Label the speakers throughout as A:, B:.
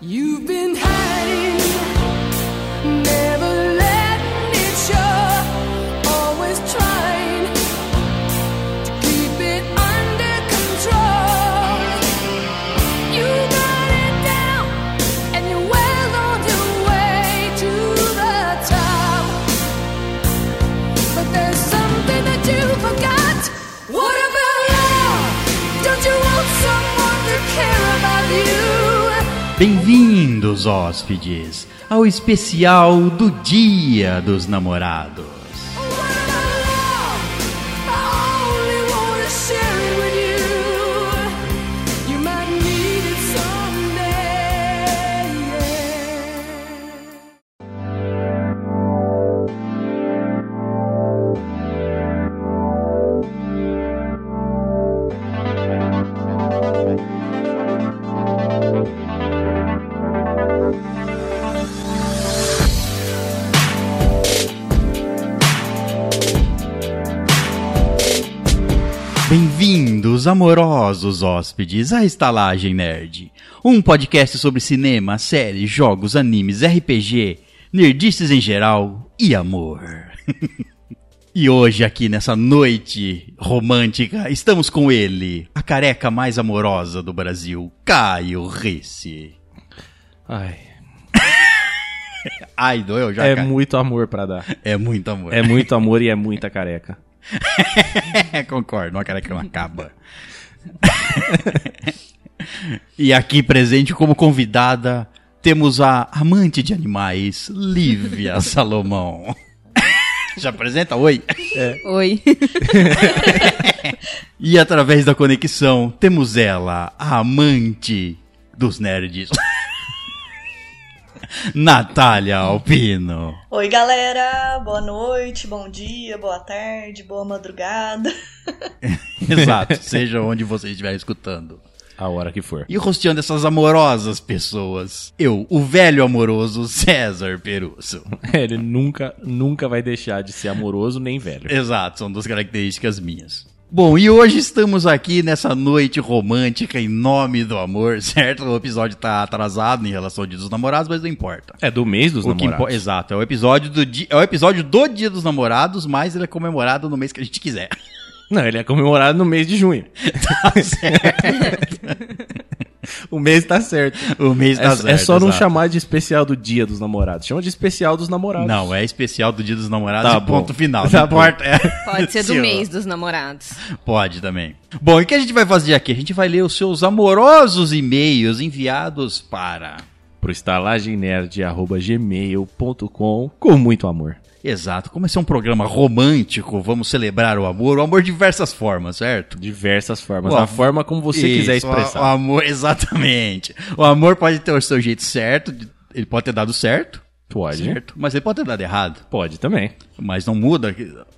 A: You've been hiding, never letting it show. Always trying to keep it under control. You got it down, and you're well on your way to the top. But there's something that you forgot. What about love? Don't you want someone to care about you?
B: Bem-vindos, hóspedes, ao especial do Dia dos Namorados. Bem-vindos, amorosos hóspedes, à Estalagem Nerd, um podcast sobre cinema, séries, jogos, animes, RPG, nerdices em geral e amor. E hoje, aqui nessa noite romântica, estamos com ele, a careca mais amorosa do Brasil, Caio Risse.
C: Ai,
B: Ai, doeu já,
C: é
B: Caio?
C: muito amor pra dar.
B: É muito amor.
C: É muito amor e é muita careca.
B: É, Concordo, uma careca não acaba. e aqui presente como convidada temos a amante de animais, Lívia Salomão. Já apresenta? Oi.
D: Oi.
B: E através da conexão temos ela, a amante dos nerds. Natália Alpino.
E: Oi, galera! Boa noite, bom dia, boa tarde, boa madrugada.
B: Exato, seja onde você estiver escutando.
C: A hora que for.
B: E rosteando essas amorosas pessoas, eu, o velho amoroso César Peruso.
C: Ele nunca, nunca vai deixar de ser amoroso nem velho.
B: Exato, são duas características minhas. Bom, e hoje estamos aqui nessa noite romântica em nome do amor, certo? O episódio tá atrasado em relação ao Dia dos Namorados, mas não importa.
C: É do mês dos
B: O que impo-
C: namorados.
B: Exato, é o episódio do dia, é o episódio do Dia dos Namorados, mas ele é comemorado no mês que a gente quiser.
C: Não, ele é comemorado no mês de junho.
B: Tá certo.
C: O mês tá certo.
B: o mês
C: É,
B: tá
C: é
B: certo.
C: só não
B: exato.
C: chamar de especial do dia dos namorados. Chama de especial dos namorados.
B: Não, é especial do Dia dos Namorados
C: Tá
B: e
C: bom.
B: ponto final.
C: Tá
B: não
C: bom.
B: importa. É.
D: Pode ser do
B: Senhor.
D: mês dos namorados.
B: Pode também. Bom, e o que a gente vai fazer aqui? A gente vai ler os seus amorosos e-mails enviados para.
C: Pro estalagemnerd.gmail.com com muito amor.
B: Exato, como esse é um programa romântico, vamos celebrar o amor, o amor de diversas formas, certo?
C: Diversas formas.
B: Ó,
C: da forma como você
B: Isso,
C: quiser
B: O
C: expressar.
B: amor, exatamente. O amor pode ter o seu jeito certo, ele pode ter dado certo,
C: Pode.
B: certo? Mas ele pode ter dado errado.
C: Pode também.
B: Mas não muda,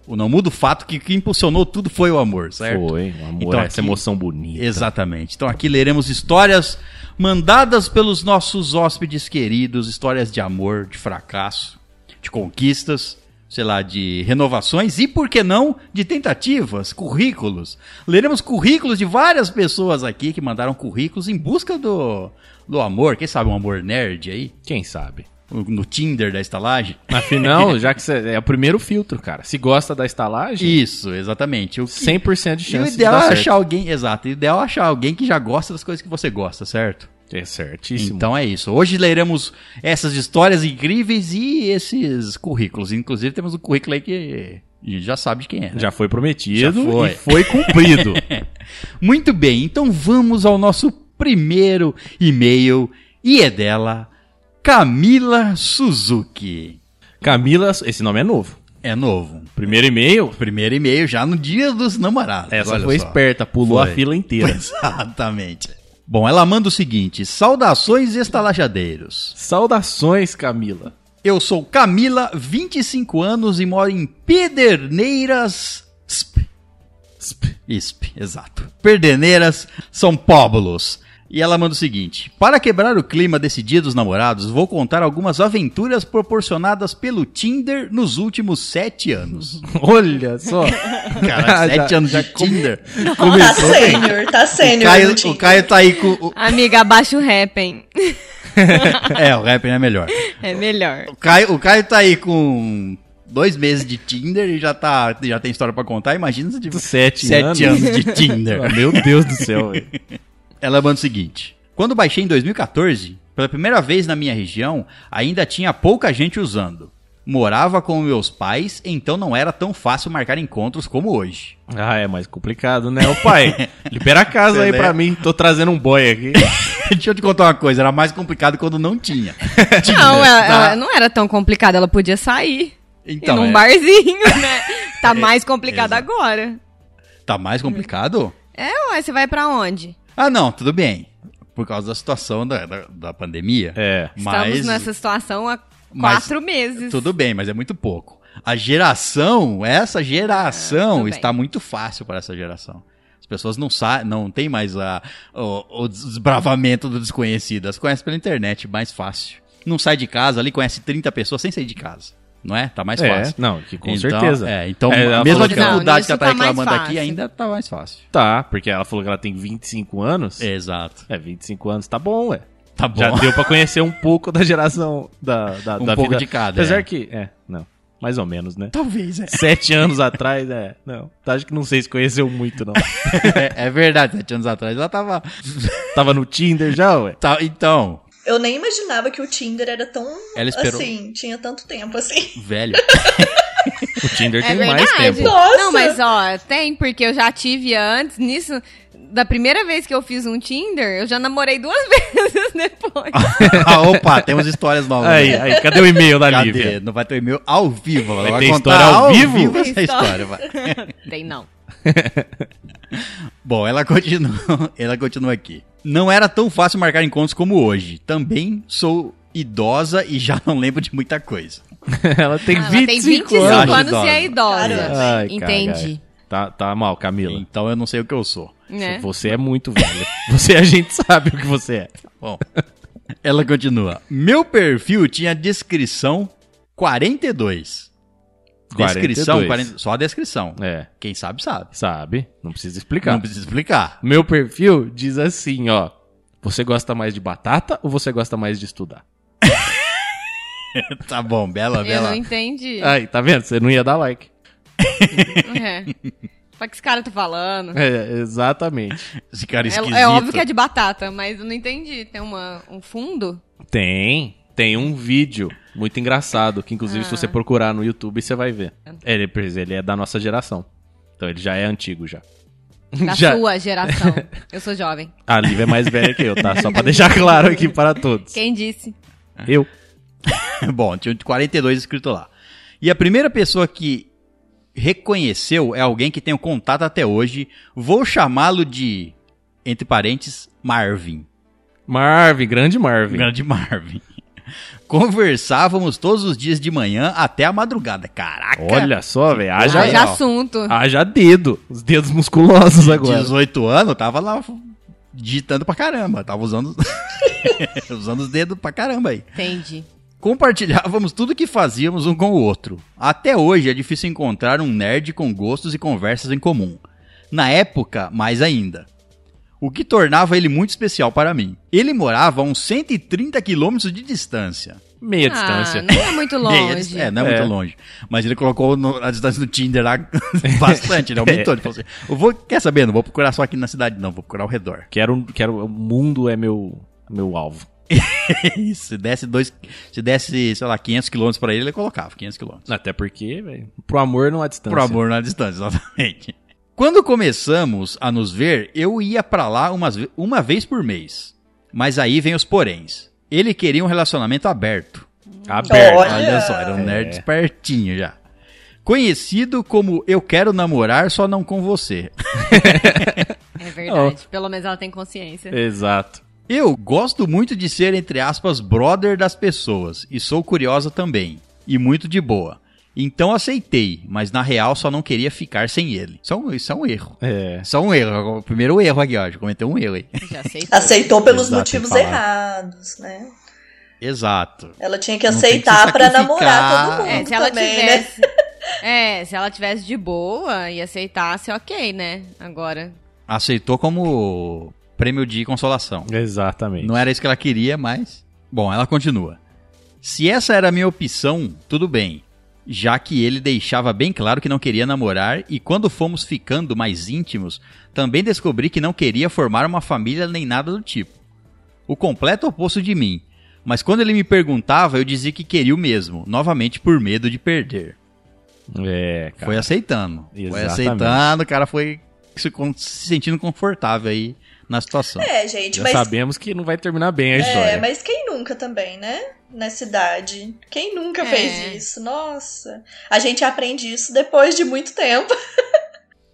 B: não muda o fato que o que impulsionou tudo foi o amor, certo?
C: Foi. O amor
B: Então
C: é essa
B: aqui-
C: emoção bonita.
B: Exatamente. Então aqui leremos histórias mandadas pelos nossos hóspedes queridos, histórias de amor, de fracasso, de conquistas, sei lá, de renovações e, por que não, de tentativas, currículos. Leremos currículos de várias pessoas aqui que mandaram currículos em busca do, do amor, quem sabe um amor nerd aí,
C: Quem sabe?
B: no Tinder da estalagem.
C: Afinal, já que você é o primeiro filtro, cara. Se gosta da estalagem,
B: Isso, exatamente. O que-
C: 100% de
B: E o
C: chance
B: ideal
C: de
B: é
C: dar
B: achar
C: certo.
B: alguém, exato, o ideal é achar alguém que já gosta das coisas que você gosta, certo?
C: É certíssimo.
B: Então é isso. Hoje leremos essas histórias incríveis e esses currículos. Inclusive, temos um currículo aí que a gente já sabe de quem é. né?
C: já foi prometido
B: Já foi.
C: e foi cumprido.
B: Muito bem, então vamos ao nosso primeiro e-mail e é dela Camila Suzuki.
C: Camila, esse nome é novo.
B: É novo.
C: Primeiro e-mail,
B: Primeiro e-mail já no dia dos namorados.
C: essa
B: Olha
C: foi
B: só.
C: esperta, pulou
B: Foi.
C: a fila inteira.
B: Exatamente. Bom, ela manda o seguinte: saudações estalajadeiros.
C: Saudações, Camila.
B: Eu sou Camila, 25 anos e moro em Pederneiras. Sp,
C: Sp-
B: isp, exato. Pederneiras, São Póbulos. E ela manda o seguinte: Para quebrar o clima desse dia dos namorados, vou contar algumas aventuras proporcionadas pelo Tinder nos últimos sete anos.
C: Olha só. Ah,
B: Cara,
C: Já-
B: sete anos
C: já
B: de Tinder.
E: Tá
C: Começou bem.
E: sênior, tá
B: O
E: sênior. no
B: Caio,
E: Tinder.
B: o Caio tá aí com. o-
D: Amiga, abaixa o rap, hein?
B: é, o rapper é melhor.
D: É melhor.
B: O Caio, o Caio tá aí com dois meses de Tinder e já, tá, já tem história pra contar. Imagina se tiver
C: Sete,
B: sete anos de Tinder.
C: Ah, Meu Deus do céu, velho.
B: Ela manda o seguinte: Quando baixei em 2014, pela primeira vez na minha região, ainda tinha pouca gente usando. Morava com meus pais, então não era tão fácil marcar encontros como hoje.
C: Ah, é mais complicado, né? Ô pai, libera a casa aí
B: Entendeu?
C: pra mim. Tô trazendo um boy aqui.
B: Deixa eu te contar uma coisa, era mais complicado quando não tinha. Tinha,
D: Não, ela,
B: tá?
D: ela não era tão complicada, ela podia sair.
B: Então,
D: ir num
B: é,
D: barzinho, né? Tá mais complicado agora.
B: tá mais complicado?
D: É, ué, você vai pra onde?
B: Ah, não, tudo bem. Por causa da situação da, da, da pandemia.
C: É.
D: Estamos
B: Mas
D: nessa situação há
B: mas
D: quatro meses.
B: tudo bem, mas é muito pouco. A geração, essa
D: É, tudo
B: geração
D: bem.
B: está muito fácil para essa geração. As pessoas não sabem, não tem mais a, o, o desbravamento do desconhecido. As conhece pela internet, mais fácil. Não sai de casa, ali conhece 30 pessoas sem sair de casa. Não é? Tá mais
C: É,
B: fácil.
C: não, que com
B: Então,
C: certeza.
B: É, então,
C: É, ela
B: mesmo a
C: falou que ela-
B: dificuldade
D: Não,
B: que ela tá
D: nisso tá mais
B: reclamando aqui,
D: fácil.
B: ainda tá mais fácil.
C: Tá, porque ela falou que ela tem 25 anos. É,
B: Exato.
C: 25 anos tá bom, ué.
B: Tá bom.
C: Já deu pra conhecer um pouco da geração da, da,
B: Um
C: da
B: pouco
C: vida.
B: de cada,
C: Apesar
B: é.
C: que. É, não. Mais ou menos, né?
B: Talvez, é.
C: Sete anos atrás, é. Não. Acho que não sei se conheceu muito, não.
B: é. é verdade, sete anos atrás ela tava.
C: Tava no Tinder já, ué.
B: tá- então,
E: Eu nem imaginava que o Tinder era tão
B: Ela esperou.
E: assim, tinha tanto tempo assim.
B: velho.
C: O Tinder
D: É
C: tem
D: verdade.
C: mais tempo.
E: Nossa!
D: Não, mas ó, tem, porque eu já tive antes. Nisso, da primeira vez que eu fiz um Tinder, eu já namorei duas vezes depois.
B: ah, opa, temos histórias novas. né?
C: Aí, aí, cadê o e-mail da
B: Cadê?
C: Lívia?
B: Não vai ter e-mail ao vivo. Vai,
C: Vai
B: vai
C: ter
B: contar
C: história ao
B: ao
C: vivo?
B: vivo, essa
D: Tem
B: história.
D: história.
B: vai.
D: Tem não.
B: Bom, ela continua, ela continua aqui. Não era tão fácil marcar encontros como hoje. Também sou idosa e já não lembro de muita coisa.
C: Ela tem
D: Ah, Ela
C: 25,
D: tem 25
B: anos.
D: anos,
B: Idosa.
D: e é idosa.
E: Caramba.
C: Ai,
D: Entendi.
C: caralho. Tá, tá mal, Camila.
B: Então eu não sei o que eu sou.
D: Né?
C: Você é muito velho. Você, a gente sabe o que você é.
B: Bom, ela continua. Meu perfil tinha descrição 42. Descrição
C: 42.
B: 40, só a descrição.
C: É,
B: Quem sabe sabe.
C: sabe? Não precisa explicar.
B: Não precisa explicar.
C: Meu perfil diz assim, ó. Você gosta mais de batata ou você gosta mais de estudar?
B: Tá bom, bela,
D: Eu
B: bela.
D: não entendi.
C: Aí, tá vendo? Você não ia dar like.
D: É. Pra que esse cara tá falando?
C: É, exatamente.
B: Esse cara esquisito.
D: É, é óbvio que é de batata, mas eu não entendi. Tem uma, um fundo?
C: Tem. Tem um vídeo muito engraçado, que inclusive se
D: Ah.
C: você procurar no YouTube, você vai ver. Ele, por exemplo, ele é da nossa geração. Então ele já é antigo já.
D: Da
C: Já-
D: sua geração. Eu sou jovem.
C: A Lívia é mais velha que eu, tá? Só pra deixar claro aqui para todos.
D: Quem disse?
C: Eu.
B: É Bom, tinha 42 escrito lá. E a primeira pessoa que reconheceu é alguém que tenho contato até hoje. Vou chamá-lo de, entre parênteses, Marvin.
C: Marvin, grande
B: O
C: Marvin.
B: grande Marvin. Conversávamos todos os dias de manhã até a madrugada. Caraca!
C: Olha só, velho. Haja,
B: Ah,
D: Haja
B: já-
D: assunto.
C: haja dedo. Os dedos musculosos agora.
B: 18 anos, tava lá digitando pra caramba. Tava usando, usando os dedos pra caramba aí.
D: Entendi.
B: Compartilhávamos tudo que fazíamos um com o outro. Até hoje é difícil encontrar um nerd com gostos e conversas em comum. Na época, mais ainda. O que tornava ele muito especial para mim. Ele morava a uns 130 quilômetros de distância.
C: Meia
D: Ah,
C: distância.
D: não é muito
B: Meia dist-
D: longe.
B: É, não é,
C: É.
B: muito longe. Mas ele colocou no- a distância do Tinder lá bastante, ele aumentou. Ele falou assim, eu vou, quer saber, não vou procurar só aqui na cidade não, vou procurar ao redor.
C: Quero, quero, o mundo é meu, meu alvo.
B: Isso, se desse, dois, se desse, sei lá, 500 quilômetros para ele, ele colocava 500 quilômetros.
C: Até porque, velho, pro amor não há distância.
B: Pro amor na distância, exatamente. Quando começamos a nos ver, eu ia pra lá umas, ve- uma vez por mês. Mas aí vem os poréns. Ele queria um relacionamento aberto.
C: Aberto.
E: Olha!
B: Olha só, era um nerd
C: É.
B: espertinho já. Conhecido como Eu Quero Namorar, Só Não Com Você.
D: É verdade. Pelo menos ela tem consciência.
B: É.
C: Exato.
B: Eu gosto muito de ser, entre aspas, brother das pessoas. E sou curiosa também. E muito de boa. Então aceitei, mas na real só não queria ficar sem ele. Isso é um, isso é um erro.
C: É.
B: Só um erro. O primeiro erro aqui, ó. Já cometeu um erro aí.
D: Já sei.
E: Aceitou pelos
B: Exato,
E: motivos
B: tem que
E: errados, né?
B: Exato.
E: Ela tinha que
B: Não tem que
E: aceitar
B: se
E: pra
B: sacrificar.
E: namorar todo mundo
D: É, se ela
E: também, né?
D: tivesse. É, se ela tivesse de boa e aceitasse, ok, né? Agora.
B: Aceitou como prêmio de consolação.
C: Exatamente.
B: Não era isso que ela queria, mas Bom, ela continua. Se essa era a minha opção, tudo bem. Já que ele deixava bem claro que não queria namorar, e quando fomos ficando mais íntimos, também descobri que não queria formar uma família nem nada do tipo. O completo oposto de mim. Mas quando ele me perguntava, eu dizia que queria o mesmo, novamente por medo de perder.
C: É, cara.
B: Foi aceitando. Foi
C: Exatamente.
B: aceitando, o cara foi se, con- se sentindo confortável aí na situação.
E: É, gente,
C: Já
E: mas.
C: sabemos que não vai terminar bem a história.
E: É, mas quem nunca também, né? Nessa idade. Quem nunca
D: É.
E: fez isso? Nossa. A gente aprende isso depois de muito tempo.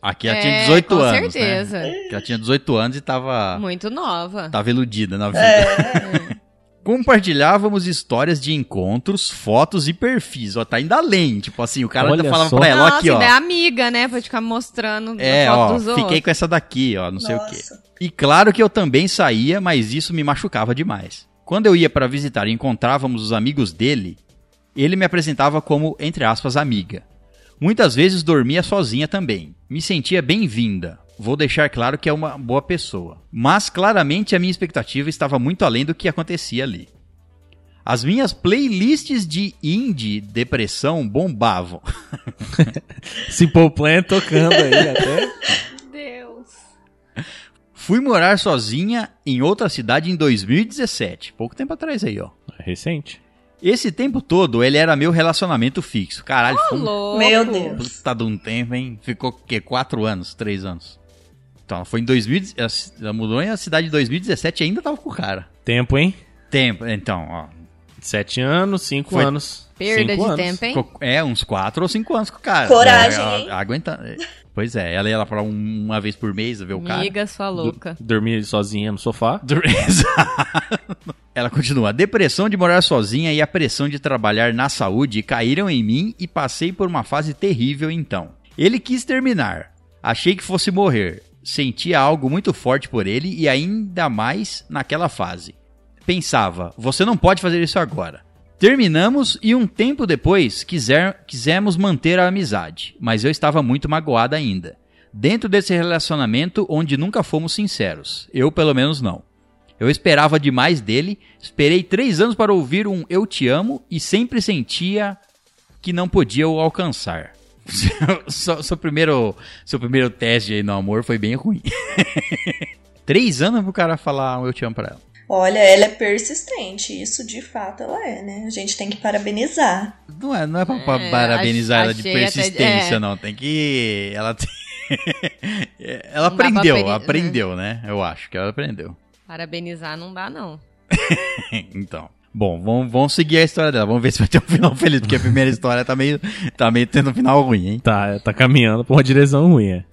B: Aqui ela
D: É,
B: tinha 18
D: com
B: anos. né? É.
D: certeza.
B: Que ela tinha 18 anos e tava,
D: Muito nova.
B: tava iludida na vida.
E: É.
B: Compartilhávamos histórias de encontros, fotos e perfis. Ó, tá ainda além. Tipo assim, o cara ainda
C: Olha
B: falava
C: só.
B: pra ela, ó,
D: Nossa,
B: aqui, ó.
D: ainda é amiga, né? Pra ficar mostrando
B: É,
D: a foto
B: ó,
D: dos outros.
B: fiquei com essa daqui, ó, não sei o quê.
E: Nossa.
B: E claro que eu também saía, mas isso me machucava demais. Quando eu ia pra visitar e encontrávamos os amigos dele, ele me apresentava como, entre aspas, amiga. Muitas vezes dormia sozinha também. Me sentia bem-vinda. Vou deixar claro que é uma boa pessoa. Mas claramente a minha expectativa estava muito além do que acontecia ali. As minhas playlists de indie depressão bombavam.
C: Se Plan tocando aí até.
D: Meu Deus.
B: Fui morar sozinha em outra cidade em 2017, pouco tempo atrás aí, ó.
C: É Recente.
B: Esse tempo todo ele era meu relacionamento fixo. Caralho,
D: Ô,
B: foi um
D: louco.
E: Meu Deus.
B: puta de um tempo, hein? Ficou o quê? Quatro anos, três anos. Então, foi em 2000. ela se- Ela mudou em a cidade em 2017 e ainda tava com o cara.
C: Tempo, hein?
B: Tempo, então, ó.
C: Sete anos, cinco
B: Foi
C: anos.
D: Perda
C: cinco
D: de
C: anos.
D: tempo, hein?
B: ficou- é, uns quatro ou cinco anos com o cara.
E: Coragem,
B: É,
E: hein?
B: ela- Aguentando. é. Pois é, ela ia lá pra um- uma vez por mês ver o cara.
D: Amiga sua louca.
C: Dormir sozinha no sofá.
B: Dur- Exato. Ela continua. A depressão de morar sozinha e a pressão de trabalhar na saúde caíram em mim e passei por uma fase terrível então. Ele quis terminar. Achei que fosse morrer. Sentia algo muito forte por ele e ainda mais naquela fase. Pensava, você não pode fazer isso agora. Terminamos e um tempo depois quiser- quisemos manter a amizade, mas eu estava muito magoada ainda. Dentro desse relacionamento onde nunca fomos sinceros, eu pelo menos não. Eu esperava demais dele, esperei três anos para ouvir um Eu Te Amo e sempre sentia que não podia o alcançar. Seu, seu- seu primeiro, seu primeiro teste aí no amor foi bem ruim. três anos pro cara falar um Eu Te Amo pra ela.
E: Olha, ela é persistente. Isso de fato ela é, né? A gente tem que parabenizar.
B: Não é, não é pra, pra
D: É,
B: parabenizar
D: ach-
B: ela de
D: achei até-
B: persistência,
D: é.
B: não. Tem que. Ela, tem- ela
D: Não dá pra
B: aprendeu,
D: peri-
B: aprendeu, né? Eu acho que ela aprendeu.
D: Parabenizar não dá, não.
B: Então. Bom, vamos, vamos seguir a história dela. Vamos ver se vai ter um final feliz, porque a primeira história tá meio, tá meio tendo um final ruim, hein?
C: Tá, tá caminhando pra uma direção ruim, é.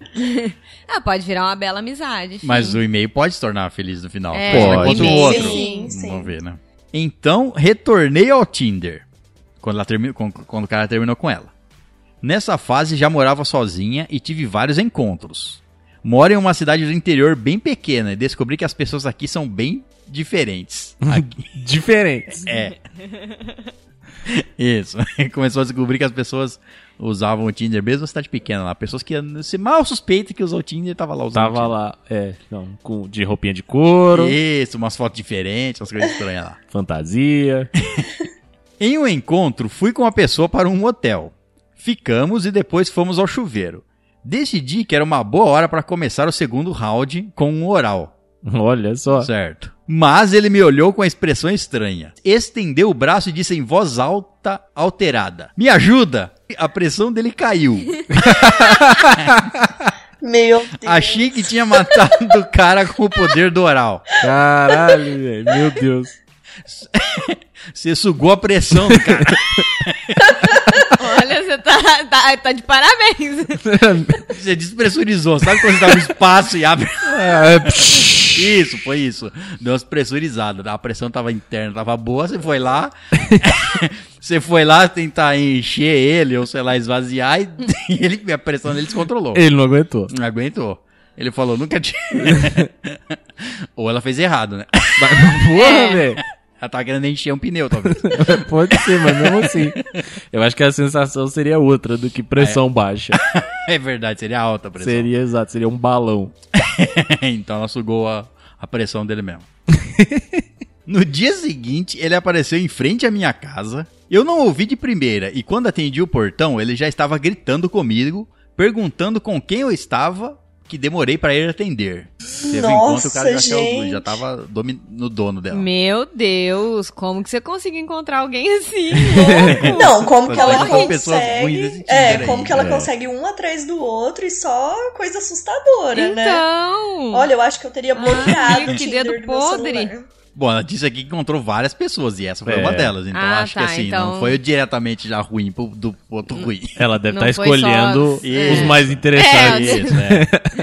D: Ah, pode virar uma bela amizade. Sim.
B: Mas o e-mail pode se tornar feliz no final.
D: É,
B: tanto
C: pode.
B: quanto o
E: Sim,
B: outro.
E: sim, sim.
B: Vamos ver, né? Então, retornei ao Tinder. Quando, ela termi... quando- quando o cara terminou com ela. Nessa fase já morava sozinha e tive vários encontros. Moro em uma cidade do interior bem pequena e descobri que as pessoas aqui são bem diferentes.
C: Diferentes.
B: É. Isso. Começou a descobrir que as pessoas usavam o Tinder, mesmo na cidade pequena lá. Pessoas que se mal suspeita que usou o Tinder tava lá usando.
C: Tava
B: o
C: lá, é, não, com, de roupinha de couro,
B: Tinder. Isso, umas fotos diferentes, umas coisas estranhas lá.
C: fantasia.
B: Em um encontro, fui com uma pessoa para um motel. Ficamos e depois fomos ao chuveiro. Decidi que era uma boa hora para começar o segundo round com um oral.
C: Olha só.
B: Certo. Mas ele me olhou com a expressão estranha. Estendeu o braço e disse em voz alta, alterada: Me ajuda! A pressão dele caiu.
E: Meu Deus.
B: Achei que tinha matado o cara com o poder do oral.
C: Caralho, velho. Meu Deus.
B: Você sugou a pressão do cara.
D: Olha, você tá, tá, tá de parabéns.
B: Você despressurizou. Sabe quando você dá um espaço e abre?
C: Ah, psh.
B: Isso, foi isso. Deu umas pressurizadas. A pressão tava interna, tava boa. Você foi lá. Você foi lá tentar encher ele, ou sei lá, esvaziar. E ele, a pressão dele descontrolou.
C: Ele não aguentou.
B: Não aguentou. Ele falou, nunca tinha. Ou ela fez errado, né?
C: Mas, Porra, velho.
B: Ela tava querendo encher um pneu, talvez.
C: Pode ser, mas mesmo assim. Eu acho que a sensação seria outra do que pressão baixa.
B: é verdade, seria alta a pressão.
C: Seria exato, seria um balão.
B: então ela sugou a, a pressão dele mesmo. No dia seguinte, ele apareceu em frente à minha casa. Eu não ouvi de primeira e quando atendi o portão, ele já estava gritando comigo, perguntando com quem eu estava, que demorei para ir atender. Teve um encontro, o cara
E: Nossa,
B: já, achou,
E: gente.
B: já tava domi- no dono dela.
D: Meu Deus, como que você conseguiu encontrar alguém assim?
E: Não, como que
B: Mas
E: ela
B: são pessoas ruins
E: consegue.
B: desse Tinder
E: É,
B: aí.
E: como que ela
B: É.
E: consegue um atrás do outro e só coisa assustadora, né?
D: então,
E: Olha, eu acho que eu teria bloqueado
D: viu?
E: o
D: Que
E: Tinder
D: dedo
E: do meu
D: podre.
E: celular.
B: Bom, ela disse aqui que encontrou várias pessoas e essa foi
C: É.
B: uma delas. Então
D: Ah,
B: acho
D: tá,
B: que assim,
D: então-
B: não foi diretamente já ruim pro, do outro ruim.
C: Ela deve
D: Não
C: estar
D: foi
C: escolhendo
D: só- é.
C: os mais interessantes.
D: É,
B: Isso, né?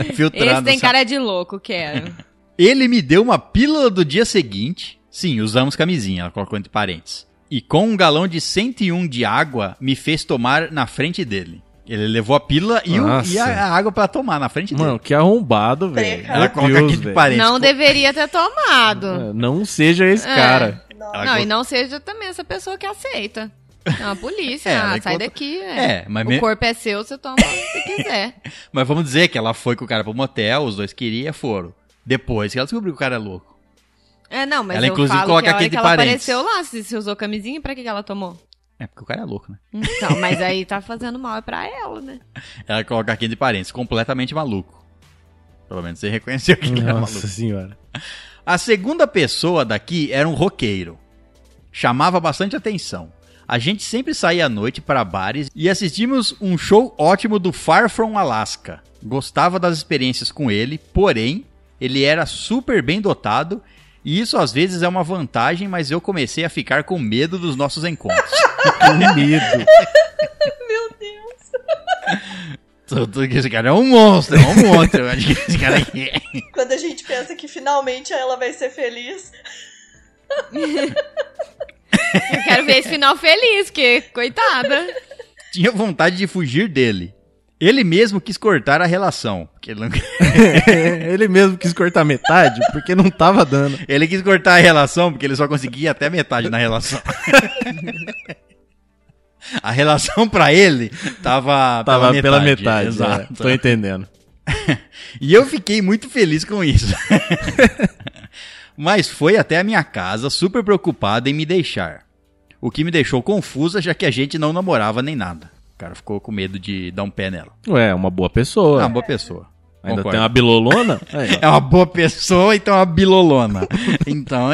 D: esse
B: Filtrando.
D: tem
B: sabe?
D: cara de louco, quero.
B: Ele me deu uma pílula do dia seguinte. Sim, usamos camisinha, ela colocou entre parênteses. E com um galão de 101 de água, me fez tomar na frente dele. Ele levou a pílula e, o-
C: Nossa.
B: e a a água pra tomar na frente dele.
C: Mano, que arrombado, velho.
E: Precário.
B: ela
C: Meu
B: coloca
C: Deus,
B: aqui de
C: velho.
B: parênteses.
D: Não deveria ter tomado.
C: É, Não seja esse
D: É.
C: cara.
B: Ela
D: não,
B: go-
D: e não seja também essa pessoa que aceita. É uma polícia,
B: É,
D: ah,
B: ela
D: sai
B: encontra-
D: daqui.
B: É, mas
D: o
B: me-
D: corpo é seu, você toma o que você quiser.
B: Mas vamos dizer que ela foi com o cara pro motel, os dois queriam, foram. Depois que ela descobriu que o cara é louco.
D: É, não, mas
B: Ela,
D: eu
B: inclusive,
D: falo
B: coloca
D: que a hora
B: aqui
D: que
B: de
D: ela
B: parênteses.
D: apareceu lá, se se usou camisinha, pra que que ela tomou?
B: É, porque o cara é louco, né?
D: Então, mas aí tá fazendo mal é pra ela, né?
B: Ela coloca É aqui de parênteses, completamente maluco. Pelo menos você reconheceu que ele era maluco.
C: Nossa senhora.
B: A segunda pessoa daqui era um roqueiro. Chamava bastante atenção. A gente sempre saía à noite para bares e assistimos um show ótimo do Far From Alaska. Gostava das experiências com ele, porém, ele era super bem dotado e isso às vezes é uma vantagem, mas eu comecei a ficar com medo dos nossos encontros.
C: Que medo.
B: Tanto que esse cara é um monstro, é um monstro. Eu acho que esse cara aqui é.
E: Quando a gente pensa que finalmente ela vai ser feliz,
D: Eu quero ver esse final feliz, que coitada.
B: tinha vontade de fugir dele. Ele mesmo quis cortar a relação. porque ele não
C: Ele mesmo quis cortar metade porque não tava dando.
B: Ele quis cortar a relação porque ele só conseguia até metade na relação. a relação pra ele tava,
C: Tava pela metade.
B: exato.
C: é. Tô entendendo.
B: E eu fiquei muito feliz com isso. Mas foi até a minha casa super preocupada em me deixar. O que me deixou confusa, já que a gente não namorava nem nada. O cara ficou com medo de dar um pé nela.
C: Ué, uma boa
B: É
C: pessoa.
B: uma boa pessoa.
C: Ainda
B: Concordo.
C: tem uma bilolona? Aí, ó.
B: É uma boa pessoa, então é uma bilolona. Então,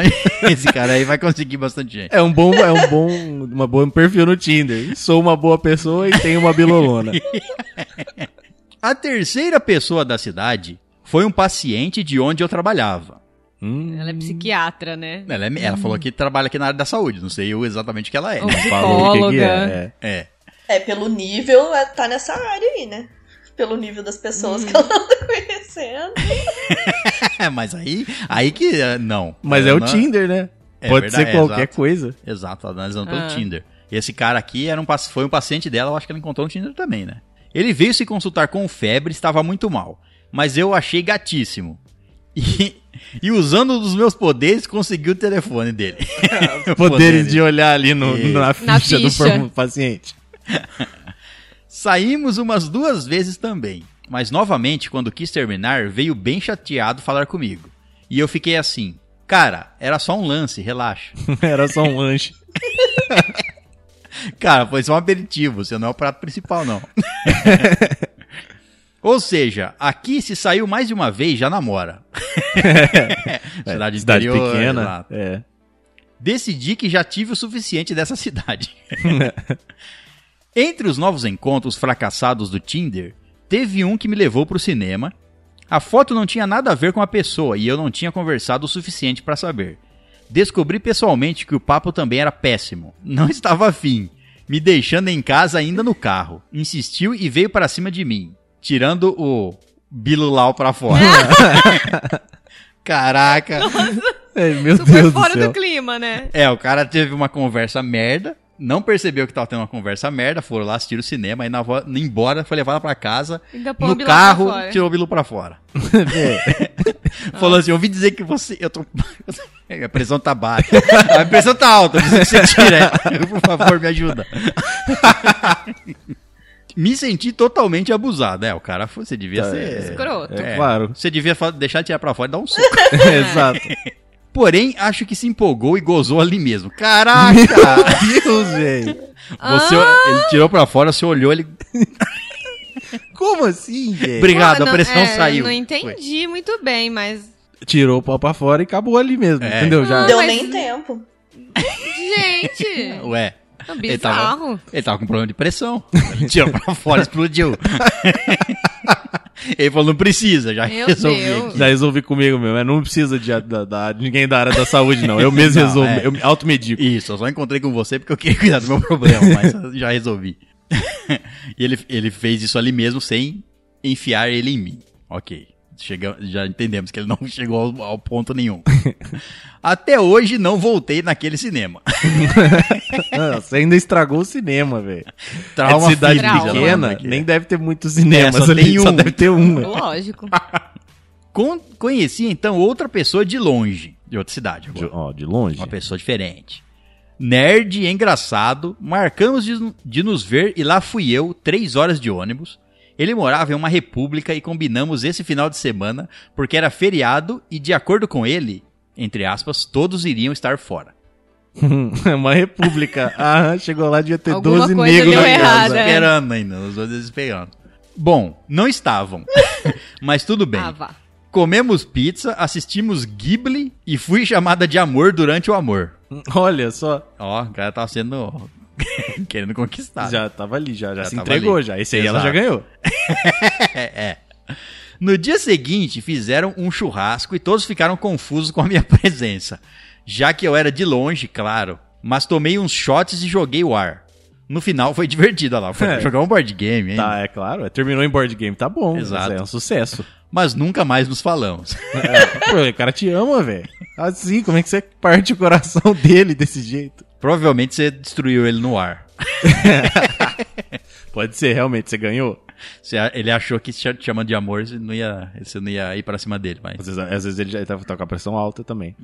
B: esse cara aí vai conseguir bastante gente.
C: É um bom, é um bom, uma boa um perfil no Tinder. Sou uma boa pessoa e tenho uma bilolona.
B: A terceira pessoa da cidade foi um paciente de onde eu trabalhava.
C: Hum,
D: Ela é psiquiatra, né?
B: Ela, é- ela falou que trabalha aqui na área da saúde, não sei eu exatamente o que ela é.
D: Ou
C: falou o que que
D: psicóloga.
C: é.
B: É.
E: é pelo nível, é, tá nessa área aí, né? Pelo nível das
D: Hum.
E: pessoas que ela tá conhecendo.
B: Mas aí, aí que eh, não.
C: Mas é
B: Ela
C: o
B: não-
C: Tinder, né?
B: É
C: Pode
B: verdade,
C: ser qualquer
B: exato.
C: coisa.
B: Exato, ela tá analisando pelo
D: Ah.
B: Tinder. Esse cara aqui era um, paci- foi um paciente dela, eu acho que ela encontrou no Tinder também, né? Ele veio se consultar com febre, estava muito mal. Mas eu achei gatíssimo. E, e usando um dos meus poderes, conseguiu o telefone dele.
C: Poderes de olhar ali no,
B: Isso.
C: na, ficha
D: Na
C: do
D: ficha.
C: form- paciente.
B: Saímos umas duas vezes também, mas novamente, quando quis terminar, veio bem chateado falar comigo. E eu fiquei assim, cara, era só um lance, relaxa.
C: Era só um lanche.
B: cara, foi só um aperitivo, você não é o prato principal, não. Ou seja, aqui se saiu mais de uma vez, já namora.
C: É,
B: cidade
C: cidade
B: interior,
C: pequena.
B: exato.
C: É.
B: Decidi que já tive o suficiente dessa cidade. Entre os novos encontros fracassados do Tinder, teve um que me levou pro cinema. A foto não tinha nada a ver com a pessoa e eu não tinha conversado o suficiente pra saber. Descobri pessoalmente que o papo também era péssimo. Não estava afim, me deixando em casa ainda no carro. Insistiu e veio pra cima de mim, tirando o bilulau pra fora. Caraca.
C: É, meu
D: Super
C: Deus do
D: fora do,
C: céu.
D: clima, né?
B: É, o cara teve uma conversa merda, não percebeu que tava tendo uma conversa merda, foram lá assistir o cinema, aí na vo- embora, foi levada pra casa,
D: Ainda põe o
B: no
D: Bilu pra
B: carro,
D: fora. Ah.
B: tirou o Bilu pra fora.
C: É.
B: Falou assim, eu ouvi dizer que você... Eu tô... A pressão tá baixa. A pressão tá alta, eu preciso que você tire ela. Por favor, me ajuda. me senti totalmente abusado. É, o cara, foi- você devia
C: Tá,
B: ser...
C: é.
D: Escroto.
B: É,
C: Claro.
D: É.
B: Você devia fa- deixar tirar pra fora e dar um soco.
C: Exato.
B: Porém, acho que se empolgou e gozou ali mesmo. Caraca!
C: Meu Deus, velho.
B: Você, ele tirou pra fora, você olhou, ele.
C: Como assim, velho?
B: Obrigado,
D: Pô,
B: a
D: não-
B: pressão
D: é,
B: saiu.
D: Eu não entendi muito bem, mas.
C: Tirou o pau pra fora e acabou ali mesmo,
B: É.
C: entendeu? Já.
E: Deu
D: Ah, mas-
E: nem tempo.
D: Gente! é
B: Ué. Ele tava,
D: bizarro.
B: ele tava com problema de pressão. Ele tirou pra fora, explodiu. ele falou, não precisa, já
D: Meu
B: resolvi
D: Deus.
B: aqui.
C: Já resolvi comigo mesmo. mas Não precisa de, da- da- de ninguém da área da saúde, não. Eu mesmo
B: Não,
C: resolvo.
B: é.
C: Eu me automedico.
B: Isso, eu só encontrei com você porque eu queria cuidar do meu problema, mas eu já resolvi. e ele, ele fez isso ali mesmo sem enfiar ele em mim. Ok. Chega, já entendemos que ele não chegou ao, ao ponto nenhum. Até hoje não voltei naquele cinema.
C: Ah, Você ainda estragou o cinema, velho. É de
B: Trauma
C: cidade
B: físico,
D: Trauma.
C: pequena, né,
B: ela fala
C: nem
B: que
C: deve ter muitos cinemas
B: É, só
C: ali.
B: tem
C: Só
B: um.
C: deve ter um.
D: Lógico.
B: Ah, Con- conheci então outra pessoa de longe, de outra cidade.
C: De,
B: Agora.
C: ó, de longe.
B: Uma pessoa diferente. Nerd e engraçado, marcamos de, de nos ver e lá fui eu, três horas de ônibus. Ele morava em uma república e combinamos esse final de semana porque era feriado e, de acordo com ele, entre aspas, todos iriam estar fora.
C: É uma república. Ah, chegou lá, devia ter
D: Alguma
C: 12
D: coisa
C: negros
D: deu
C: na
B: Nós
C: casa.
D: errado, é.
B: esperando ainda, os dois esperando. Bom, não estavam, mas tudo bem.
D: Ah, vá.
B: Comemos pizza, assistimos Ghibli e fui chamada de amor durante o amor.
C: Olha só,
B: Ó, o cara tava sendo. querendo conquistar.
C: já tava ali, já, Tá. já,
B: Já
C: se
B: tava
C: entregou
B: ali.
C: já. Esse aí ela
B: Exato.
C: já ganhou.
B: No dia seguinte, fizeram um churrasco e todos ficaram confusos com a minha presença. Já que eu era de longe, claro, mas tomei uns shots e joguei o ar. No final foi divertido, olha lá. Foi
C: É.
B: jogar um board game, hein?
C: Tá, é claro. é, Terminou em board game, tá bom.
B: Exato.
C: Exato. É um sucesso.
B: Mas nunca mais nos falamos.
C: É, Pô, o cara te ama, velho. Assim, como é que você parte o coração dele desse jeito?
B: Provavelmente você destruiu ele no ar.
C: Pode ser, realmente, você ganhou.
B: Você- ele achou que te chamando de amor, você não ia, você não ia ir pra cima dele, mas.
C: Às vezes, às vezes ele já tava tá com a pressão alta também.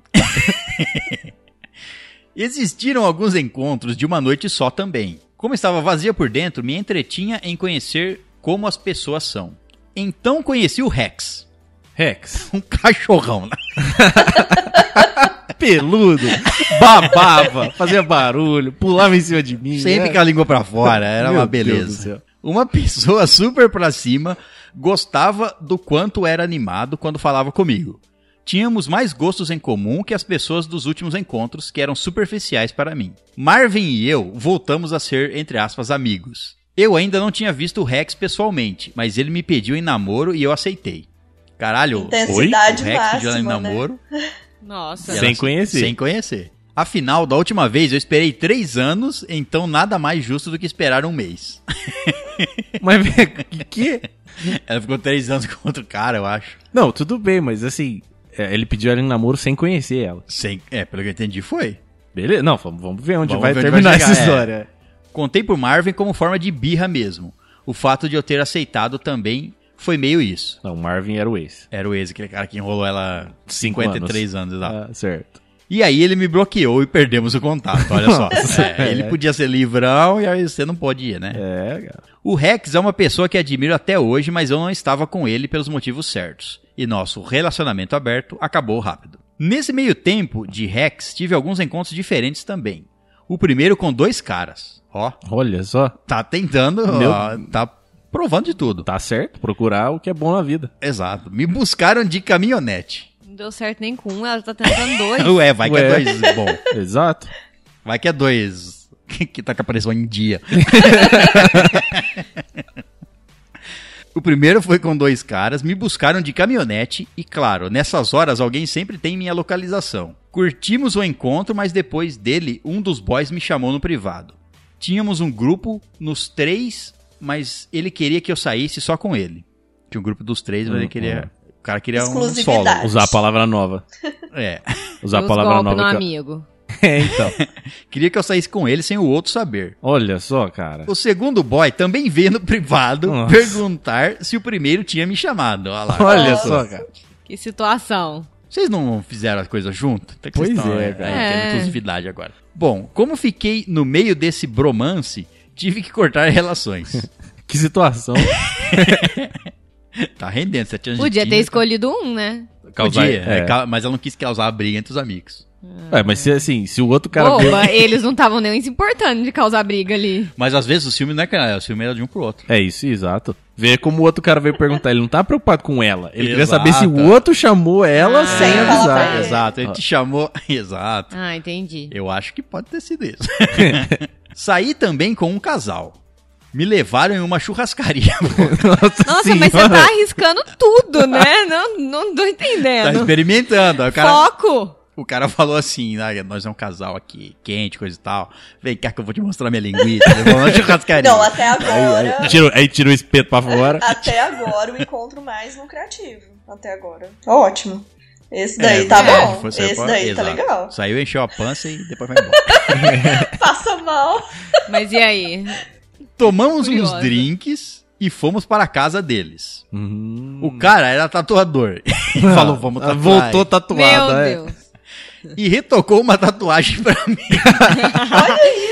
B: Existiram alguns encontros de uma noite só também. Como estava vazia por dentro, me entretinha em conhecer como as pessoas são. Então conheci o Rex,
C: Rex,
B: um cachorrão. né?
C: peludo, babava, fazia barulho, pulava em cima de mim.
B: Sempre
C: né?
B: com a língua pra fora, era
C: Meu
B: uma
C: Deus do
B: beleza.
C: céu.
B: Uma pessoa super pra cima, gostava do quanto era animado quando falava comigo. Tínhamos mais gostos em comum que as pessoas dos últimos encontros, que eram superficiais para mim. Marvin e eu voltamos a ser, entre aspas, amigos. Eu ainda não tinha visto o Rex pessoalmente, mas ele me pediu em namoro e eu aceitei. Caralho,
E: Intensidade
B: o Rex pediu ela em
E: máxima, né?
B: namoro.
D: Nossa.
C: Sem
B: Ela-
C: conhecer.
B: Sem conhecer. Afinal, da última vez eu esperei três anos, então nada mais justo do que esperar um mês.
C: Mas, velho, que, que?
B: Ela ficou três anos com outro cara, eu acho.
C: Não, tudo bem, mas assim, é, ele pediu ela em namoro sem conhecer ela.
B: Sem... É, pelo que eu entendi, foi.
C: Beleza? Não, vamos, vamos ver onde
B: Vamos
C: vai
B: ver onde vai
C: terminar
B: chegar,
C: essa
B: é.
C: história.
B: Contei por Marvin como forma de birra mesmo. O fato de eu ter aceitado também foi meio isso.
C: Não, Marvin era o ex.
B: Era o ex, aquele cara que enrolou ela
C: Cinco
B: 53 anos, É. exato.
C: Ah, certo.
B: E aí ele me bloqueou e perdemos o contato, olha só. É, ele podia ser livrão e aí você não pode ir, né?
C: É, cara.
B: O Rex é uma pessoa que admiro até hoje, mas eu não estava com ele pelos motivos certos. E nosso relacionamento aberto acabou rápido. Nesse meio tempo de Rex, tive alguns encontros diferentes também. O primeiro com dois caras. Ó,
C: Olha só.
B: tá tentando,
C: Meu-
B: ó, tá provando de tudo.
C: Tá certo. Procurar o que é bom na vida.
B: Exato. Me buscaram de caminhonete.
D: Não deu certo nem com um, ela tá tentando dois.
B: Ué, vai que é
C: Ué.
B: dois bom.
C: Exato.
B: Vai que é dois. que tá com a pressão em dia. o primeiro foi com dois caras, me buscaram de caminhonete e, claro, nessas horas alguém sempre tem minha localização. Curtimos o encontro, mas depois dele, um dos boys me chamou no privado. Tínhamos um grupo nos três, mas ele queria que eu saísse só com ele. Tinha um grupo dos três, mas ele
C: Uhum.
B: queria. O cara queria um solo.
E: Exclusividade.
C: Usar a palavra nova.
B: É.
D: Deu
C: Usar a
D: uns
C: palavra
D: golpes
C: nova.
D: no
C: que-
D: amigo.
C: É, então.
B: Queria que eu saísse com ele sem o outro saber.
C: Olha só, cara.
B: O segundo boy também veio no privado
C: Nossa.
B: perguntar se o primeiro tinha me chamado. Olha lá.
C: Olha
E: Nossa.
C: só, cara.
D: Que situação.
B: Vocês não fizeram as coisas junto? Até que
C: Pois
B: vocês estão,
C: é,
B: né,
C: cara.
B: tendo
D: É.
B: exclusividade agora. Bom, como fiquei no meio desse bromance, tive que cortar relações.
C: Que situação.
B: Tá rendendo, sete anos
D: Podia
B: de
D: ter
B: Tinder.
D: escolhido um, né?
C: Causar-
B: Podia,
C: é.
B: é, ca- mas ela não quis causar a briga entre os amigos.
C: É, mas se, assim, se o outro cara... viu-
D: Oba, eles não estavam nem se importando de causar briga ali.
B: Mas às vezes o filme não é canal, o filme era de um pro outro.
C: É isso, exato. Ver como o outro cara veio perguntar. Ele não tá preocupado com ela. Ele queria
B: Exato.
C: saber se o outro chamou ela
D: Ah,
C: sem
E: Sem falar pra
C: avisar.
E: ele.
B: Exato,
C: Ah.
B: ele te chamou. Exato.
D: Ah, entendi.
B: Eu acho que pode ter sido isso. Saí também com um casal. Me levaram em uma churrascaria.
C: Nossa,
D: Nossa,
C: senhora.
D: mas você tá arriscando tudo, né? Não, não tô
B: tá
D: entendendo.
B: experimentando. Aí o cara,
D: Foco!
B: o cara falou assim: "Ah, nós é um casal aqui, quente, coisa e tal. Vem cá que eu vou te mostrar minha linguiça. Levou uma churrascaria.
E: Não, até agora.
C: Aí tira, aí tira o espeto pra fora.
E: Até agora o encontro mais lucrativo. Até agora. Tá Ótimo. Esse
B: É,
E: daí tá
B: verdade,
E: bom.
B: foi
E: Esse
B: só-
E: daí tá
B: exato.
E: legal.
B: Saiu, encheu a pança e depois vai embora.
E: Passa mal.
D: Mas e aí?
B: Tomamos
D: Curiosa.
B: uns drinks e fomos para a casa deles.
C: Hum.
B: O cara era tatuador. E Uhum. falou, vamos
C: Ah,
B: tatuar.
C: Voltou
D: Meu
C: tatuado. é.
D: Deus.
B: E retocou uma tatuagem pra mim.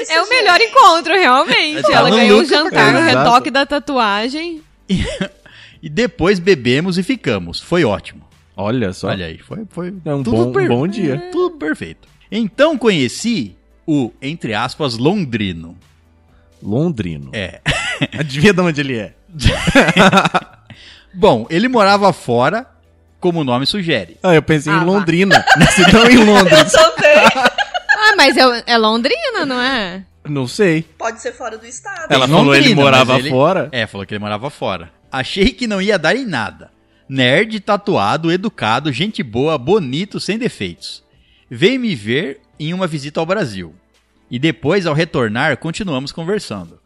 D: É o melhor encontro, realmente.
B: Tava
D: Ela ganhou um
C: louca,
D: jantar, o
C: cara.
D: retoque da tatuagem.
B: E depois bebemos e ficamos. Foi ótimo.
C: Olha só.
B: Olha aí, foi, foi
C: É um bom-
B: per-
C: bom dia.
B: Tudo perfeito. Então conheci o, entre aspas, londrino.
C: Londrino.
B: É.
C: Adivinha de onde ele é?
B: Bom, ele morava fora, como o nome sugere.
C: Ah, eu pensei
D: Ah,
C: em
D: vá.
C: Londrina. Se não em
E: Eu
C: Londres.
E: também.
D: Ah, mas é, é Londrina, não é?
C: Não sei.
E: Pode ser fora do estado.
C: Ela
B: Em
C: falou
B: Londrina,
C: ele morava
B: mas ele-
C: fora.
B: É, falou que ele morava fora. Achei que não ia dar em nada. Nerd, tatuado, educado, gente boa, bonito, sem defeitos. Veio me ver em uma visita ao Brasil. E depois, ao retornar, continuamos conversando.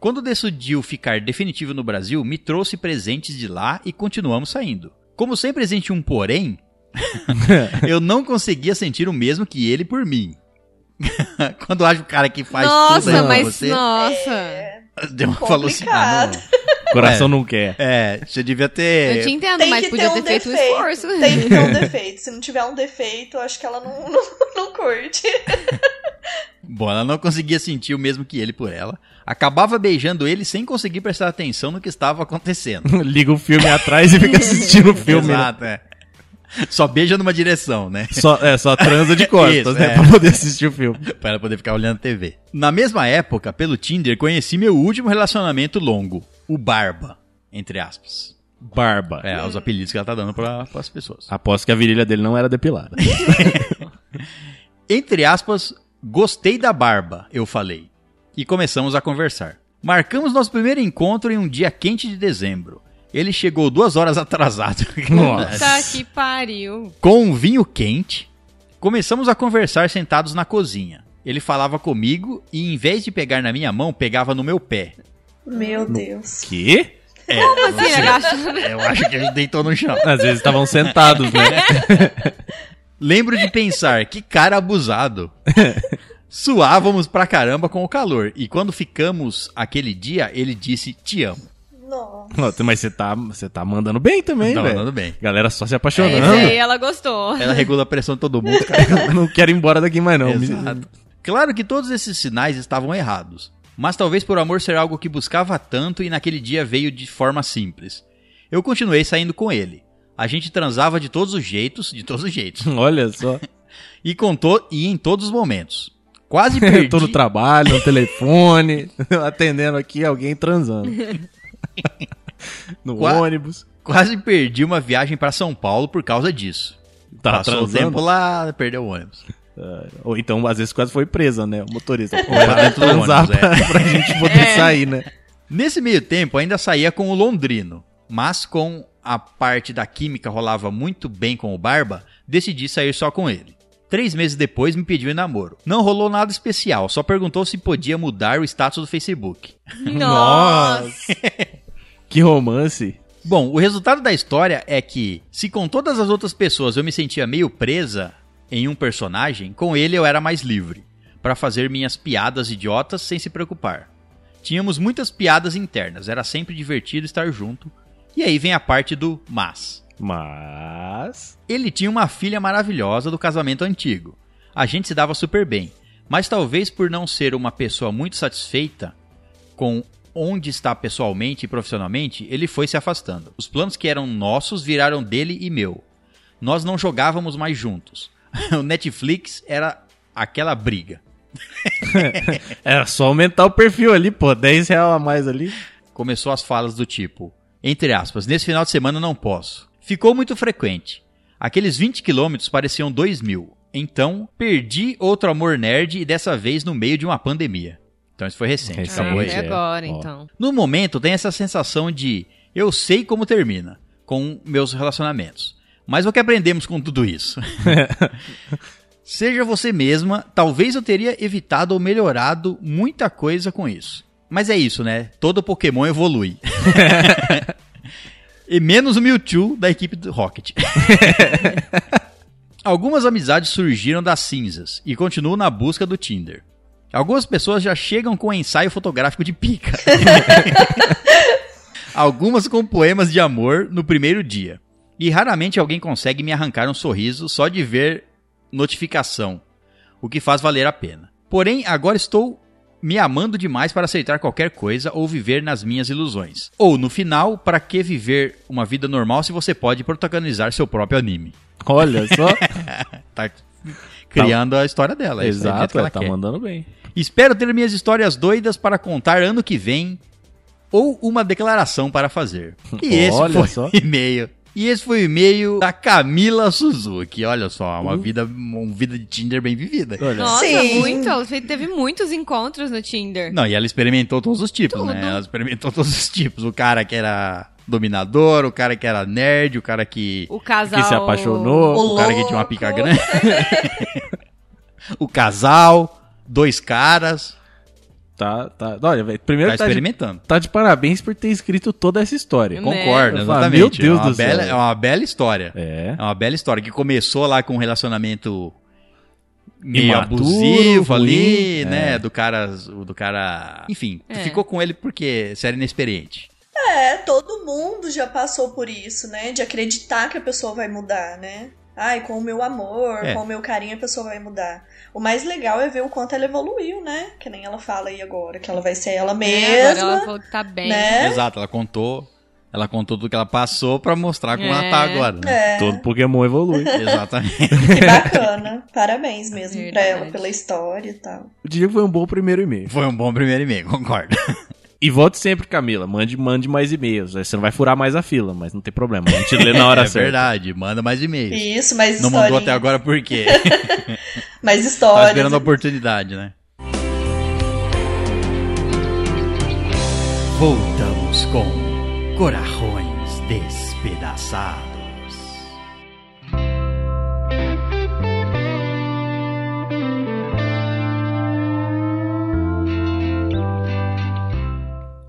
B: Quando decidiu ficar definitivo no Brasil, me trouxe presentes de lá e continuamos saindo. Como sempre existe um porém, eu não conseguia sentir o mesmo que ele por mim. Quando acho o cara que faz tudo aí
D: nossa,
B: pra
D: mas
B: você,
D: nossa.
B: deu uma falou assim, ah, não,
C: O coração não quer.
B: é, você devia ter.
D: Eu te entendo,
E: Tem
D: mas
E: que
D: podia
E: ter
D: ter,
E: um
D: feito um
E: defeito.
D: esforço.
E: Tem que ter um defeito. Se não tiver um defeito, eu acho que ela não, não, não curte.
B: Bom, ela não conseguia sentir o mesmo que ele por ela. Acabava beijando ele sem conseguir prestar atenção no que estava acontecendo.
C: Liga o filme atrás e fica assistindo o filme. né?
B: Exato, é. Só beija numa direção, né?
C: Só, é, só transa de costas,
B: Isso,
C: né?
B: é.
C: Pra poder assistir o filme.
B: Pra ela poder ficar olhando TV. Na mesma época, pelo Tinder, conheci meu último relacionamento longo, o Barba, entre aspas.
C: Barba.
B: É, os apelidos que ela tá dando pra, pras pessoas.
C: Aposto que a virilha dele não era depilada.
B: Entre aspas, gostei da barba, eu falei. E começamos a conversar. Marcamos nosso primeiro encontro em um dia quente de dezembro. Ele chegou duas horas atrasado.
C: Nossa.
D: Puta que pariu.
B: Com um vinho quente, começamos a conversar sentados na cozinha. Ele falava comigo e, em vez de pegar na minha mão, pegava no meu pé.
E: Meu Deus.
C: que?
B: É,
E: Tá
D: Assim, agachando.
B: eu acho que ele deitou no chão.
C: Às vezes estavam sentados, né?
B: Lembro de pensar, que cara abusado. Suávamos pra caramba com o calor. E quando ficamos aquele dia, ele disse te amo.
E: Nossa.
C: Nossa, Mas você tá, você tá mandando bem também,
B: Tá
C: velho.
B: mandando bem.
C: Galera só se
D: É,
C: apaixonando.
D: Isso aí ela gostou.
B: Ela regula a pressão de todo mundo. cara.
C: não quero ir embora daqui mais, não. Me-
B: Exato. Claro que todos esses sinais estavam errados. Mas talvez por amor ser algo que buscava tanto e naquele dia veio de forma simples. Eu continuei saindo com ele. A gente transava de todos os jeitos, de todos os jeitos.
C: Olha só.
B: E contou e em todos os momentos. Quase
C: Eu
B: perdi.
C: tô no trabalho, no telefone, atendendo aqui alguém transando. No
B: Qua-
C: ônibus.
B: Quase perdi uma viagem pra São Paulo por causa disso.
C: Tá
B: Passou o
C: transando.
B: tempo lá, perdeu o ônibus.
C: Ou então, às vezes, quase foi presa, né? O motorista. Pô,
B: Vai
C: vai
B: É, dentro do
C: transar
B: ônibus, é.
C: pra, pra gente poder
D: É.
C: sair, né?
B: Nesse meio tempo, ainda saía com o Londrino, mas com a parte da química rolava muito bem com o Barba, decidi sair só com ele. Três meses depois, me pediu em namoro. Não rolou nada especial, só perguntou se podia mudar o status do Facebook.
D: Nossa.
C: que romance.
B: Bom, o resultado da história é que, se com todas as outras pessoas eu me sentia meio presa em um personagem, com ele eu era mais livre, pra fazer minhas piadas idiotas sem se preocupar. Tínhamos muitas piadas internas, era sempre divertido estar junto. E aí vem a parte do mas.
C: Mas.
B: Ele tinha uma filha maravilhosa do casamento antigo. A gente se dava super bem, mas talvez por não ser uma pessoa muito satisfeita com onde está pessoalmente e profissionalmente, ele foi se afastando. Os planos que eram nossos viraram dele e meu. Nós não jogávamos mais juntos. o Netflix era aquela briga.
C: Era é só aumentar o perfil ali, pô. 10 reais a mais ali.
B: Começou as falas do tipo, entre aspas, nesse final de semana não posso. Ficou muito frequente. Aqueles 20 quilômetros pareciam 2 mil. Então, perdi outro amor nerd e dessa vez no meio de uma pandemia. Então isso foi recente.
C: Recente.
B: Acabou aí.
C: é.
D: é agora,
C: Ó.
D: então.
B: No momento, tem essa sensação de eu sei como termina com meus relacionamentos. Mas o que aprendemos com tudo isso? Seja você mesma, talvez eu teria evitado ou melhorado muita coisa com isso. Mas é isso, né? Todo Pokémon evolui. e menos o Mewtwo da equipe do Rocket. Algumas amizades surgiram das cinzas e continuo na busca do Tinder. Algumas pessoas já chegam com um ensaio fotográfico de pica. Algumas com poemas de amor no primeiro dia. E raramente alguém consegue me arrancar um sorriso só de ver notificação, o que faz valer a pena. Porém, agora estou me amando demais para aceitar qualquer coisa ou viver nas minhas ilusões. Ou, no final, para que viver uma vida normal se você pode protagonizar seu próprio anime?
C: Olha só.
B: Tá criando a história dela. isso é do jeito
C: Exato,
B: que ela
C: ela tá
B: quer.
C: mandando bem.
B: Espero ter minhas histórias doidas para contar ano que vem ou uma declaração para fazer. E esse
C: Olha
B: foi
C: só.
B: o e-mail. E esse foi o e-mail da Camila Suzuki. Olha só, uma vida uma vida de Tinder bem vivida.
C: Olha.
D: Nossa,
E: Sim.
D: muito. Ela fe- teve muitos encontros no Tinder.
B: Não, e ela experimentou todos os tipos,
D: É. Tudo.
B: né? Ela experimentou todos os tipos. O cara que era dominador, o cara que era nerd, o cara que
D: O casal...
C: Que se apaixonou.
B: O cara que tinha uma
E: louco.
B: pica grande. o casal, dois caras,
C: Tá, tá. Olha, velho. Primeiro
B: tá
C: tá de,
B: experimentando.
C: tá de parabéns por ter escrito toda essa história.
D: né?
B: Concordo,
C: Eu falo,
B: exatamente.
C: meu Deus
B: é uma
C: do
B: bela,
C: céu.
B: É uma bela história.
C: É.
B: É uma bela história que começou lá com um relacionamento meio
C: Imaturo,
B: abusivo
C: ruim,
B: ali,
C: é.
B: né? Do cara. Do cara. Enfim, tu
D: É.
B: ficou com ele porque você era inexperiente.
E: É, todo mundo já passou por isso, né? De acreditar que a pessoa vai mudar, né? Ai, com o meu amor,
B: É.
E: com o meu carinho a pessoa vai mudar. O mais legal é ver o quanto ela evoluiu, né? Que nem ela fala aí agora, que ela vai ser ela
D: É, agora ela
E: mesma,
D: falou que tá bem.
E: né?
B: Exato, ela contou. Ela contou tudo que ela passou pra mostrar como ela tá
D: É.
B: agora, né?
E: É,
C: Todo Pokémon evolui.
B: Exatamente.
E: que bacana. Parabéns mesmo pra ela
D: Verdade.
E: pela história e tal.
C: Eu diria que foi um bom primeiro e-mail.
B: Foi um bom primeiro e-mail, concordo.
C: E volte sempre, Camila. Mande, mande mais e-mails. Aí Você não vai furar mais a fila, mas não tem problema. A gente lê na hora
B: é
C: certa.
B: verdade, manda mais e-mails.
E: Isso, mas
B: Não
E: história.
B: mandou até Tá agora por quê?
E: Mas
B: Tava
E: história.
B: esperando a oportunidade, né? Voltamos com Corarrões Despedaçados.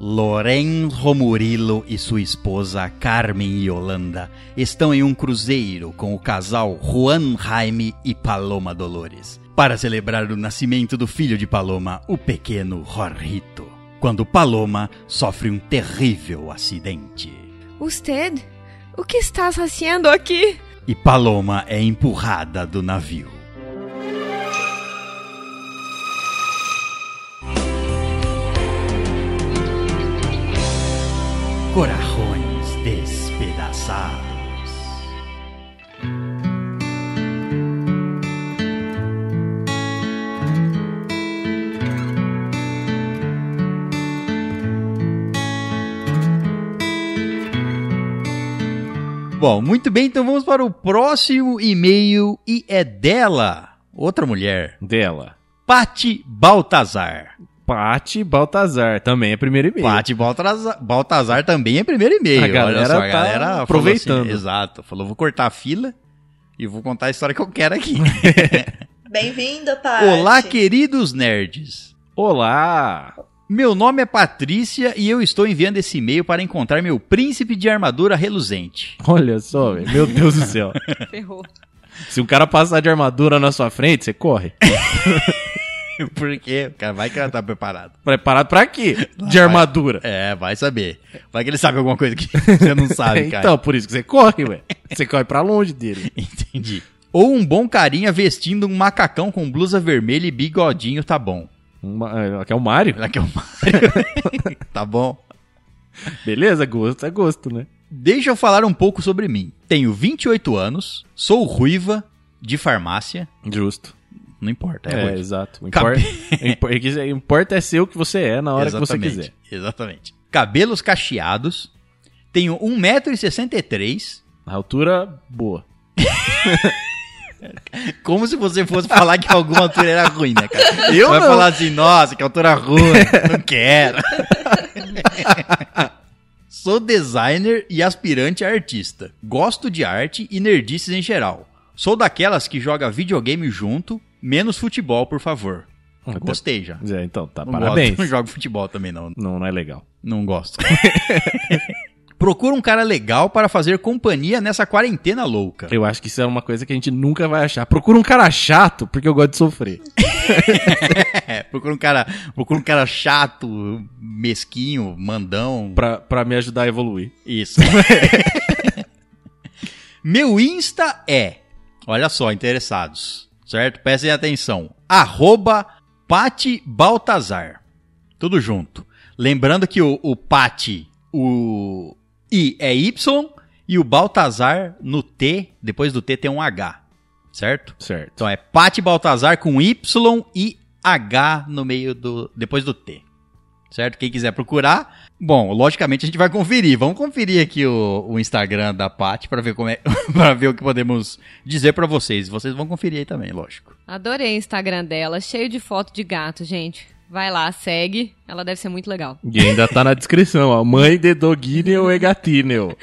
B: Lorenzo Murilo e sua esposa Carmen Yolanda estão em um cruzeiro com o casal Juan Jaime e Paloma Dolores para celebrar o nascimento do filho de Paloma, o pequeno Jorrito, quando Paloma sofre um terrível acidente.
D: Usted, o que estás fazendo aqui?
B: E Paloma é empurrada do navio. Corajões despedaçados. Bom, muito bem, então vamos para o próximo e-mail e é dela, outra mulher,
C: Dela.
B: Pati Baltazar.
C: Pati Baltazar. Também é primeiro e-mail.
B: Pati Baltazar, Baltazar também é primeiro e-mail.
C: A
B: Olha
C: galera
B: só, a
C: tá
B: galera falou
C: aproveitando.
B: assim, exato. Falou, vou cortar a fila e vou contar a história que eu quero aqui.
E: Bem-vinda, Paty.
B: Olá, queridos nerds.
C: Olá!
B: Meu nome é Patrícia e eu estou enviando esse e-mail para encontrar meu príncipe de armadura reluzente.
C: Olha só, velho. Meu Deus do céu.
D: Ferrou.
C: Se um cara passar de armadura na sua frente, você corre.
B: Porque, cara, vai que ela tá preparada.
C: Preparado pra quê? De armadura.
B: É, vai saber. Vai que ele sabe alguma coisa que você não sabe, cara.
C: então, por isso que você corre, ué. Você corre pra longe dele.
B: Entendi. Ou um bom carinha vestindo um macacão com blusa vermelha e bigodinho tá bom.
C: Uma, aqui é o Mario.
B: Ela quer o Mario. tá bom.
C: Beleza, gosto é gosto, né?
B: Deixa eu falar um pouco sobre mim. Tenho 28 anos, sou ruiva de farmácia.
C: Justo.
B: Não importa, é,
C: É,
B: ruiva.
C: exato.
B: Cabe-
C: Importa, impor- quer dizer, importa é ser o que você é na hora que você quiser.
B: Exatamente. Cabelos cacheados. Tenho 1,63m.
C: A altura, boa.
B: Como se você fosse falar que alguma altura era ruim, né, cara? Eu Vai
C: não.
B: falar assim, nossa, que altura ruim, não quero. Sou designer e aspirante a artista. Gosto de arte e nerdices em geral. Sou daquelas que joga videogame junto, menos futebol, por favor. Eu
C: Até-
B: Gostei já.
C: É, então, tá,
B: Não
C: parabéns.
B: gosto, Não jogo futebol também, não.
C: Não, não é legal.
B: Não gosto. Procura um cara legal para fazer companhia nessa quarentena louca.
C: Eu acho que isso é uma coisa que a gente nunca vai achar. Procura um cara chato, porque eu gosto de sofrer.
B: É, procura um cara, procura um cara chato, mesquinho, mandão.
C: Pra, pra me ajudar a evoluir.
B: Isso. Meu Insta é, olha só, interessados, certo? Prestem atenção. Arroba Pati Baltazar. Tudo junto. Lembrando que o, o Pati, o I é Y e o Baltazar no T, depois do T tem um H, certo?
C: Certo.
B: Então é Pati Baltazar com Y e H no meio do. depois do T. Certo? Quem quiser procurar. Bom, logicamente a gente vai conferir. Vamos conferir aqui o, o Instagram da Pati para ver como é, para ver o que podemos dizer para vocês. Vocês vão conferir aí também, lógico.
D: Adorei o Instagram dela, cheio de foto de gato, gente. Vai lá, segue. Ela deve ser muito legal.
C: E ainda tá na descrição, ó. Mãe de Doguineu e Gatineu.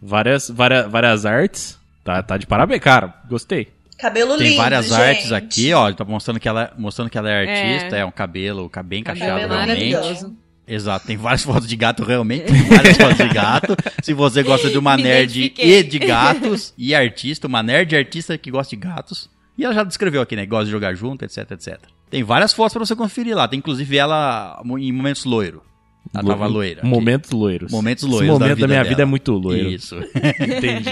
C: Várias, várias, várias artes. Tá, tá de parabéns, cara. Gostei.
E: Cabelo
B: Tem
E: lindo,
B: várias
E: gente.
B: artes aqui, ó. Tá mostrando que ela, mostrando que ela é artista, é, um cabelo, ca- bem encaixado
D: Cabelo
B: realmente.
D: maravilhoso.
B: Exato, tem várias fotos de gato realmente, tem várias fotos de gato. Se você gosta de uma
D: Me
B: nerd
D: identifiquei.
B: e de gatos e artista, uma nerd artista que gosta de gatos. E ela já descreveu aqui, né? Gosta de jogar junto, etc, etc. Tem várias fotos pra você conferir lá. Tem inclusive ela mo- em momentos loiro. Ela tava loira. aqui.
C: Momentos loiros.
B: Momentos
C: Esse
B: loiros da
C: momento da,
B: vida
C: minha
B: dela.
C: vida é muito loiro.
B: Isso.
C: Entendi.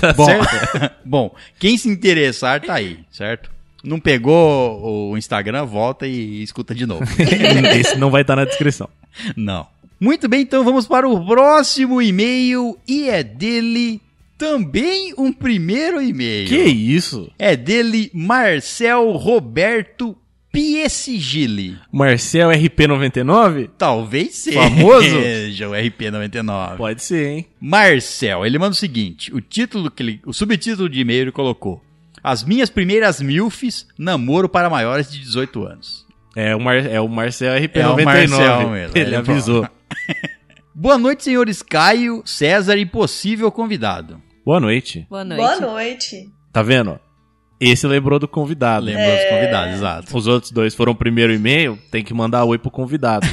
C: Tá
B: Bom,
C: certo?
B: bom, quem se interessar tá aí, certo? Não pegou o Instagram, volta e escuta de novo.
C: Esse não vai estar na descrição.
B: Não. Muito bem, então vamos para o próximo e-mail e é dele também um primeiro e-mail.
C: Que isso?
B: É dele Marcel Roberto Piesgili.
C: Marcel RP99?
B: Talvez seja é
C: Famoso?
B: o RP99.
C: Pode ser, hein?
B: Marcel, ele manda o seguinte, o título que ele, o subtítulo de e-mail ele colocou: As minhas primeiras milfs, namoro para maiores de 18 anos.
C: É o, Mar é o Marcel RP99.
B: É o Marcel mesmo,
C: Ele
B: ele é
C: avisou.
B: Boa noite, senhores Caio, César e possível convidado.
C: Boa noite.
D: Boa noite.
E: Boa noite.
C: Tá vendo? Esse lembrou do convidado.
B: Lembrou os convidados, exato.
C: Os outros dois foram primeiro e-mail, tem que mandar oi pro convidado.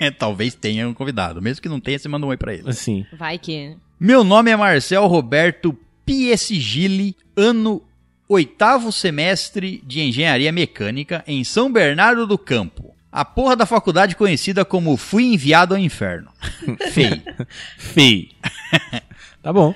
B: É, Talvez tenha um convidado. Mesmo que não tenha, você manda um oi pra ele.
C: Assim.
D: Vai que.
B: Meu nome é Marcel Roberto Piesgili, ano oitavo semestre de Engenharia Mecânica em São Bernardo do Campo. A porra da faculdade conhecida como Fui Enviado ao Inferno. Feio.
C: Fei. tá bom.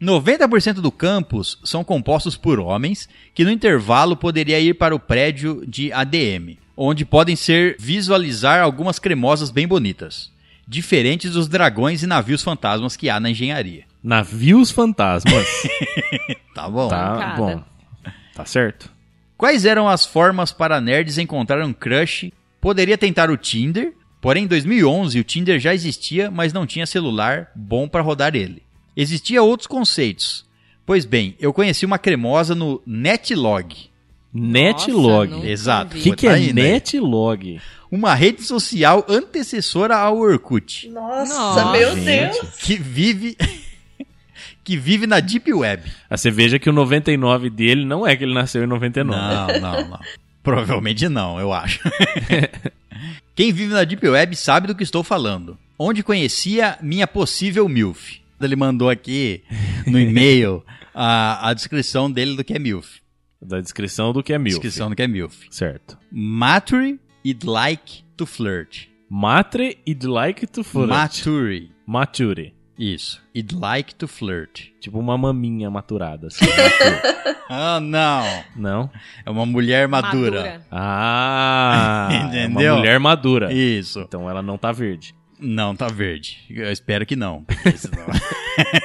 B: 90% do campus são compostos por homens que no intervalo poderia ir para o prédio de ADM, onde podem ser visualizar algumas cremosas bem bonitas, diferentes dos dragões e navios fantasmas que há na engenharia.
C: Navios fantasmas.
B: Tá bom.
C: tá
D: Mancada.
C: bom. Tá certo.
B: Quais eram as formas para nerds encontrar um crush? Poderia tentar o Tinder, porém em 2011 o Tinder já existia, mas não tinha celular bom para rodar ele. Existia outros conceitos. Pois bem, eu conheci uma cremosa no Netlog.
C: Netlog.
D: não-
C: O
D: nunca
B: Exato.
D: vi.
C: que, que é
B: Tá aí, né?
C: Netlog?
B: Uma rede social antecessora ao Orkut,
E: Nossa,
D: Nossa,
E: meu
C: gente.
E: Deus.
B: que vive que vive na deep web.
C: Ah, Você veja que o 99 dele não é que ele nasceu em 99.
B: Não, não, não. Provavelmente não, eu acho. Quem vive na deep web sabe do que estou falando. Onde conhecia minha possível milf. Ele mandou aqui no e-mail a, a descrição dele do que é milf.
C: Da descrição do que é mil.
B: Descrição do que é milf.
C: Certo.
B: Mature it like to flirt.
C: Matre e like to flirt.
B: Mature.
C: Mature.
B: Isso. I'd like to flirt.
C: Tipo uma maminha maturada. assim, matura.
B: Ah, não.
C: Não?
B: É uma mulher madura.
C: Ah! é
B: Entendeu?
C: Uma mulher madura.
B: Isso.
C: Então ela não tá verde.
B: Não, tá verde. Eu espero que não. porque senão-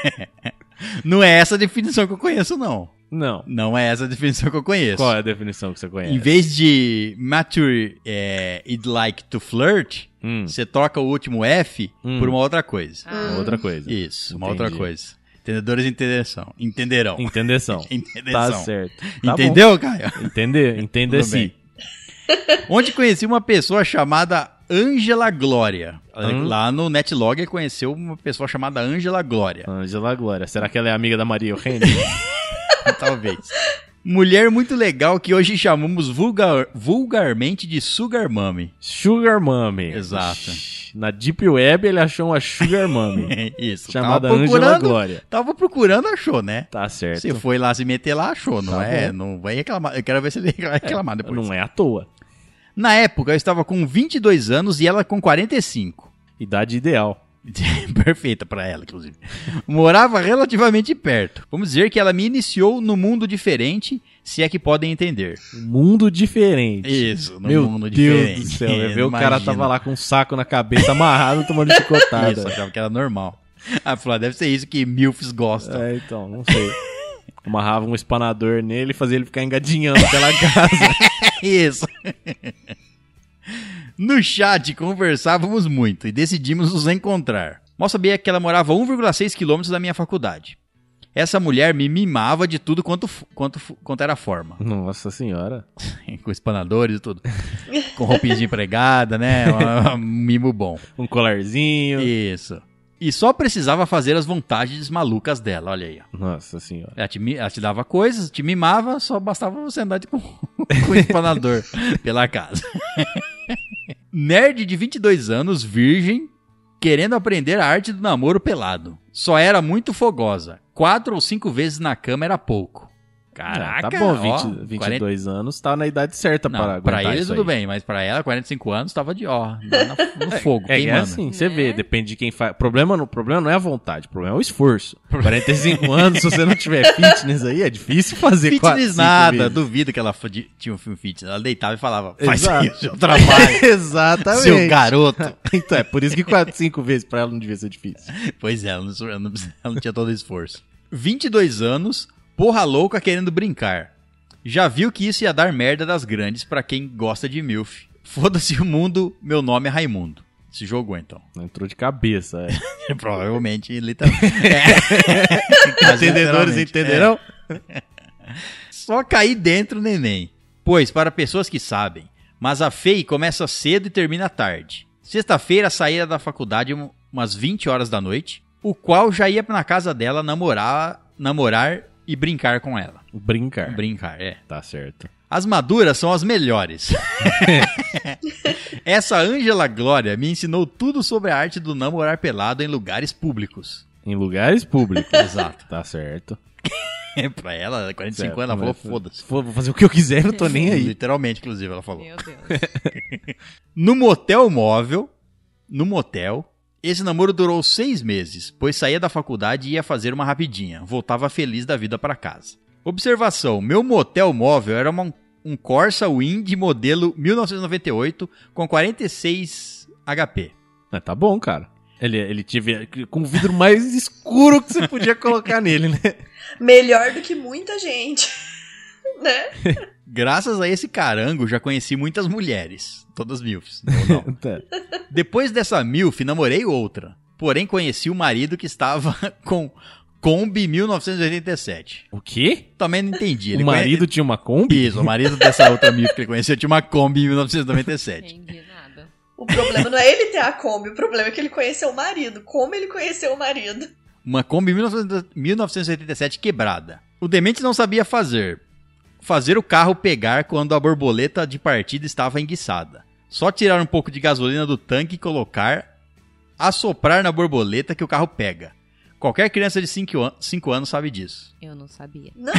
B: não é essa a definição que eu conheço, não.
C: Não.
B: Não é essa a definição que eu conheço.
C: Qual é a definição que você conhece?
B: Em vez de mature é, I'd like to flirt,
C: Hum,
B: você troca o último F
C: Hum.
B: por uma outra coisa.
C: uma outra coisa.
B: Isso, uma
C: Entendi.
B: outra coisa. Entendedores entenderão. Entenderão.
C: Entendeção.
B: Entenderão.
C: tá certo. Tá bom.
B: Entendeu, Caio?
C: Entender, entender
B: Tudo
C: sim.
B: bem. Onde conheci uma pessoa chamada Angela Glória.
C: Hum.
B: Lá no Netlogger conheceu uma pessoa chamada Angela Glória.
C: Angela Glória. Será que ela é amiga da Maria Eugênia?
B: Talvez. Mulher muito legal que hoje chamamos vulgar- vulgarmente de Sugar Mummy.
C: Sugar Mummy.
B: Exato.
C: Shhh, Na Deep Web ele achou uma Sugar Mummy.
B: Isso.
C: chamada
B: tava
C: Angela
B: procurando,
C: Glória.
B: tava procurando, achou, né?
C: Tá certo.
B: Se foi lá se meter lá, achou, não
C: Tá
B: é?
C: bom.
B: Não vai reclamar. Eu quero ver se ele vai reclamar depois.
C: Não é à toa.
B: Na época, eu estava com 22 anos e ela com 45.
C: Idade ideal.
B: Perfeita pra ela, inclusive. Morava relativamente perto. Vamos dizer que ela me iniciou no mundo diferente, se é que podem entender.
C: Um mundo diferente.
B: Isso, no
C: Meu
B: mundo
C: Deus
B: diferente.
C: do céu. Eu ver o
B: Imagina.
C: cara tava lá com um saco na cabeça amarrado tomando
B: Isso,
C: chicotada.
B: achava que era normal. Ah, falou, deve ser isso que milfs gostam.
C: É, então, não sei. Amarrava um espanador nele e fazia ele ficar engadinhando pela casa.
B: Isso. No chat conversávamos muito e decidimos nos encontrar. Mal sabia que ela morava a 1,6 quilômetros da minha faculdade. Essa mulher me mimava de tudo quanto, fu- quanto, fu- quanto era forma.
C: Nossa senhora.
B: com espanadores e tudo. com roupinha de empregada, né? Um, um mimo bom.
C: Um colarzinho.
B: Isso. E só precisava fazer as vantagens malucas dela, olha aí. ó.
C: Nossa senhora.
B: Ela te, mi- ela te dava coisas, te mimava, só bastava você andar de, com, com espanador pela casa. Nerd de 22 anos, virgem, querendo aprender a arte do namoro pelado. Só era muito fogosa. Quatro ou cinco vezes na cama era pouco. Caraca,
C: tá bom, 20,
B: ó, 40
C: 22 anos, tá na idade certa
B: Não,
C: para aguentar
B: pra ele
C: isso
B: tudo
C: aí.
B: bem, mas pra ela, 45 anos, tava de ó, na- na- no fogo,
C: É,
B: Tá
C: é
B: queimando.
C: assim, você
D: Né?
C: vê, depende de quem faz. Problema não, problema não é a vontade, o problema é o esforço. 45 anos, se você não tiver fitness aí, é difícil fazer
B: Fitness
C: quatro, cinco
B: nada,
C: vezes.
B: duvido que ela fo- de- tinha um filme fitness. Ela deitava e falava, faz
C: Exato.
B: isso, seu trabalho,
C: Exatamente.
B: seu garoto.
C: Então é por isso que 4, 5 vezes pra ela não devia ser difícil.
B: pois é, ela não, ela não- ela não tinha todo esse esforço. 22 anos, porra louca querendo brincar. Já viu que isso ia dar merda das grandes pra quem gosta de MILF. Foda-se o mundo, meu nome é Raimundo. Se jogou então.
C: Não entrou de cabeça. É.
B: Provavelmente literalmente. É.
C: Entendedores
B: Literalmente, é.
C: entenderão?
B: Só cair dentro, neném. Pois, para pessoas que sabem, mas a FEI começa cedo e termina tarde. Sexta-feira saíra da faculdade um- umas 20 horas da noite, o qual já ia na casa dela namorar, namorar e brincar com ela.
C: Brincar.
B: Brincar, é.
C: Tá certo.
B: As maduras são as melhores. Essa Ângela Glória me ensinou tudo sobre a arte do namorar pelado em lugares públicos.
C: Em lugares públicos.
B: Exato.
C: Tá certo.
B: É, pra ela, 45
C: Certo,
B: anos, ela falou,
C: mas-
B: foda-se.
C: Vou vou fazer o que eu quiser, eu tô nem aí.
B: Literalmente, inclusive, ela falou.
D: Meu Deus.
B: No motel móvel, no motel, esse namoro durou seis meses, pois saía da faculdade e ia fazer uma rapidinha. Voltava feliz da vida pra casa. Observação: meu motel móvel era uma- um Corsa Wind modelo 1998 com 46 HP.
C: Ah, tá bom, cara. Ele, ele tiver com o vidro mais escuro que você podia colocar nele, né?
E: Melhor do que muita gente. Né?
B: Graças a esse carango, já conheci muitas mulheres, todas milfs. Não, não.
C: Tá.
B: Depois dessa MILF, namorei outra. Porém, conheci o marido que estava com Kombi 1987.
C: O quê?
B: Também não entendi.
C: o marido tinha uma Kombi?
B: Conhe... Isso, o marido dessa outra MILF que ele conheceu tinha uma Kombi em 1997.
D: Entendi nada.
E: O problema não é ele ter a Kombi, o problema é que ele conheceu o marido. Como ele conheceu o marido?
B: Uma Kombi 1900 1987 quebrada. O demente não sabia fazer. Fazer o carro pegar quando a borboleta de partida estava enguiçada. Só tirar um pouco de gasolina do tanque e colocar, assoprar na borboleta que o carro pega. Qualquer criança de 5 anos sabe disso.
D: Eu não sabia.
E: Não,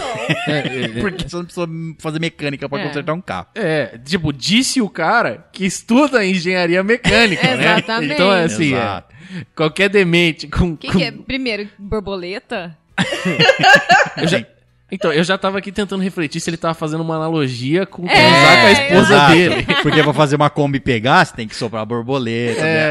B: É, Porque você não precisa fazer mecânica pra
D: É.
B: consertar um carro.
C: É, tipo, disse o cara que estuda engenharia mecânica, né?
D: Exatamente.
C: Então, é assim, é,
B: Exato.
C: qualquer demente com...
D: O que,
C: com-
D: que é? Primeiro, borboleta?
C: Eu já- Então, eu já tava aqui tentando refletir se ele tava fazendo uma analogia com
D: É,
C: transar com a esposa
B: Exato.
C: dele.
B: Porque pra fazer uma Kombi pegar, você tem que soprar a borboleta, né?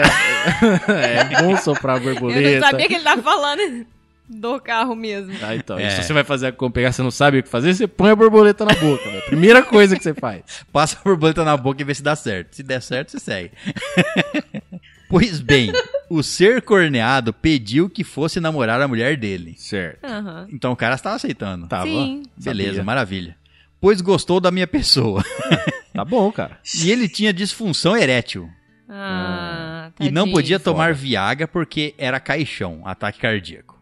C: É, é bom soprar a borboleta.
D: Eu não sabia que ele tava falando do carro mesmo.
C: Ah, então,
B: É.
C: se você vai fazer a compra pegar, você não sabe o que fazer, você põe a borboleta na boca, velho. Primeira coisa que você faz.
B: Passa a borboleta na boca e vê se dá certo. Se der certo, você segue. pois bem, o ser corneado pediu que fosse namorar a mulher dele.
C: Certo.
D: Aham.
B: Então o cara estava aceitando.
C: Tava.
D: Sim.
B: Beleza,
C: Tá, Sabia.
B: maravilha. Pois gostou da minha pessoa.
C: Tá bom, cara.
B: E ele tinha disfunção erétil.
D: Ah,
B: E não
D: tadinho.
B: podia tomar Viagra porque era caixão, ataque cardíaco.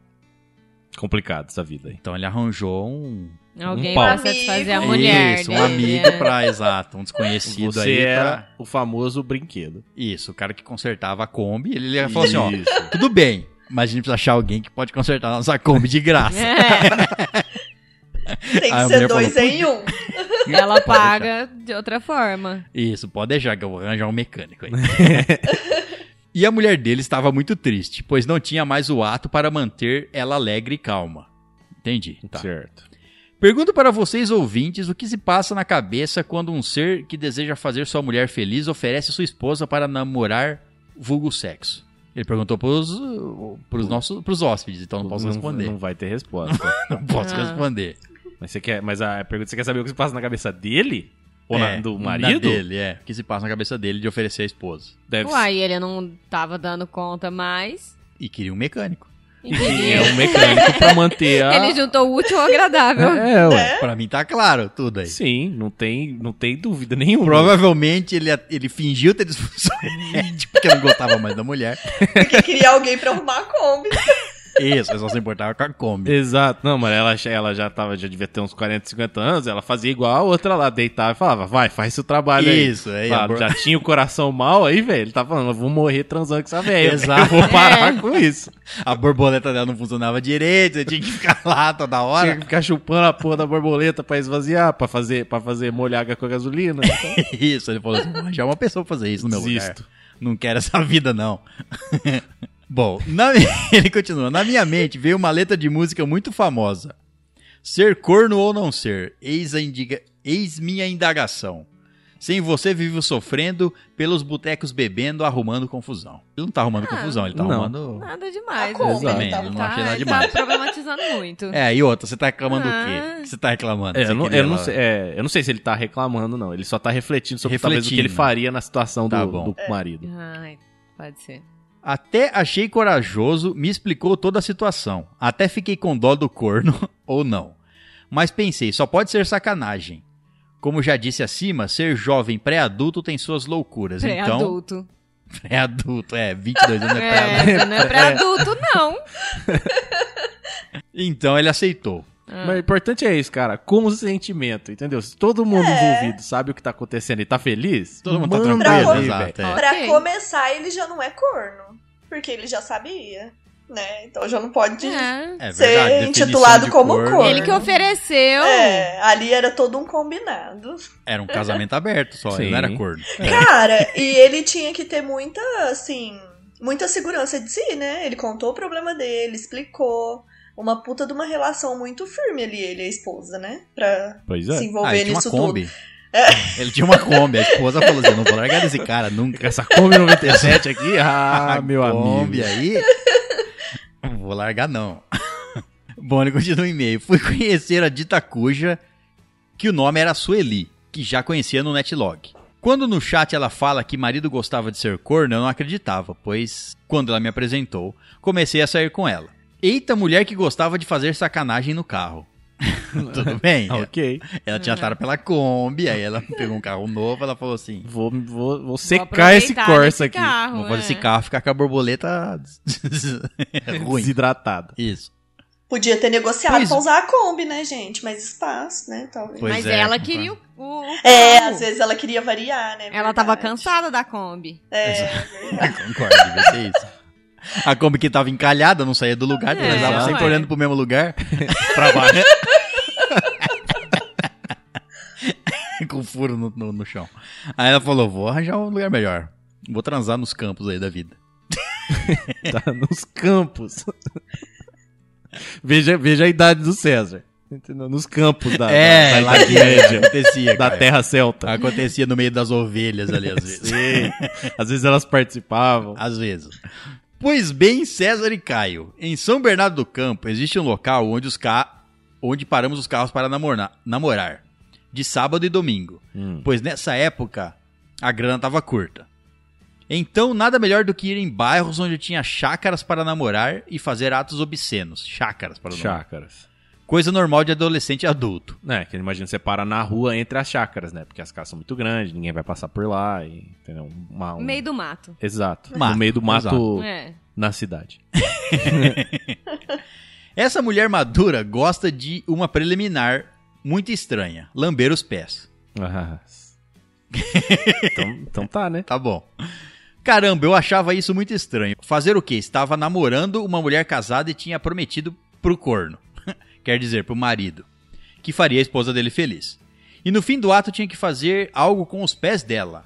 C: Complicado essa vida aí.
B: Então ele arranjou um.
D: Alguém
C: Um
D: pra
E: pau.
D: satisfazer a
E: Amigo.
D: mulher.
B: Isso, um
D: dele,
B: amigo
D: né?
B: pra. Exato, um desconhecido
C: Você
B: aí. pra-
C: era o famoso brinquedo.
B: Isso, o cara que consertava a Kombi, ele ia falar assim: ó,
C: Isso.
B: tudo bem, mas a gente precisa achar alguém que pode consertar a nossa Kombi de graça.
D: É,
B: Aí
E: tem
B: a
E: que
B: mulher
E: ser dois
B: falou,
E: em um.
D: ela paga de outra forma.
B: Isso, pode deixar que eu vou arranjar um mecânico aí. e a mulher dele estava muito triste, pois não tinha mais o ato para manter ela alegre e calma. Entendi, tá.
C: Certo.
B: Pergunto para vocês ouvintes o que se passa na cabeça quando um ser que deseja fazer sua mulher feliz oferece sua esposa para namorar vulgo sexo. Ele perguntou pros, pros nossos pros hóspedes, então não posso responder.
C: Não
B: Não,
C: vai ter resposta.
B: posso
D: Ah.
B: responder.
C: mas você quer. Mas a pergunta você quer saber o que se passa na cabeça dele? Ou
B: É,
C: na, do
B: na
C: marido?
B: dele, é. O que se passa na cabeça dele de oferecer a esposa.
C: Deve
D: Uai, ele não tava dando conta mais.
B: E queria um mecânico.
C: ser. É um mecânico pra manter a.
D: Ele juntou o útil ao agradável.
C: É, ué.
B: Pra mim tá claro
D: É.
B: tudo aí.
C: Sim, não tem, não tem dúvida nenhuma.
B: Provavelmente ele, ele fingiu ter disfunção erétil porque não gostava mais da mulher.
E: Porque queria alguém pra arrumar a Kombi.
B: Isso, mas só se importava com a Kombi.
C: Exato. Não, mano, ela, ela já tava, já devia ter uns 40, 50 anos, ela fazia igual a outra lá, deitava e falava, vai, faz seu trabalho aí.
B: Isso, aí.
C: Fala,
B: a bro-
C: já tinha o coração mal aí, velho. Ele tá falando, eu vou morrer transando com essa velha.
B: Exato.
C: Eu vou parar
D: É.
C: com isso.
B: A borboleta dela não funcionava direito, você tinha que ficar lá toda
C: Tinha
B: hora.
C: que ficar chupando a porra da borboleta pra esvaziar, pra fazer, pra fazer molhaga com a gasolina.
B: Isso, ele falou assim: "Vou arranjar uma pessoa pra fazer isso no meu
C: Desisto.
B: lugar. Não quero essa vida, não. Bom, na mi- ele continua. Na minha mente veio uma letra de música muito famosa. Ser corno ou não ser, eis, a indiga- eis minha indagação. Sem você vivo sofrendo, pelos botecos bebendo, arrumando confusão. Ele não tá arrumando confusão, ele tá
C: não.
B: arrumando...
D: Nada demais.
E: A Kombi,
D: assim.
B: Também,
E: tá-
B: eu não
D: Tá,
B: achei nada
D: ele
B: demais.
D: Tá problematizando muito.
B: É, e outra, você tá reclamando do
D: Ah.
B: quê? O que Você tá reclamando?
C: É,
B: Você
C: eu, não,
B: queria
C: eu não
B: lá-
C: sei, é, eu não sei se ele tá reclamando, não. Ele só tá refletindo sobre talvez o que ele
B: Refletindo.
C: faria na situação do,
B: Tá bom.
C: do marido.
D: Ai, pode ser.
B: Até achei corajoso, me explicou toda a situação. Até fiquei com dó do corno, ou não. Mas pensei, só pode ser sacanagem. Como já disse acima, ser jovem pré-adulto tem suas loucuras. Então,
D: Pré-adulto.
B: pré-adulto, é, 22 anos é pré-adulto.
D: É, não é pré-adulto, não.
B: Então ele aceitou.
C: Mas o importante é isso, cara. Consentimento, entendeu? Se todo mundo envolvido sabe o que tá acontecendo e tá feliz,
B: Todo mundo tá
C: manda
B: tranquilo,
C: aí, velho.
B: exato. é.
D: Ó.
E: Pra
D: Ok.
E: começar, ele já não é corno. Porque ele já sabia, né? Então já não pode...
D: É.
B: É
E: Ser
B: verdade, definição
E: intitulado
B: de
E: como
B: corno.
E: corno.
D: Ele que ofereceu.
E: É, ali era todo um combinado.
B: Era um casamento aberto só, ele
C: Sim.
B: não era corno.
E: Cara, e ele tinha que ter muita, assim, muita segurança de si, né? Ele contou o problema dele, explicou. Uma puta de uma relação muito firme ali, ele e a esposa, né? Pra
C: Pois
E: se
C: é.
B: Ah,
E: envolver
B: ele tinha uma
E: nisso
B: Kombi. Ele tinha uma Kombi, a esposa falou assim, não vou largar desse cara nunca.
C: Essa Kombi 97 aqui, ah, meu
B: Kombi
C: amigo.
B: aí. não Vou largar, não. Bom, ele continua o e-mail. Fui conhecer a dita cuja, que o nome era Sueli, que já conhecia no Netlog. Quando no chat ela fala que marido gostava de ser corno, eu não acreditava, pois quando ela me apresentou, comecei a sair com ela. Eita, mulher que gostava de fazer sacanagem no carro. Tudo bem?
C: Ah, Ok.
B: Ela tinha atado pela Kombi, aí ela pegou um carro novo, ela falou assim:
C: Vou, vou, vou
D: Vou
C: secar esse
D: aproveitar
C: Corsa
D: desse
C: aqui.
D: Carro,
B: vou fazer esse
D: é.
B: carro ficar com a borboleta É ruim.
C: Desidratado.
B: Isso.
E: Podia ter negociado
B: Pois-
E: pra usar a Kombi, né, gente? Mas espaço, né? Talvez.
B: Pois
D: Mas
B: é,
D: ela
B: compa-
D: queria o, o, o
E: É,
D: carro.
E: às vezes ela queria variar, né?
D: Ela
E: verdade.
D: tava cansada da Kombi.
E: É,
B: Concordo, devia ser isso. A Kombi que tava encalhada, não saía do lugar,
D: É,
B: mas tava sempre
D: ué.
B: olhando pro mesmo lugar,
C: pra baixo.
B: com furo no, no- no chão. Aí ela falou, vou arranjar um lugar melhor. Vou transar nos campos aí da vida.
C: tá nos campos. veja, veja a idade do César. Entendeu? Nos campos da,
B: É,
C: da, da Idade É, Média,
B: acontecia,
C: da
B: cara.
C: Terra Celta.
B: Acontecia no meio das ovelhas ali, às vezes.
C: Sim. Às vezes elas participavam.
B: Às vezes. Pois bem, César e Caio, em São Bernardo do Campo existe um local onde os ca... onde paramos os carros para namorna- namorar, de sábado e domingo,
C: Hum.
B: pois nessa época a grana estava curta. Então, nada melhor do que ir em bairros onde tinha chácaras para namorar e fazer atos obscenos. Chácaras para namorar.
C: Chácaras.
B: Coisa normal de adolescente e adulto.
C: É, que imagina você para na rua entre as chácaras, né? Porque as casas são muito grandes, ninguém vai passar por lá. E, entendeu? Uma, um...
D: No meio do mato.
C: Exato.
B: Mato,
C: no meio do mato
B: exato.
D: É.
C: na cidade.
B: Essa mulher madura gosta de uma preliminar muito estranha, lamber os pés.
C: Ah. então, então tá, né?
B: Tá bom. Caramba, eu achava isso muito estranho. Fazer o quê? Estava namorando uma mulher casada e tinha prometido pro corno. Quer dizer, pro marido. Que faria a esposa dele feliz. E no fim do ato tinha que fazer algo com os pés dela.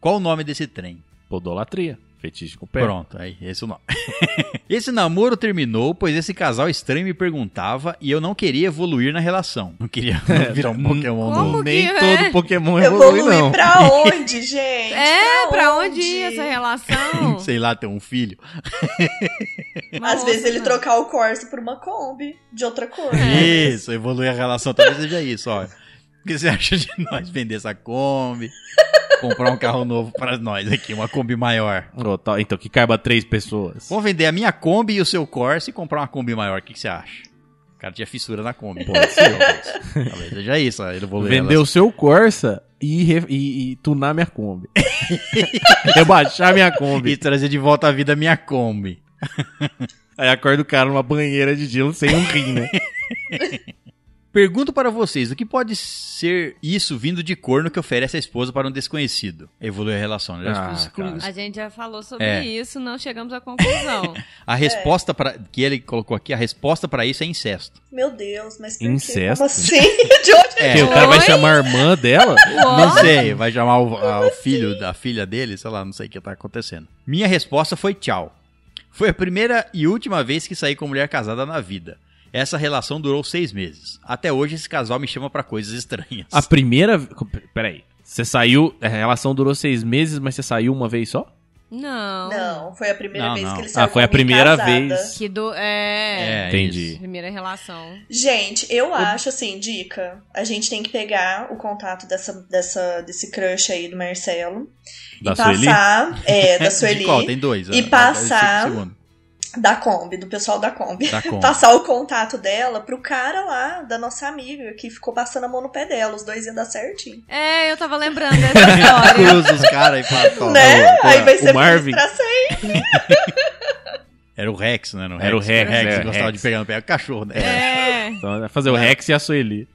B: Qual o nome desse trem?
C: Podolatria. Fetiche com o pé.
B: Pronto, aí, esse é o nome. esse namoro terminou, pois esse casal estranho me perguntava e eu não queria evoluir na relação. Não queria virar um
C: Hum.
B: Pokémon
D: Como
B: novo.
C: Nem
D: que é?
C: todo Pokémon evolui,
E: Evoluir
C: não.
E: pra onde, gente?
D: É, pra onde ia essa relação?
B: Sei lá, ter um filho.
E: Às
D: Nossa.
E: vezes ele trocar o Corsa por uma Kombi de outra cor.
B: É.
C: É.
B: Isso, evoluir a relação. Talvez seja isso, ó. O que você acha de nós vender essa Kombi? Comprar um carro novo pra nós aqui, uma Kombi maior.
C: Ô, tá, Então, que caiba três pessoas.
B: Vamos vender a minha Kombi e o seu Corsa e comprar uma Kombi maior. O que, que você acha? O cara tinha fissura na Kombi. Pô, talvez. talvez seja isso, ó. Evoluir a
C: Vender o seu Corsa e, re- e- e tunar minha Kombi. Rebaixar minha
B: relação. E
C: Kombi.
B: trazer de volta à vida a minha Kombi.
C: Aí acorda o cara numa banheira de gelo sem um rim, né?
B: Pergunto para vocês, o que pode ser isso vindo de corno que oferece a esposa para um desconhecido? Evoluir a relação. né?
C: Ah,
B: Exclu-
C: cara.
D: A gente já falou sobre
B: É.
D: isso, não chegamos à conclusão.
B: A resposta pra, que ele colocou aqui, a resposta para isso é incesto.
E: Meu Deus, mas por quê?
C: Incesto.
E: Como assim? De onde?
B: É,
C: Porque o cara vai
D: Oi?
C: chamar a irmã dela?
B: Não
D: Uó,
B: sei, vai chamar o, a- o filho da filha dele, sei lá, não sei o que tá acontecendo. Minha resposta foi tchau. Foi a primeira e última vez que saí com mulher casada na vida. Essa relação durou seis meses. Até hoje esse casal me chama pra coisas estranhas.
C: A primeira. Peraí. Você saiu. A relação durou seis meses, mas você saiu uma vez só?
D: não.
E: Não, foi a primeira
B: Não,
E: vez
B: não.
E: que ele saiu
C: Ah, foi
E: com
C: a
E: alguém
C: primeira
E: tá casada.
C: vez.
D: Que do. É.
C: Entendi.
B: isso.
D: Primeira relação.
E: Gente, eu acho assim, dica, a gente tem que pegar o contato dessa, dessa, desse crush aí do Marcelo
C: Da
E: e
C: Sueli?
E: passar, é, da
B: De
E: Sueli,
B: qual? Tem dois.
E: E
B: ah,
E: passar-
B: cinco segundos.
E: da Kombi, do pessoal da Kombi.
B: Da conta.
E: Passar o contato dela pro cara lá, da nossa amiga, que ficou passando a mão no pé dela. Os dois iam dar certinho.
D: É, eu tava lembrando dessa história.
B: Cruza os caras e fala, "Toma,
E: né?
B: tá louco,
E: Aí
B: ó."
E: vai ser
C: Marvin.
E: pra sempre.
B: Era o Rex, né?
C: Era o Rex,
B: Rex
C: né?
B: gostava
C: Rex.
B: de pegar no pé. O cachorro, né?
D: É.
C: Então vai fazer o Rex e a Sueli.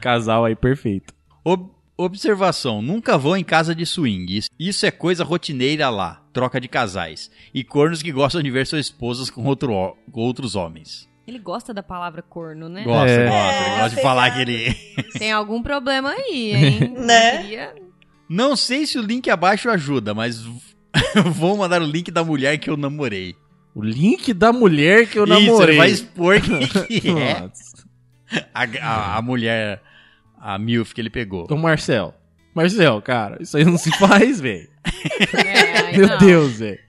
C: Casal aí perfeito.
B: Ob- observação: nunca vão em casa de swing. Isso- Isso é coisa rotineira lá, troca de casais. E cornos que gostam de ver suas esposas com, outro ho- com outros homens.
D: Ele gosta da palavra corno, né?
B: Gosta,
C: É.
B: gosta. Ele
E: É,
B: gosta de
E: pegado.
B: falar que ele.
D: Tem algum problema aí, hein?
E: Né?
D: Queria-
B: Não sei se o link abaixo ajuda, mas v- vou mandar o link da mulher que eu namorei.
C: O link da mulher que eu
B: Isso,
C: namorei.
B: ele vai expor que, que é
C: Nossa.
B: a, a- a mulher, a MILF que ele pegou.
C: Ô, Marcel. Marcel, cara, isso aí não se faz, velho.
D: É, aí
C: Meu
D: não.
C: Deus, velho.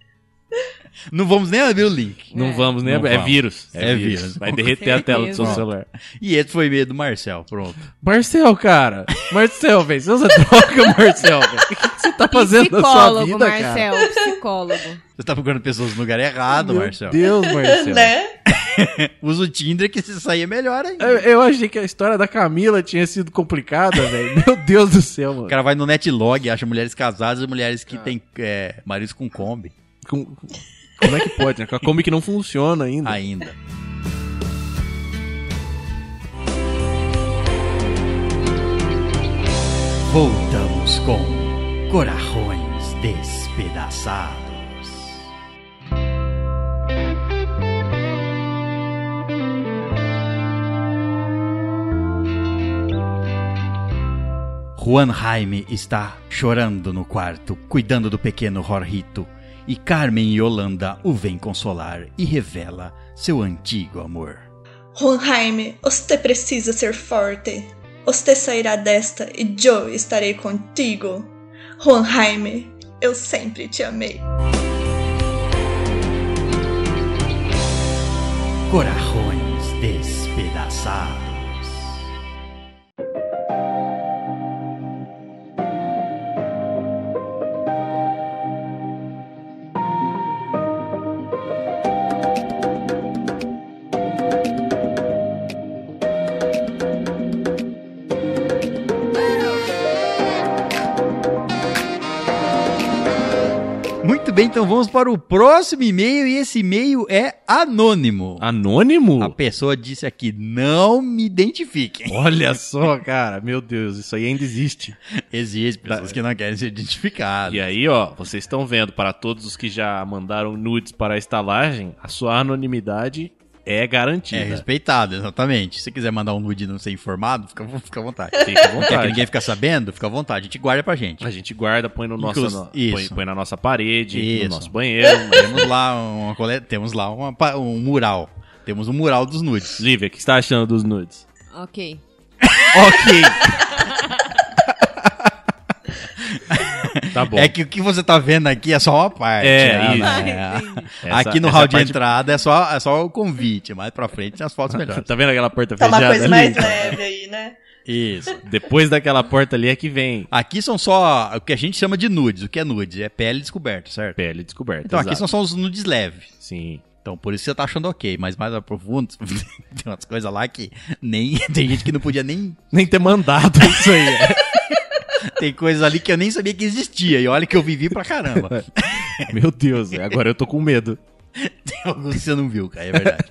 B: Não vamos nem abrir o link.
C: Não
D: É.
C: vamos, né?
B: Não
C: é
B: vamos.
C: vírus.
B: É vírus.
C: Vai derreter a tela do seu
D: Certeza.
C: celular.
B: E esse foi medo do Marcel, pronto.
C: Marcel, cara. Marcel, velho. Você usa droga, Marcel, velho. O que que você tá fazendo na sua
D: psicólogo,
C: vida, cara?
D: Marcel, psicólogo.
B: Você tá procurando pessoas no lugar errado,
C: Meu
B: Marcel.
C: Deus, Marcel.
E: né?
B: Usa o Tinder que se sair é melhor ainda.
C: Eu, eu achei que a história da Camila tinha sido complicada, velho. Meu Deus do céu, mano.
B: O cara vai no Netlog, acha mulheres casadas e mulheres que têm é, maridos com Kombi
C: Com- com- como é que pode, né? Com a Kombi que não funciona ainda.
B: ainda. Voltamos com Corarões Despedaçados. Juan Jaime está chorando no quarto, cuidando do pequeno Jorrito, e Carmen Yolanda o vem consolar e revela seu antigo amor.
E: Juanheim, você precisa ser forte. Você sairá desta e eu estarei contigo. Juanheim, eu sempre te amei.
B: Corajões despedaçados. Muito bem, então vamos para o próximo e-mail e esse e-mail é anônimo.
C: Anônimo?
B: A pessoa disse aqui: não me identifiquem.
C: Olha só, cara. Meu Deus, isso aí ainda existe.
B: Existem pessoas que não querem ser identificadas.
C: Tá.
B: É
C: E é aí, ó, vocês estão vendo, para todos os que já mandaram nudes para a estalagem, a sua anonimidade é
B: É
C: garantida.
B: respeitado, exatamente. Se quiser mandar um nude e não ser informado, fica, fica à vontade.
C: Fica
B: Não quer É,
C: à
B: que
C: vontade.
B: ninguém fica sabendo, fica à vontade. A gente guarda pra gente.
C: A gente guarda, põe, no nosso,
B: Inclusive-
C: no- põe,
B: isso.
C: põe na nossa parede,
B: Isso.
C: no nosso banheiro.
B: Temos lá, uma cole... Temos lá uma pa- um mural. Temos um mural dos nudes.
C: Lívia, o que você tá achando dos nudes?
D: Ok.
C: ok! tá bom.
B: É que o que você tá vendo aqui é só uma parte.
C: É, isso. Essa-
B: Aqui no
C: essa
B: hall de
C: parte-
B: entrada é só, é só o convite. Mais pra frente tem as fotos melhores.
C: Tá vendo aquela porta
E: Tá uma
C: fechada
B: é
E: coisa
C: ali?
E: mais leve aí, né?
B: Isso.
C: Depois daquela porta ali é que vem
B: Aqui são só o que a gente chama de nudes. O que é nudes? É pele descoberta, certo?
C: pele descoberta.
B: Então aqui
C: exato.
B: são só os nudes leves.
C: Sim.
B: Então por isso você tá achando ok, mas mais a profundo tem umas coisas lá que nem tem gente que não podia nem
C: Nem ter mandado isso aí.
B: tem coisas ali que eu nem sabia que existia e olha que eu vivi pra caramba.
C: Meu Deus, agora eu tô com medo.
B: Tem alguns que você não viu, cara, é verdade.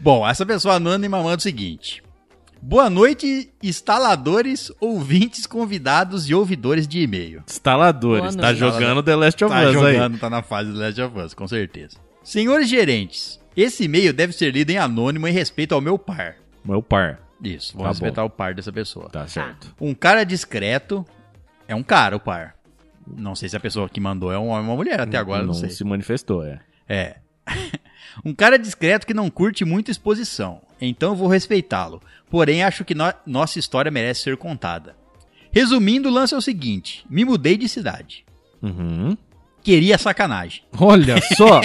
B: Bom, essa pessoa anônima manda o seguinte: Boa noite, instaladores, ouvintes, convidados e ouvidores de e-mail.
D: Boa
C: Instaladores, tá
D: noite.
C: jogando The Last of
B: tá
C: Us aí.
B: jogando, tá na fase do Last of Us, com certeza. Senhores gerentes, esse e-mail deve ser lido em anônimo em respeito ao meu par.
C: Meu par.
B: Isso,
C: Tá
B: vamos respeitar o par dessa pessoa.
C: Tá certo.
B: Um cara discreto é um cara, o par. Não sei se a pessoa que mandou é um homem ou uma mulher, até agora não, sei.
C: se manifestou, é.
B: É. um cara discreto que não curte muita exposição, então vou respeitá-lo. Porém, acho que no- nossa história merece ser contada. Resumindo, o lance é o seguinte: me mudei de cidade.
C: Uhum.
B: Queria sacanagem.
C: Olha só!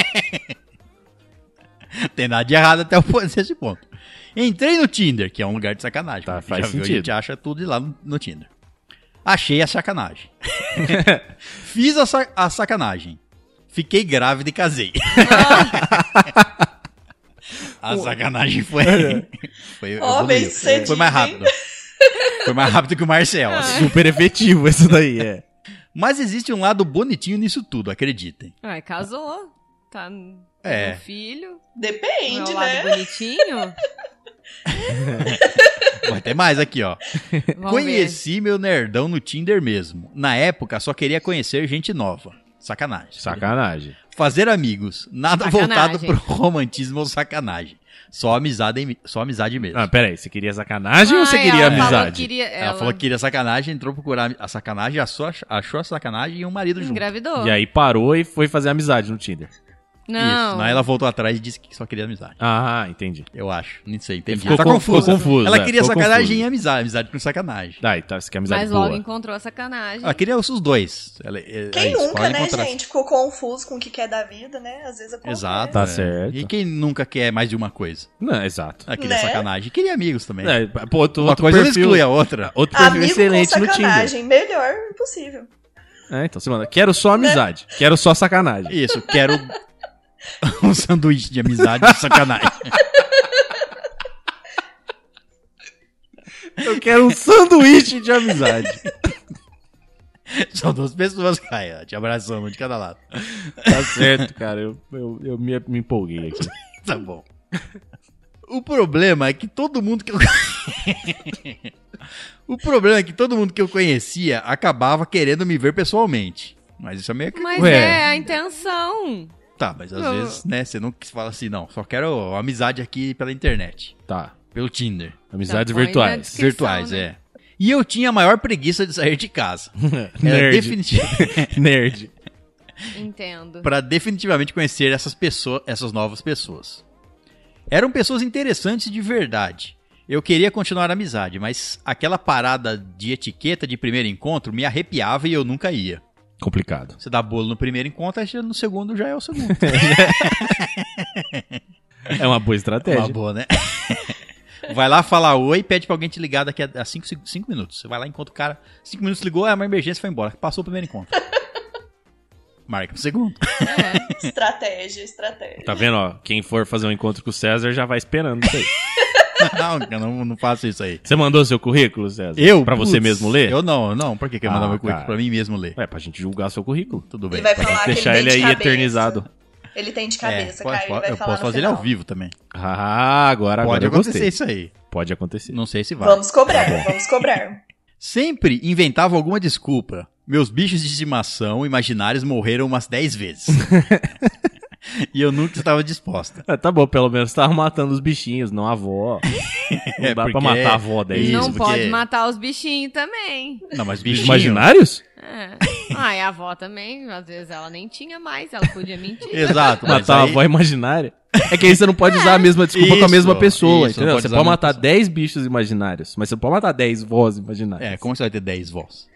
B: tem nada de errado até o ponto- esse ponto. Entrei no Tinder, que é um lugar de sacanagem.
C: Tá,
B: porque
C: faz
B: já viu,
C: sentido.
B: A gente acha tudo lá no, no Tinder. Achei a sacanagem. Fiz a, sa- a sacanagem. Fiquei grávida e casei. a sacanagem foi.
C: É.
B: foi
E: Homem
B: evoluiu.
E: cedinho,
B: Foi mais rápido. Foi mais rápido que o Marcel. assim.
C: Super efetivo isso daí, é.
B: Mas existe um lado bonitinho nisso tudo, acreditem.
D: Ai, casou. Tá no
B: É.
D: filho. não
E: Depende,
D: é o
E: né?
D: lado bonitinho.
B: Vai ter mais aqui, ó.
D: Vamos
B: Conheci meu nerdão no Tinder mesmo. Na época, só queria conhecer gente nova. Sacanagem.
C: Sacanagem.
B: Fazer amigos. Nada
D: Sacanagem.
B: voltado pro romantismo ou sacanagem. Só amizade, em- só amizade mesmo.
C: Ah, peraí, você queria
D: ver.
C: sacanagem ou você
D: Ai,
C: queria
D: ela falou que
C: amizade?
D: queria-
B: ela,
D: ela
B: falou que queria sacanagem, entrou procurar a sacanagem, achou, achou a sacanagem e um marido junto.
D: engravidou.
C: E aí parou e foi fazer amizade no Tinder.
D: Não.
B: Isso. Aí ela voltou atrás e disse que só queria amizade.
C: Ah, entendi.
B: Eu acho. Não sei, entendi.
C: Ficou
B: tá
C: con-
B: confusa.
C: ficou confusa,
B: Ela
C: é,
B: queria
C: ficou
B: sacanagem
C: confusa.
B: e amizade, amizade com sacanagem.
C: Tá, então você quer amizade
D: Mas
C: boa.
D: logo encontrou a sacanagem.
B: Ela queria os dois. Ela- é- é
E: Quem
B: isso,
E: nunca,
B: pode
E: né,
B: encontrar-
E: gente? Ficou confuso com o que quer da vida, né? Às vezes acontece.
B: Exato.
C: Tá
B: é.
C: certo.
B: E quem nunca quer mais de uma coisa?
C: Não, exato.
B: Ah, queria
E: Né?
B: sacanagem. Queria amigos também.
C: É, pô, outro,
B: uma
C: outro
B: coisa não
C: perfil-
B: exclui a outra.
C: Outro perfil
E: Amigo
C: excelente
E: com
C: no Tinder.
E: sacanagem, melhor impossível.
C: É, então você manda, quero só amizade,
D: Né?
C: quero só sacanagem.
B: Isso, quero um sanduíche de amizade de sacanagem.
C: Eu quero um sanduíche de amizade.
B: São duas pessoas, Caia, te abraçando um de cada lado.
C: Tá certo, cara. Eu, eu, eu me, me empolguei aqui.
B: Tá bom. O problema é que todo mundo que eu O problema é que todo mundo que eu conhecia acabava querendo me ver pessoalmente. Mas isso é meio que.
D: Mas
C: Ué.
D: é a intenção.
B: Tá, mas às
D: Não.
B: vezes, né, você não fala assim, não, só quero amizade aqui pela internet,
C: Tá.
B: pelo Tinder.
C: Amizades
D: Tá bom,
C: virtuais.
D: descrição,
B: virtuais,
D: né?
B: é. E eu tinha a maior preguiça de sair de casa. Era
C: Nerd.
B: definiti-
C: Nerd.
D: Entendo.
B: Pra definitivamente conhecer essas pessoas, essas novas pessoas. Eram pessoas interessantes de verdade. Eu queria continuar a amizade, mas aquela parada de etiqueta de primeiro encontro me arrepiava e eu nunca ia.
C: Complicado.
B: Você dá bolo no primeiro encontro, aí no segundo já é o segundo.
C: É uma boa estratégia.
B: Uma boa, né? Vai lá, fala oi, pede pra alguém te ligar daqui a 5 minutos. Você vai lá, encontra o cara. 5 minutos ligou, é uma emergência, foi embora. Passou o primeiro encontro. Marca o segundo.
E: Estratégia, estratégia.
C: Tá vendo, ó? Quem for fazer um encontro com o César já vai esperando isso aí.
B: não, eu não, não faço isso aí.
C: Você mandou seu currículo, César?
B: Eu?
C: Pra você
B: Putz,
C: mesmo ler?
B: Eu não, não. Por que, que eu
C: Ah,
B: mandava meu currículo pra
C: cara.
B: mim mesmo ler?
C: É, pra gente julgar seu currículo.
B: Tudo
E: Ele
B: bem.
E: vai
D: Ah,
E: falar que
C: Deixar
E: ele,
C: ele
E: tem
C: aí
E: de
D: é
E: cabeça.
C: eternizado.
E: Ele tem de
B: É,
E: cabeça,
B: pode-
E: Caio.
B: pode-
E: vai
B: eu
E: falar
B: posso
E: no
B: fazer ele
E: final.
B: ao vivo também.
C: Ah, agora, agora
B: pode
C: eu
B: acontecer
C: gostei.
B: isso aí.
C: Pode acontecer.
B: Não sei se vai. É.
E: Vamos cobrar, vamos cobrar.
B: Sempre inventava alguma desculpa. Meus bichos de estimação imaginários morreram umas 10 vezes. e eu nunca estava disposta.
C: É, tá bom, pelo menos tava matando os bichinhos, não a avó. Não
B: É,
C: dá pra
B: porque-
C: matar a avó daí.
B: É Isso,
D: não
B: porque-
D: pode matar os bichinhos também.
B: Não, mas
C: Bichos
B: é bichinho...
C: imaginários?
D: É. Ah, e a avó também, às vezes ela nem tinha mais, ela podia mentir.
B: Exato. mas
C: Matar a
B: aí-
C: avó imaginária? É que aí você não pode usar a mesma desculpa com a
B: Isso,
C: mesma pessoa,
B: isso, não
C: entendeu?
B: pode
C: você
B: usar
C: pode
B: a mesma
C: matar
B: pessoa.
C: 10 bichos imaginários, mas você não pode matar 10 vós imaginárias.
B: É, como você vai ter 10 vós?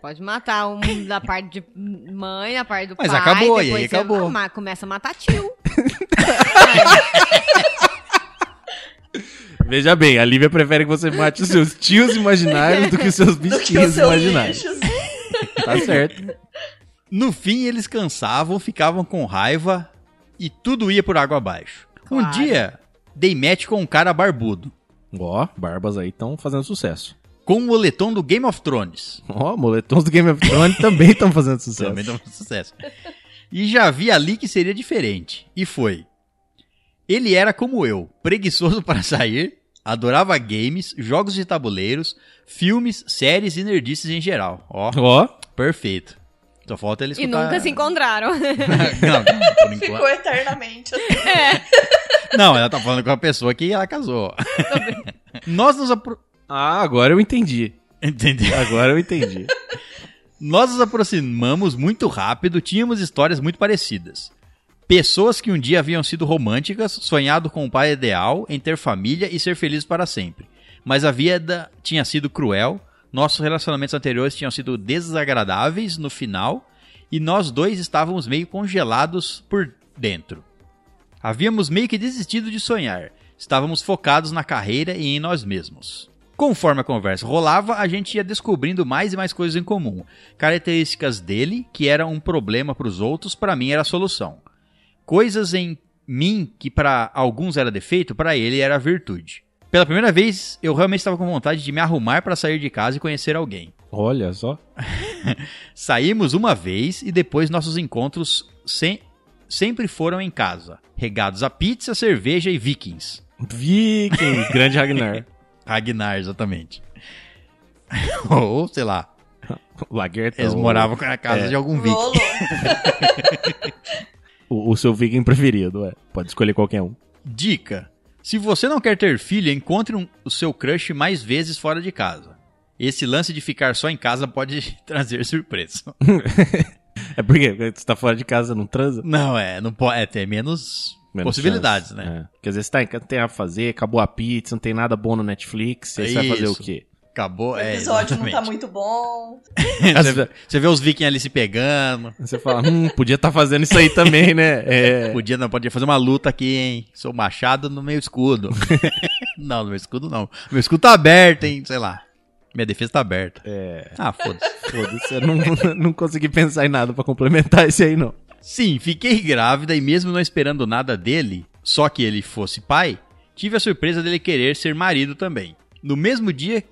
D: Pode matar um da parte de mãe, da parte do
B: Mas
D: pai.
B: acabou, e
D: depois
B: aí
D: você
B: acabou.
D: ma- começa a matar tio.
C: Veja bem, a Lívia prefere que você mate os seus tios imaginários do que os seus
E: Do que os
C: bichinhos
E: seus
C: imaginários.
E: bichos.
C: Tá certo.
B: No fim, eles cansavam, ficavam com raiva e tudo ia por água abaixo. Um
D: Claro.
B: dia, dei match com um cara barbudo,
C: Ó, barbas aí estão fazendo sucesso.
B: com um moletom do Game of Thrones.
C: Ó, moletons do Game of Thrones também estão fazendo sucesso.
B: Também deu um sucesso. E já vi ali que seria diferente. E foi. Ele era como eu, preguiçoso para sair, adorava games, jogos de tabuleiros, filmes, séries e nerdices em geral. Ó,
C: Ó,
B: perfeito. Só falta ele
D: E
B: escutar...
D: nunca se encontraram.
B: não, não, por enquanto.
E: Ficou eternamente assim.
B: Não, ela tá falando com a pessoa que ela casou. Nós nos, apro-
C: ah, agora eu entendi.
B: Entendeu?
C: Agora eu entendi.
B: Nós nos aproximamos muito rápido, tínhamos histórias muito parecidas. Pessoas que um dia haviam sido românticas, sonhado com o pai ideal, em ter família e ser felizes para sempre. Mas a vida tinha sido cruel, nossos relacionamentos anteriores tinham sido desagradáveis no final, e nós dois estávamos meio congelados por dentro. Havíamos meio que desistido de sonhar, estávamos focados na carreira e em nós mesmos. Conforme a conversa rolava, a gente ia descobrindo mais e mais coisas em comum. Características dele, que era um problema para os outros, para mim era a solução. Coisas em mim que para alguns era defeito, para ele era virtude. Pela primeira vez, eu realmente estava com vontade de me arrumar para sair de casa e conhecer alguém.
C: Olha só.
B: Saímos uma vez e depois nossos encontros sem- sempre foram em casa, regados a pizza, cerveja e vikings.
C: Vikings, grande Ragnar.
B: Ragnar, exatamente. Ou, sei lá,
C: Laguerta.
B: eles
C: o-
B: moravam na casa
C: é.
B: de algum viking.
E: Rolo.
C: O, o seu viking preferido, é. Pode escolher qualquer um.
B: Dica: se você não quer ter filho, encontre um- o seu crush mais vezes fora de casa. Esse lance de ficar só em casa pode trazer surpresa.
C: É porque você tá fora de casa, não transa?
B: Não, é, não pode, é, tem menos,
C: Menos
B: possibilidades,
C: chance.
B: né?
C: É. Porque às vezes tá em casa, não tem nada pra fazer, acabou a pizza, não tem nada bom no Netflix, aí você vai fazer o
B: Isso.
C: quê?
B: Acabou,
E: O
B: é,
E: episódio não tá
B: exatamente.
E: muito bom.
B: você, vê- você vê os vikings ali se pegando.
C: Aí Você fala, hum, podia estar fazendo isso aí também, né? É.
B: Podia, não, podia fazer uma luta aqui, hein? Sou machado no meu escudo. não, no meu escudo não. Meu escudo tá aberto, hein? Sei lá. Minha defesa tá aberta.
C: É,
B: Ah, foda-se.
C: foda-se, eu não, não consegui pensar em nada pra complementar esse aí, não.
B: Sim, fiquei grávida e mesmo não esperando nada dele, só que ele fosse pai, tive a surpresa dele querer ser marido também. No mesmo dia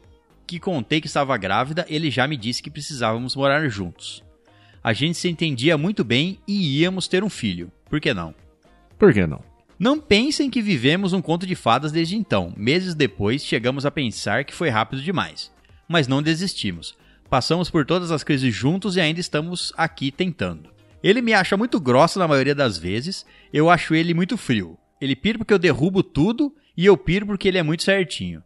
B: que contei que estava grávida, ele já me disse que precisávamos morar juntos. A gente se entendia muito bem e íamos ter um filho. Por que não?
C: Por que não?
B: Não pensem que vivemos um conto de fadas desde então. Meses depois, chegamos a pensar que foi rápido demais. Mas não desistimos. Passamos por todas as crises juntos e ainda estamos aqui tentando. Ele me acha muito grossa na maioria das vezes, eu acho ele muito frio. Ele pira porque eu derrubo tudo e eu piro porque ele é muito certinho.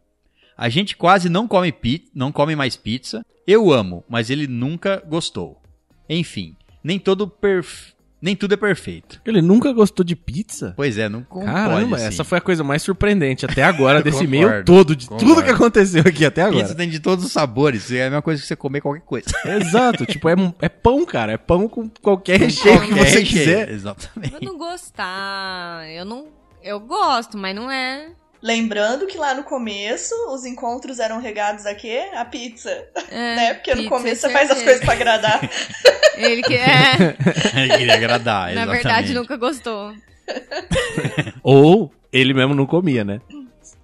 B: A gente quase não come, pi não come mais pizza. Eu amo, mas ele nunca gostou. Enfim, nem todo perf... nem tudo é perfeito.
C: Ele nunca gostou de pizza?
B: Pois é, não concordo.
C: Caramba,
B: assim.
C: essa foi a coisa mais surpreendente até agora desse
B: Concordo,
C: meio todo, de tudo
B: concordo.
C: que aconteceu aqui até agora.
B: Pizza tem de todos os sabores. É a mesma coisa que você comer qualquer coisa.
C: Exato, tipo, é, um- é pão, cara. É pão com qualquer recheio que
B: Qualquer
C: você
B: recheio,
C: quiser.
B: Exatamente.
D: Eu não gostar. Eu não. Eu gosto, mas não é.
E: Lembrando que lá no começo, os encontros eram regados a quê? A pizza,
D: é
E: né? Porque no
D: pizza,
E: começo você faz as
D: certeza.
E: coisas pra agradar.
D: Ele que é.
B: Ele queria agradar,
D: na
B: exatamente.
D: verdade, nunca gostou.
C: Ou ele mesmo não comia, né?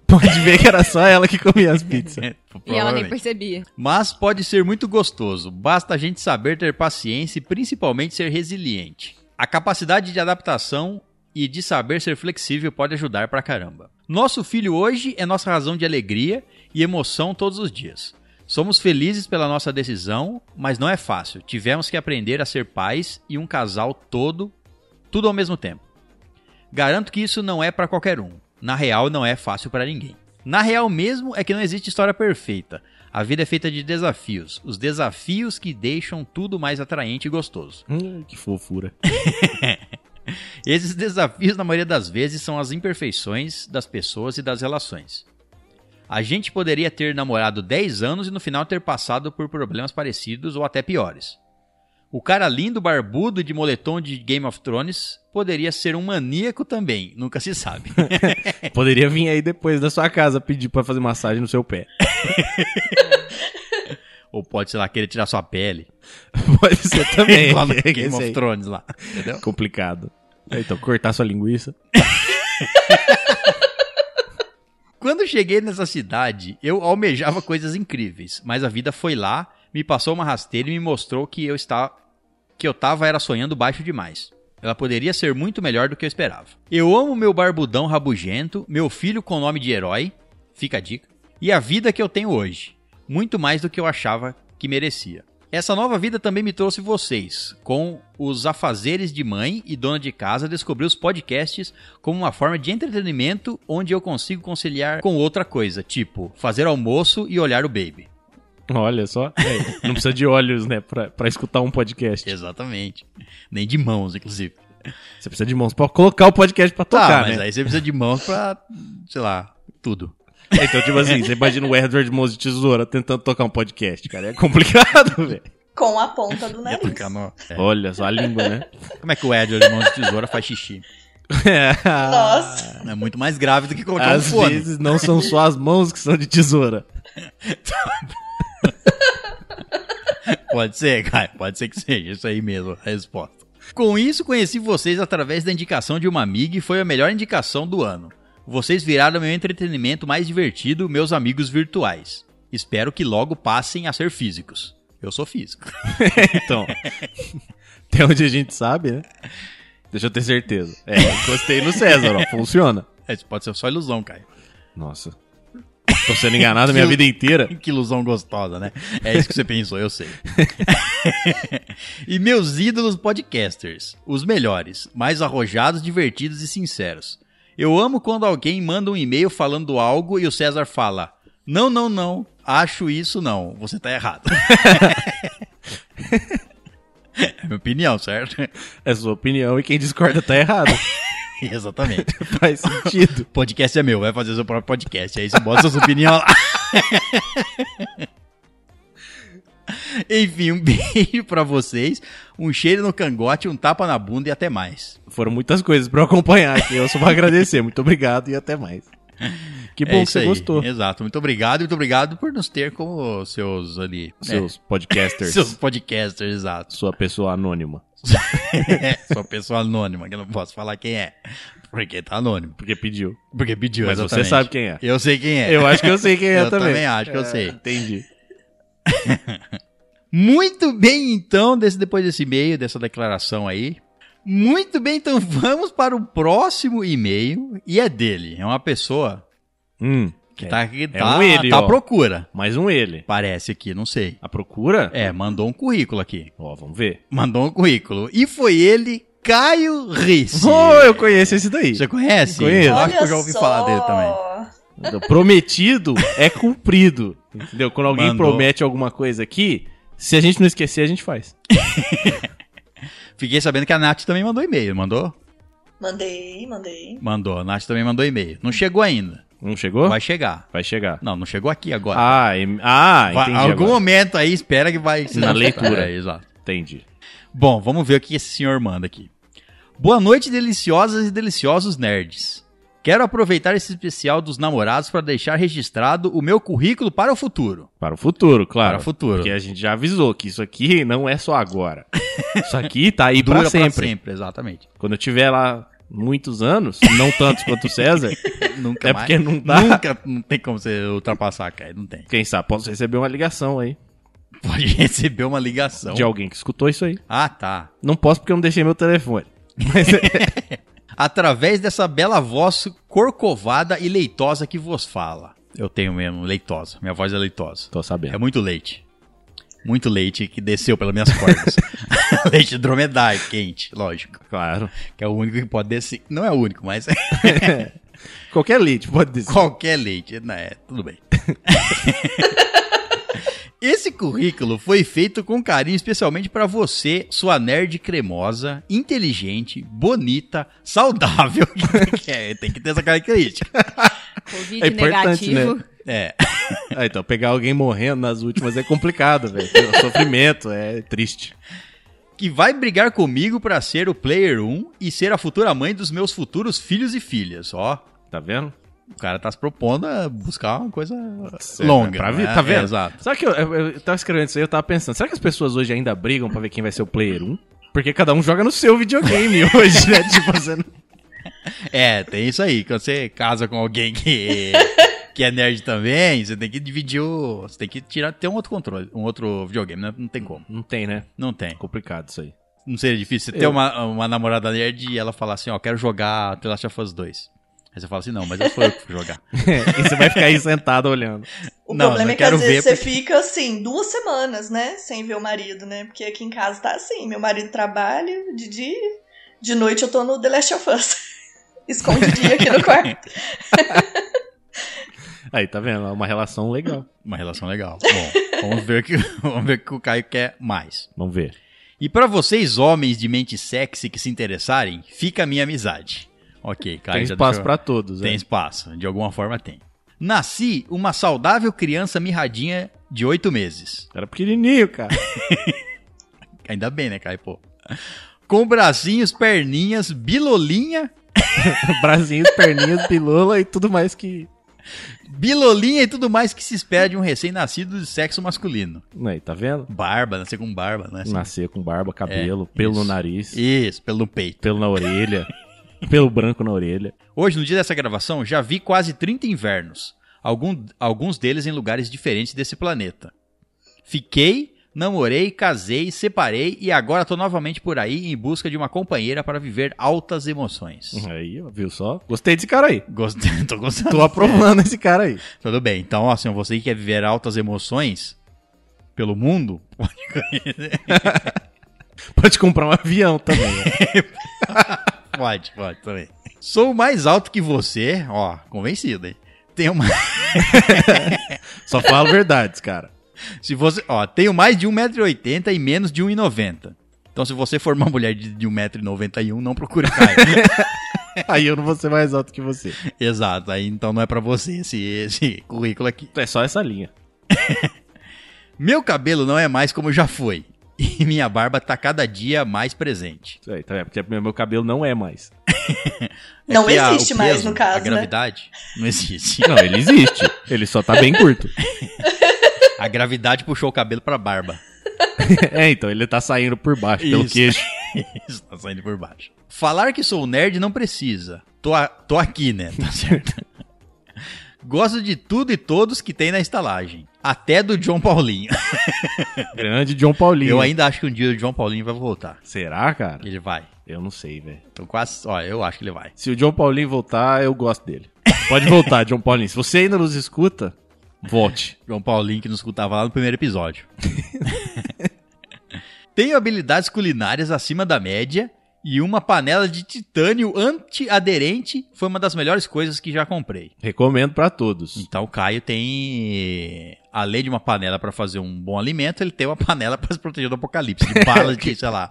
C: Pode ver que era só ela que comia as pizzas.
D: E ela nem
B: Provavelmente.
D: percebia.
B: Mas pode ser muito gostoso, basta a gente saber ter paciência e principalmente ser resiliente. A capacidade de adaptação e de saber ser flexível pode ajudar pra caramba. Nosso filho hoje é nossa razão de alegria e emoção todos os dias. Somos felizes pela nossa decisão, mas não é fácil. Tivemos que aprender a ser pais e um casal todo, tudo ao mesmo tempo. Garanto que isso não é pra qualquer um. Na real, não é fácil pra ninguém. Na real mesmo é que não existe história perfeita. A vida é feita de desafios. Os desafios que deixam tudo mais atraente e gostoso.
C: Hum, que fofura.
B: Esses desafios, na maioria das vezes, são as imperfeições das pessoas e das relações. A gente poderia ter namorado 10 anos e no final ter passado por problemas parecidos ou até piores. O cara lindo, barbudo e de moletom de Game of Thrones poderia ser um maníaco também, nunca se sabe.
C: Poderia vir aí depois da sua casa pedir pra fazer massagem no seu pé.
B: ou pode, sei lá, querer tirar sua pele.
C: Pode ser também.
B: Lá no
C: que
B: Game
C: esse
B: of
C: aí.
B: Thrones lá, entendeu?
C: Complicado. Então, cortar sua linguiça.
B: Quando cheguei nessa cidade, eu almejava coisas incríveis, mas a vida foi lá, me passou uma rasteira e me mostrou que eu estava que eu tava era sonhando baixo demais. Ela poderia ser muito melhor do que eu esperava. Eu amo meu barbudão rabugento, meu filho com nome de herói, fica a dica, e a vida que eu tenho hoje, muito mais do que eu achava que merecia. Essa nova vida também me trouxe vocês, com os afazeres de mãe e dona de casa, descobri os podcasts como uma forma de entretenimento onde eu consigo conciliar com outra coisa, tipo fazer almoço e olhar o baby.
C: Olha só. É, não precisa de olhos, né? Pra, pra escutar um podcast.
B: Exatamente. Nem de mãos, inclusive.
C: Você precisa de mãos pra colocar o podcast pra
B: Tá,
C: tocar,
B: mas
C: né?
B: aí você precisa de mãos pra, sei lá, tudo.
C: Então, tipo assim, você imagina o Edward Mãos de Tesoura tentando tocar um podcast, cara. É complicado, velho.
E: Com a ponta do
B: Ia
E: nariz.
B: tocar no- É.
C: Olha só a língua, né?
B: Como é que o Edward mão de tesoura faz xixi?
E: Nossa.
B: É muito mais grave do que colocar
C: Às
B: um fone.
C: vezes não são só as mãos que são de tesoura.
B: Pode ser, Caio. Pode ser que seja. Isso aí mesmo, a resposta. Com isso, conheci vocês através da indicação de uma amiga e foi a melhor indicação do ano. Vocês viraram meu entretenimento mais divertido, meus amigos virtuais. Espero que logo passem a ser físicos. Eu sou físico.
C: Então, até onde a gente sabe, né? Deixa eu ter certeza. É, encostei no César, ó. Funciona.
B: Isso pode ser só ilusão, Caio.
C: Nossa. Tô sendo enganado a minha vida inteira.
B: Que ilusão gostosa, né? É isso que você pensou, eu sei. e meus ídolos podcasters, os melhores, mais arrojados, divertidos e sinceros. Eu amo quando alguém manda um e-mail falando algo e o César fala: Não, não, não, acho isso não, você tá errado. é minha opinião, certo?
C: É sua opinião e quem discorda tá errado.
B: Exatamente.
C: Faz sentido.
B: Podcast é meu, vai fazer seu próprio podcast. Aí você bota sua opinião lá. Enfim, um beijo pra vocês, um cheiro no cangote, um tapa na bunda e até mais.
C: Foram muitas coisas pra eu acompanhar aqui. Eu só vou agradecer. Muito obrigado e até mais. Que bom
B: é
C: que
B: isso
C: você
B: aí.
C: gostou.
B: Exato, muito obrigado, muito obrigado por nos ter como seus ali, né,
C: Seus podcasters.
B: seus podcasters, exato.
C: Sua pessoa anônima.
B: É, sua pessoa anônima, que eu não posso falar quem é, porque tá anônimo,
C: Porque pediu.
B: porque pediu,
C: Mas você
B: exatamente.
C: sabe quem é.
B: Eu sei quem é.
C: Eu acho que eu sei quem é
B: Eu
C: também.
B: também acho que eu
C: É,
B: sei.
C: Entendi.
B: Muito bem, então, desse, depois desse e-mail, dessa declaração aí. Muito bem, então vamos para o próximo e-mail. E é dele. É uma pessoa
C: Hum,
B: que
C: É.
B: tá, que tá,
C: um ele,
B: tá à
C: ó.
B: procura.
C: mais um ele.
B: Parece aqui, não sei.
C: A procura?
B: É, mandou um currículo aqui.
C: Ó, vamos ver.
B: Mandou um currículo. E foi ele, Caio Risse.
C: Oh, eu conheço esse daí.
B: Você conhece?
C: Conheço.
B: Eu acho que eu
E: Olha
B: já ouvi
E: só.
B: falar dele também.
C: Entendeu? Prometido é cumprido. Entendeu? Quando alguém
B: Mandou.
C: promete alguma coisa aqui, se a gente não esquecer, a gente faz.
B: Fiquei sabendo que a Nath também mandou e-mail, mandou?
E: Mandei, mandei.
B: Mandou, a Nath também mandou e-mail. Não chegou ainda,
C: Não chegou?
B: vai chegar.
C: Vai chegar.
B: Não, não chegou aqui agora.
C: Ah, em- ah
B: Vai-
C: entendi.
B: algum
C: agora.
B: momento aí, espera que vai...
C: Na leitura.
B: É, exato.
C: Entendi.
B: Bom, vamos ver o que esse senhor manda aqui. Boa noite, deliciosas e deliciosos nerds. Quero aproveitar esse especial dos namorados para deixar registrado o meu currículo para o futuro.
C: Para o futuro, claro.
B: Para o futuro.
C: Porque é a gente já avisou que isso aqui não é só agora. Isso aqui tá aí pra
B: Dura
C: sempre.
B: Pra sempre, exatamente.
C: Quando eu tiver lá muitos anos, não tantos quanto o César,
B: Nunca
C: é
B: mais.
C: porque não dá.
B: Nunca, não tem como você ultrapassar, cara. Não tem.
C: Quem sabe, posso receber uma ligação aí
B: Pode receber uma ligação.
C: de alguém que escutou isso aí.
B: Ah, tá.
C: Não posso porque eu não deixei meu telefone.
B: Através dessa bela voz corcovada e leitosa que vos fala. Eu tenho mesmo, leitosa. Minha voz é leitosa.
C: Tô sabendo.
B: É muito leite. Muito leite que desceu pelas minhas cordas. leite dromedário, quente, lógico.
C: Claro.
B: Que é o único que pode descer. Não é o único, mas
C: Qualquer lead, pode dizer.
B: qualquer leite. Não é, tudo bem. Esse currículo foi feito com carinho especialmente pra você, sua nerd cremosa, inteligente, bonita, saudável. que é, tem que ter essa característica.
D: Covid
C: É importante,
D: negativo.
B: É,
C: Ah, então, pegar alguém morrendo nas últimas é complicado, velho. É um sofrimento, é triste.
B: que vai brigar comigo pra ser o player 1 e ser a futura mãe dos meus futuros filhos e filhas, ó.
C: Tá vendo?
B: O cara tá se propondo a buscar uma coisa
C: É,
B: longa.
C: pra vi-
B: né?
C: Tá vendo?
B: É, exato.
C: Sabe que eu, eu, eu tava escrevendo isso aí, eu tava pensando, será que as pessoas hoje ainda brigam pra ver quem vai ser o player 1? Porque cada um joga no seu videogame hoje, né? Tipo, você não-
B: É, tem isso aí. Quando você casa com alguém que, que é nerd também, você tem que dividir o. Você tem que tirar, ter um outro controle, um outro videogame, né? Não tem como.
C: não tem, né?
B: Não tem.
C: Complicado isso aí.
B: Não seria difícil você ter
C: Eu-
B: uma, uma namorada nerd e ela falar assim, ó, quero jogar The Last of Us 2. Aí você fala assim, não, mas eu sou eu que fui jogar.
C: e você vai ficar aí sentado olhando.
E: O
B: Não,
E: problema
B: não
E: é que
B: quero
E: às vezes
B: ver
E: você fica assim, duas semanas, né? Sem ver o marido, né? Porque aqui em casa tá assim, meu marido trabalha de dia, de noite eu tô no The Last of Us. Escondidinho aqui no
B: É
E: quarto.
C: Aí, tá vendo? É uma relação legal.
B: Uma relação legal. Bom, vamos ver que, vamos ver que o Caio quer mais.
C: Vamos ver.
B: E pra vocês, homens de mente sexy que se interessarem, fica a minha amizade. Ok, Caio
C: tem
B: já
C: espaço
B: deixou-
C: pra todos,
B: Tem
C: né?
B: espaço, de alguma forma tem. Nasci uma saudável criança mirradinha de oito meses.
C: Era pequenininho, cara.
B: Ainda bem, né, Caio? Pô. Com bracinhos, perninhas, bilolinha,
C: Brasinhos, perninhas, pilula e tudo mais que...
B: bilolinha e tudo mais que se espera de um recém-nascido de sexo masculino.
C: Aí, tá vendo?
B: Barba, nascer com barba, né? Assim.
C: Nascer com barba, cabelo, pelo
B: isso.
C: no nariz,
B: Isso, pelo peito.
C: pelo na orelha, pelo branco na orelha.
B: Hoje, no dia dessa gravação, já vi quase 30 invernos, algum- alguns deles em lugares diferentes desse planeta. Fiquei, namorei, casei, separei e agora tô novamente por aí em busca de uma companheira para viver altas emoções.
C: Aí, ó, viu só? Gostei desse cara aí.
B: Gostei, tô gostando.
C: Tô aprovando esse cara aí.
B: Tudo bem, então, ó, se você que quer viver altas emoções pelo mundo,
C: Pode comprar um avião também. né?
B: pode, pode também. Sou mais alto que você, ó, convencido, hein? Tenho mais,
C: Só fala verdades, cara.
B: se você, ó, tenho mais de 1,80m e menos de 1,90m. Então, se você for uma mulher de, um de 1,91m, não procura Caio.
C: Aí eu não vou ser mais alto que você.
B: Exato, aí então não é pra você esse, esse currículo aqui.
C: É só essa linha.
B: Meu cabelo não é mais como já foi. E minha barba tá cada dia mais presente.
C: Isso aí, tá vendo? Porque meu cabelo não é mais.
B: É
E: Não
B: que a- o
E: existe mais,
B: peso,
E: no caso,
B: A
E: né?
B: gravidade não existe.
C: Não, ele existe. Ele só tá bem curto.
B: A gravidade puxou o cabelo pra barba.
C: É, então, ele tá saindo por baixo, pelo
B: Isso.
C: queixo.
B: Isso, tá saindo por baixo. Falar que sou nerd não precisa. Tô, a- tô aqui, né? Tá certo? Gosto de tudo e todos que tem na estalagem. Até do John Paulinho.
C: Grande John Paulinho.
B: Eu ainda acho que um dia o John Paulinho vai voltar.
C: Será, cara?
B: Ele vai.
C: Eu não sei, velho.
B: Tô quase. Ó, eu acho que ele vai.
C: Se o John Paulinho voltar, eu gosto dele. Pode voltar, John Paulinho. Se você ainda nos escuta, volte.
B: João Paulinho que nos escutava lá no primeiro episódio. Tenho habilidades culinárias acima da média E uma panela de titânio antiaderente foi uma das melhores coisas que já comprei.
C: Recomendo pra todos.
B: Então o Caio tem, além de uma panela pra fazer um bom alimento, ele tem uma panela pra se proteger do apocalipse. De balas de, sei lá,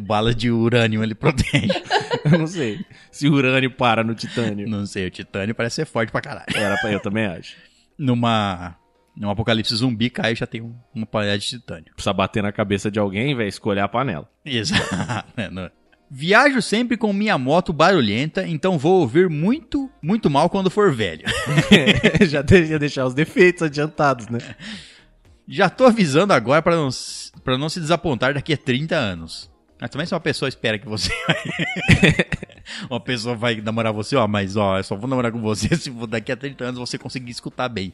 B: balas de urânio ele protege.
C: Eu não sei se o urânio para no titânio.
B: Não sei, o titânio parece ser forte pra caralho.
C: Era pra eu também acho.
B: Numa, num apocalipse zumbi, Caio já tem um- uma panela de titânio.
C: Precisa bater na cabeça de alguém, velho, escolher a panela.
B: Exato. É, não é? Viajo sempre com minha moto barulhenta, então vou ouvir muito, muito mal quando for velho.
C: já deixa deixar os defeitos adiantados, né?
B: Já tô avisando agora pra não, s- pra não se desapontar daqui a 30 anos. Mas também se uma pessoa espera que você. uma pessoa vai namorar você, ó, mas ó, eu só vou namorar com você se for daqui a 30 anos você conseguir escutar bem.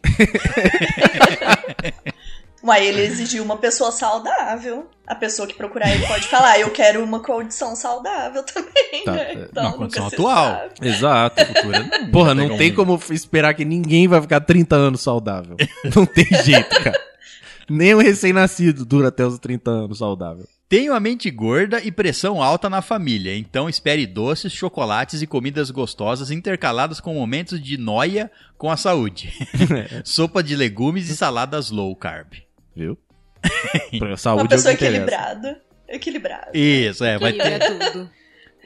E: Mas ele exigiu uma pessoa saudável. A pessoa que procurar ele pode falar, eu quero uma condição saudável também,
C: Tá, é,
E: né? Então,
B: uma condição
E: nunca se
B: atual.
E: sabe.
C: Exato.
B: não-
C: Porra,
B: não
C: não um tem
B: tem
C: como esperar que ninguém vai ficar 30 anos saudável. Não tem jeito, cara. Nem um recém-nascido dura até os 30 anos saudável.
B: Tenho a mente gorda e pressão alta na família, então espere doces, chocolates e comidas gostosas intercaladas com momentos de noia com a saúde.
E: É.
B: Sopa de legumes e saladas low carb.
C: Viu? Pra
E: Uma
C: saúde é o que
E: pessoa
C: interessa.
E: equilibrada. Equilibrada.
B: Isso, é, vai
D: Que
B: ter,
D: é tudo.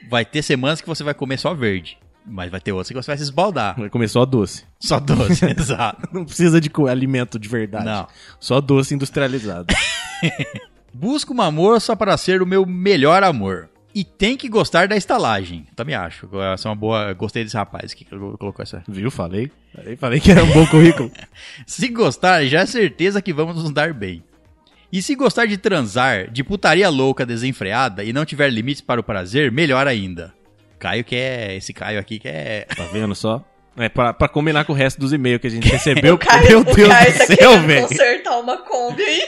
B: vai ter semanas que você vai comer só verde, mas vai ter outras que você vai se esbaldar.
C: Começou a doce.
B: Só doce, exato.
C: Não precisa de co- alimento de verdade.
B: Não.
C: Só doce industrializado.
B: Busco uma moça para ser o meu melhor amor. E tem que gostar da estalagem. Também acho. Essa é uma boa. Gostei desse rapaz que colocou essa.
C: Viu? Falei. Falei, falei que era um bom currículo.
B: Se gostar, já é certeza que vamos nos dar bem. E se gostar de transar, de putaria louca desenfreada e não tiver limites para o prazer, melhor ainda. Caio que é. Esse Caio aqui que é.
C: Tá vendo só? É pra, pra combinar com o resto dos e-mails que a gente recebeu.
E: O cara,
C: Meu
E: o
C: Deus
E: cara
C: do
E: tá
C: céu,
E: querendo
C: velho.
E: consertar uma Kombi aí.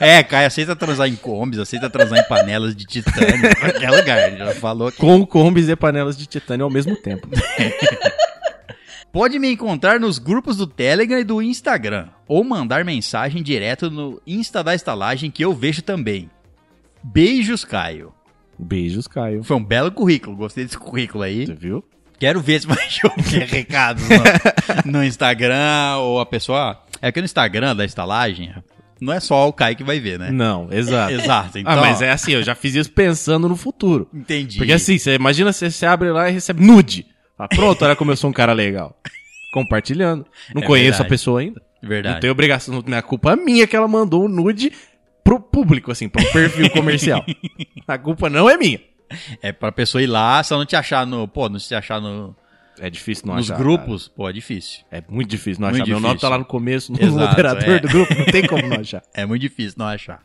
B: É, Caio aceita transar em combis, aceita transar em panelas de titânio. qualquer lugar, ele já falou que.
C: Com combis e panelas de titânio ao mesmo tempo.
B: Pode me encontrar nos grupos do Telegram e do Instagram. Ou mandar mensagem direto no Insta da estalagem que eu vejo também. Beijos, Caio.
C: Beijos, Caio.
B: Foi um belo currículo, gostei desse currículo aí.
C: Você viu?
B: Quero ver se vai chover recados no, no Instagram ou a pessoa. É que no Instagram da estalagem não é só o Caio que vai ver, né?
C: Não, exato.
B: Exato, então.
C: Ah, mas é assim, eu já fiz isso pensando no futuro.
B: Entendi.
C: Porque assim, você imagina você, você abre lá e recebe nude. Ah, pronto, olha como eu sou um cara legal. Compartilhando. Não
B: É
C: conheço
B: verdade.
C: a pessoa ainda. Não
B: Verdade.
C: tem obrigação, não tem a culpa minha que ela mandou o nude pro público, assim, pro perfil comercial. a culpa não é minha.
B: É pra pessoa ir lá, se ela não te achar no. Pô, não te achar no-
C: É difícil não
B: nos
C: achar.
B: grupos, pô, é difícil.
C: cara. É muito difícil não
B: Muito
C: achar. Meu nome
B: difícil.
C: tá lá no começo, no
B: Exato,
C: moderador
B: é.
C: do grupo. Não tem como não achar.
B: É muito difícil não achar.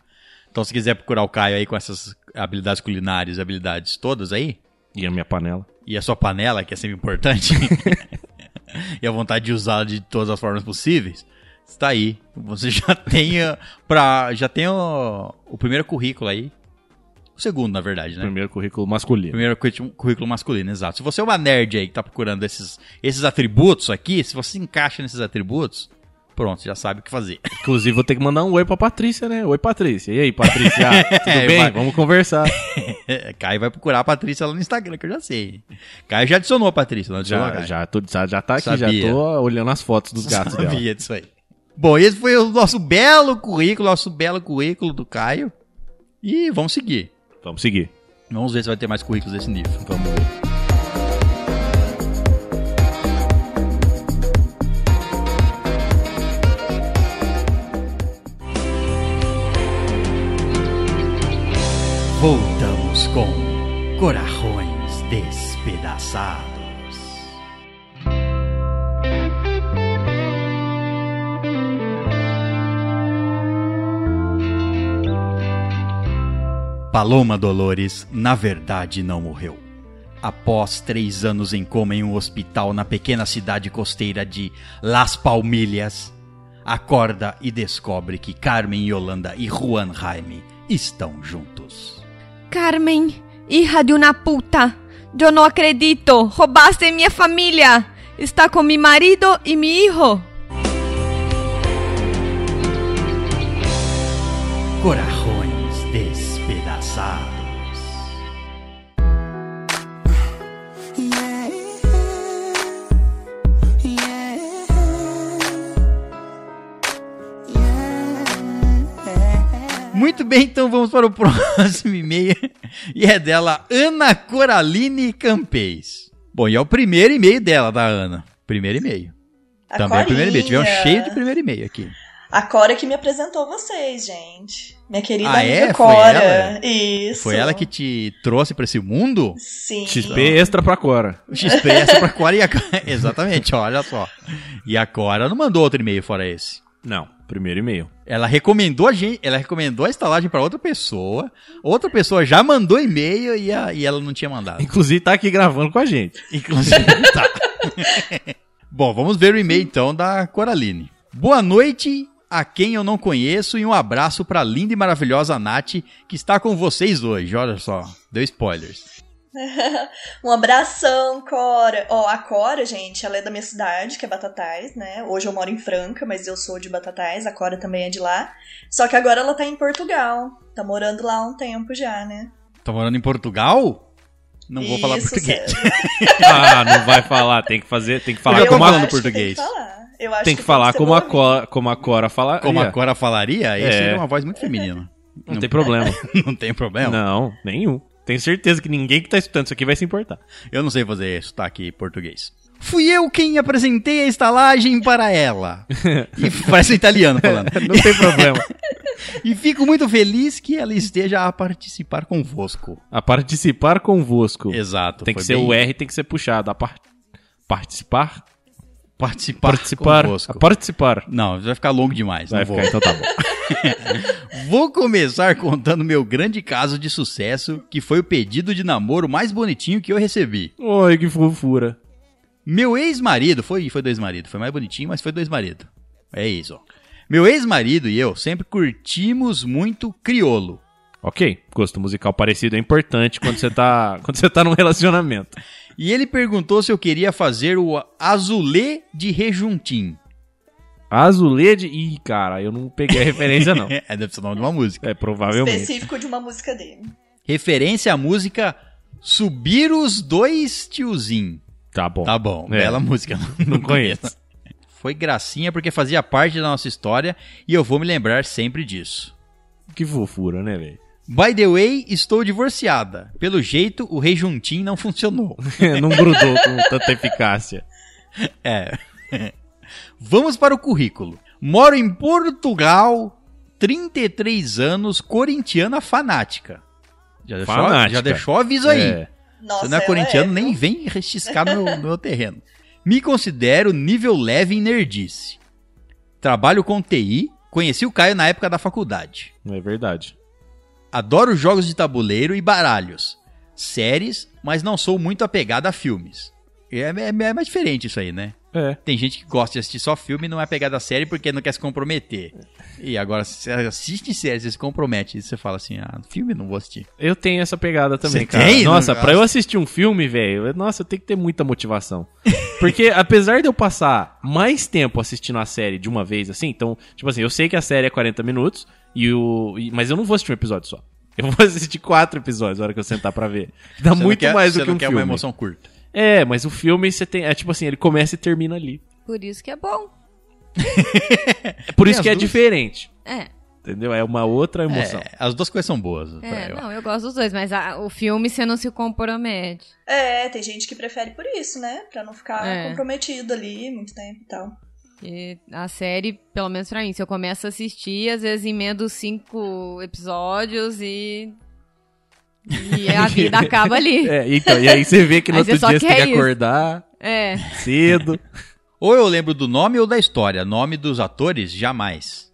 B: Então, se quiser procurar o Caio aí com essas habilidades culinárias, habilidades todas aí,
C: E a minha panela.
B: e a sua panela, que é sempre importante, e a vontade de usá-la de todas as formas possíveis, está aí. Você já tem, eh, pra, já tem o, o primeiro currículo aí. O segundo, na verdade, né?
C: Primeiro currículo masculino.
B: Primeiro currículo- currículo masculino, exato. Se você é uma nerd aí que tá procurando esses, esses atributos aqui, se você se encaixa nesses atributos, pronto, você já sabe o que fazer.
C: Inclusive, vou ter que mandar um oi pra Patrícia, né? Oi, Patrícia. E aí, Patrícia? Ah,
B: É,
C: tudo bem?
B: vai.
C: Vamos conversar.
B: Caio vai procurar a Patrícia lá no Instagram, que eu já sei. Caio já adicionou a Patrícia, não adicionou?
C: Já,
B: Caio?
C: já, tô, já, já tá aqui, já
B: Sabia.
C: tô olhando as fotos dos gatos
B: Sabia
C: dela.
B: disso aí. Bom, esse foi o nosso belo currículo, nosso belo currículo do Caio. E vamos seguir.
C: Vamos seguir.
B: Vamos ver se vai ter mais currículos desse nível.
C: Vamos ver.
B: Voltamos com Corajões Despedaçados. Paloma Dolores, na verdade, não morreu. Após três anos em coma em um hospital na pequena cidade costeira de Las Palmilhas, acorda e descobre que Carmen Yolanda e Juan Jaime estão juntos.
D: Carmen, hija de una puta. Yo no acredito. Roubaste minha família. Está com mi marido e mi hijo.
B: Corajões despedaçados. bem, então vamos para o próximo e-mail. E é dela, Ana Coraline Campês. Bom, e é o primeiro e-mail dela, da Ana. Primeiro e-mail.
E: A
B: Também é o primeiro e-mail. Tivemos
E: Corinha.
B: cheio de primeiro e-mail aqui.
E: A Cora que me apresentou vocês, gente. Minha querida
B: Ah,
E: amiga
B: é? Foi
E: Cora.
B: ela?
E: Isso.
B: Foi ela que te trouxe pra esse mundo?
E: Sim.
C: XP extra pra Cora.
B: O XP é essa pra Cora e a Cora. Exatamente, olha só. E a Cora não mandou outro e-mail fora esse.
C: Não, primeiro e-mail.
B: Ela recomendou a gente, ela recomendou a instalagem pra outra pessoa. Outra pessoa já mandou e-mail e, a- e ela não tinha mandado.
C: Inclusive tá aqui gravando com a gente.
B: Inclusive, tá. Bom, vamos ver o e-mail então da Coraline. Boa noite a quem eu não conheço e um abraço pra linda e maravilhosa Nath que está com vocês hoje. Olha só, deu spoilers.
E: Um abração, Cora. Ó, a Cora, gente, ela é da minha cidade, que é Batatais, né? Hoje eu moro em Franca, mas eu sou de Batatais, a Cora também é de lá. Só que agora ela tá em Portugal. Tá morando lá há um tempo já, né?
B: Tá morando em Portugal? Não vou falar
E: Isso,
B: português.
E: César.
C: Ah, não vai falar, tem que fazer, tem que falar
B: Eu
C: como
B: acho
C: a,
B: no
E: que tem
B: português.
E: que falar. Eu acho
C: tem que
E: ser
C: falar como a
E: bom.
C: Cora, como a Cora fala.
B: Como a Cora falaria,
C: É.
B: esse seria uma voz muito feminina.
C: Não tem problema.
B: Não tem problema.
C: Não, nenhum. Tenho certeza que ninguém que tá escutando isso aqui vai se importar.
B: Eu não sei fazer sotaque em português. Fui eu quem apresentei a estalagem para ela. E parece um italiano falando.
C: Não tem problema.
B: E fico muito feliz que ela esteja a participar convosco.
C: A participar convosco.
B: Exato.
C: Tem que
B: foi
C: ser
B: bem
C: o R, tem que ser puxado. A par- participar,
B: Participar,
C: participar,
B: convosco.
C: a participar.
B: Não, vai ficar longo demais.
C: Vai
B: não vou.
C: ficar, então tá bom.
B: Vou começar contando meu grande caso de sucesso, que foi o pedido de namoro mais bonitinho que eu recebi.
C: Oi, que fofura.
B: Meu ex-marido, foi, foi do ex-marido, foi mais bonitinho, mas foi do ex-marido. É isso, ó. Meu ex-marido e eu sempre curtimos muito criolo.
C: Ok, gosto musical parecido é importante quando você tá, quando você tá num relacionamento.
B: E ele perguntou se eu queria fazer o azulê de rejuntim.
C: Azulede, ih, cara, eu não peguei a referência não.
B: É, deve ser o nome de uma música.
C: É, provavelmente.
E: Específico de uma música dele.
B: Referência à música Subir os Dois Tiozinho.
C: Tá bom.
B: Tá bom,
C: É.
B: bela música.
C: Não conheço.
B: Foi gracinha porque fazia parte da nossa história e eu vou me lembrar sempre disso.
C: Que fofura, né, velho?
B: By the way, estou divorciada. Pelo jeito, o rejuntim não funcionou.
C: não grudou com tanta eficácia.
B: É. Vamos para o currículo. Moro em Portugal, 33 anos, corintiana fanática. Já deixou,
C: Fanática.
B: já deixou aviso aí.
C: É.
E: Nossa,
B: Você não é
E: ela
B: corintiano,
E: é,
B: nem
E: viu?
B: vem rechiscar no meu, no meu terreno. Me considero nível leve em nerdice. Trabalho com TI, conheci o Caio na época da faculdade.
C: É verdade.
B: Adoro jogos de tabuleiro e baralhos. Séries, mas não sou muito apegado a filmes. É, é, é mais diferente isso aí, né?
C: É.
B: Tem gente que gosta de assistir só filme e não é pegada a série porque não quer se comprometer. E agora, se você assiste série, você se compromete. E você fala assim, ah, filme não vou assistir.
C: Eu tenho essa pegada também,
B: Você
C: cara.
B: tem? né,
C: Nossa,
B: Não
C: pra eu assistir um filme, velho, eu- nossa, eu tenho que ter muita motivação. Porque apesar de eu passar mais tempo assistindo a série de uma vez, assim, então, tipo assim, eu sei que a série é 40 minutos, e o. e- mas eu não vou assistir um episódio só. Eu vou assistir quatro episódios na hora que eu sentar pra ver.
B: Você
C: Dá
B: não
C: muito
B: quer-
C: mais do
B: você
C: que um
B: não quer
C: filme.
B: uma emoção curta.
C: É, mas o filme você tem. É tipo assim, ele começa e termina ali.
D: Por isso que é bom.
C: É por
B: Tem
C: isso
B: as
C: que é
B: duas.
C: diferente.
D: É,
C: Entendeu? É uma outra emoção.
B: É, as duas coisas são boas. pra
D: é
B: eu.
D: não, eu gosto dos dois, mas a- o filme você não se compromete.
E: É, tem gente que prefere por isso, né? Pra não ficar
D: É.
E: comprometido ali muito tempo e tal.
D: E a série, pelo menos pra mim, se eu começo a assistir, às vezes emendo cinco episódios e. E a vida acaba ali.
C: É, então, e aí você vê que no
D: Aí
C: outro
D: você só
C: dia você
D: quer
C: tem que
D: isso.
C: acordar
D: É.
C: cedo.
B: Ou eu lembro do nome ou da história. Nome dos atores, jamais.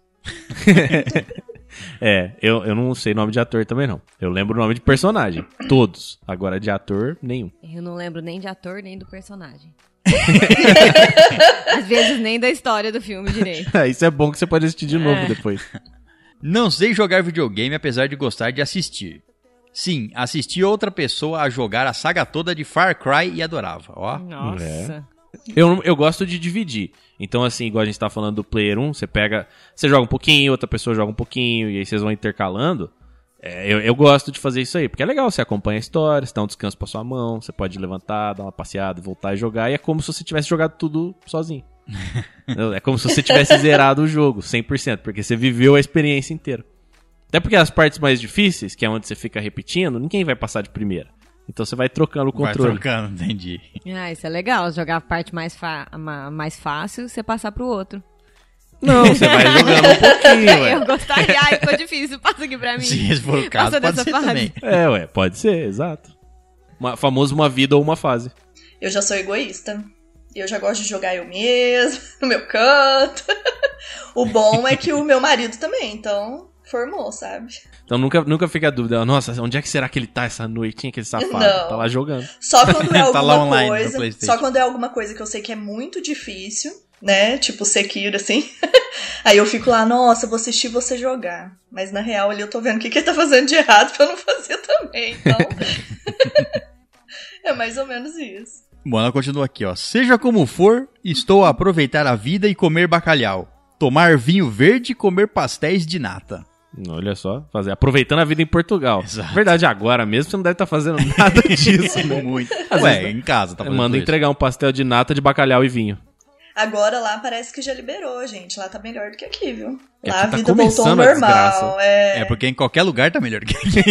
C: É, eu, eu não sei nome de ator também não. Eu lembro o nome de personagem. Todos. Agora de ator, nenhum.
D: Eu não lembro nem de ator, nem do personagem. Às vezes nem da história do filme direito.
C: Isso é bom que você pode assistir de novo
D: É.
C: depois.
B: Não sei jogar videogame apesar de gostar de assistir. Sim, assisti outra pessoa a jogar a saga toda de Far Cry e adorava. Ó,
D: Nossa.
C: Eu, não- eu gosto de dividir. Então, assim, igual a gente tá falando do player 1, você pega. Você joga um pouquinho, outra pessoa joga um pouquinho, e aí vocês vão intercalando. É, eu, eu gosto de fazer isso aí, porque é legal, você acompanha a história, você dá um descanso pra sua mão, você pode levantar, dar uma passeada, voltar e jogar, e é como se você tivesse jogado tudo sozinho. é como se você tivesse zerado o jogo, 100%, porque você viveu a experiência inteira. Até porque as partes mais difíceis, que é onde você fica repetindo, ninguém vai passar de primeira. Então você vai trocando o
B: Vai
C: controle.
B: trocando, entendi.
D: Ah, isso é legal. Jogar a parte mais, fa ma- mais fácil, você passar pro outro.
C: Não, você vai jogando um pouquinho, ué.
D: Eu gostaria. Ai, ficou difícil. Passa aqui pra mim.
B: Se esse for o caso,
D: Passa
B: pode
D: dessa
B: ser
D: fase.
B: também.
C: É, ué, pode ser, exato. Uma, famoso uma vida ou uma fase.
E: Eu já sou egoísta. Eu já gosto de jogar eu mesma, no meu canto. O bom é que o meu marido também, então formou, sabe?
C: Então nunca, nunca fica a dúvida, nossa, onde é que será que ele tá essa noite, hein, aquele safado?
E: Não.
C: Tá lá jogando.
E: Só quando é
B: Tá
E: alguma
B: lá online no
E: coisa.
B: PlayStation.
E: Só quando é alguma coisa que eu sei que é muito difícil, né? Tipo Sekiro, assim. Aí eu fico lá, nossa, vou assistir você jogar. Mas na real ali eu tô vendo o que, que ele tá fazendo de errado pra eu não fazer também. Então. é mais ou menos isso.
B: Bom, ela continua aqui, ó. Seja como for, estou a aproveitar a vida e comer bacalhau. Tomar vinho verde e comer pastéis de nata.
C: Hum, Olha só, fazer, aproveitando a vida em Portugal.
B: Exato.
C: Verdade, agora mesmo você não deve estar fazendo nada disso, né?
B: Muito.
C: Às
B: Ué,
C: vezes-
B: em casa, tá fazendo
C: Manda
B: isso.
C: entregar um pastel de nata de bacalhau e vinho.
E: Agora lá parece que já liberou, gente. Lá tá melhor do que aqui, viu?
C: É,
E: lá a
C: tá
E: vida voltou ao
C: começando a
E: normal.
C: desgraça.
E: É.
B: É, porque em qualquer lugar tá melhor que aqui.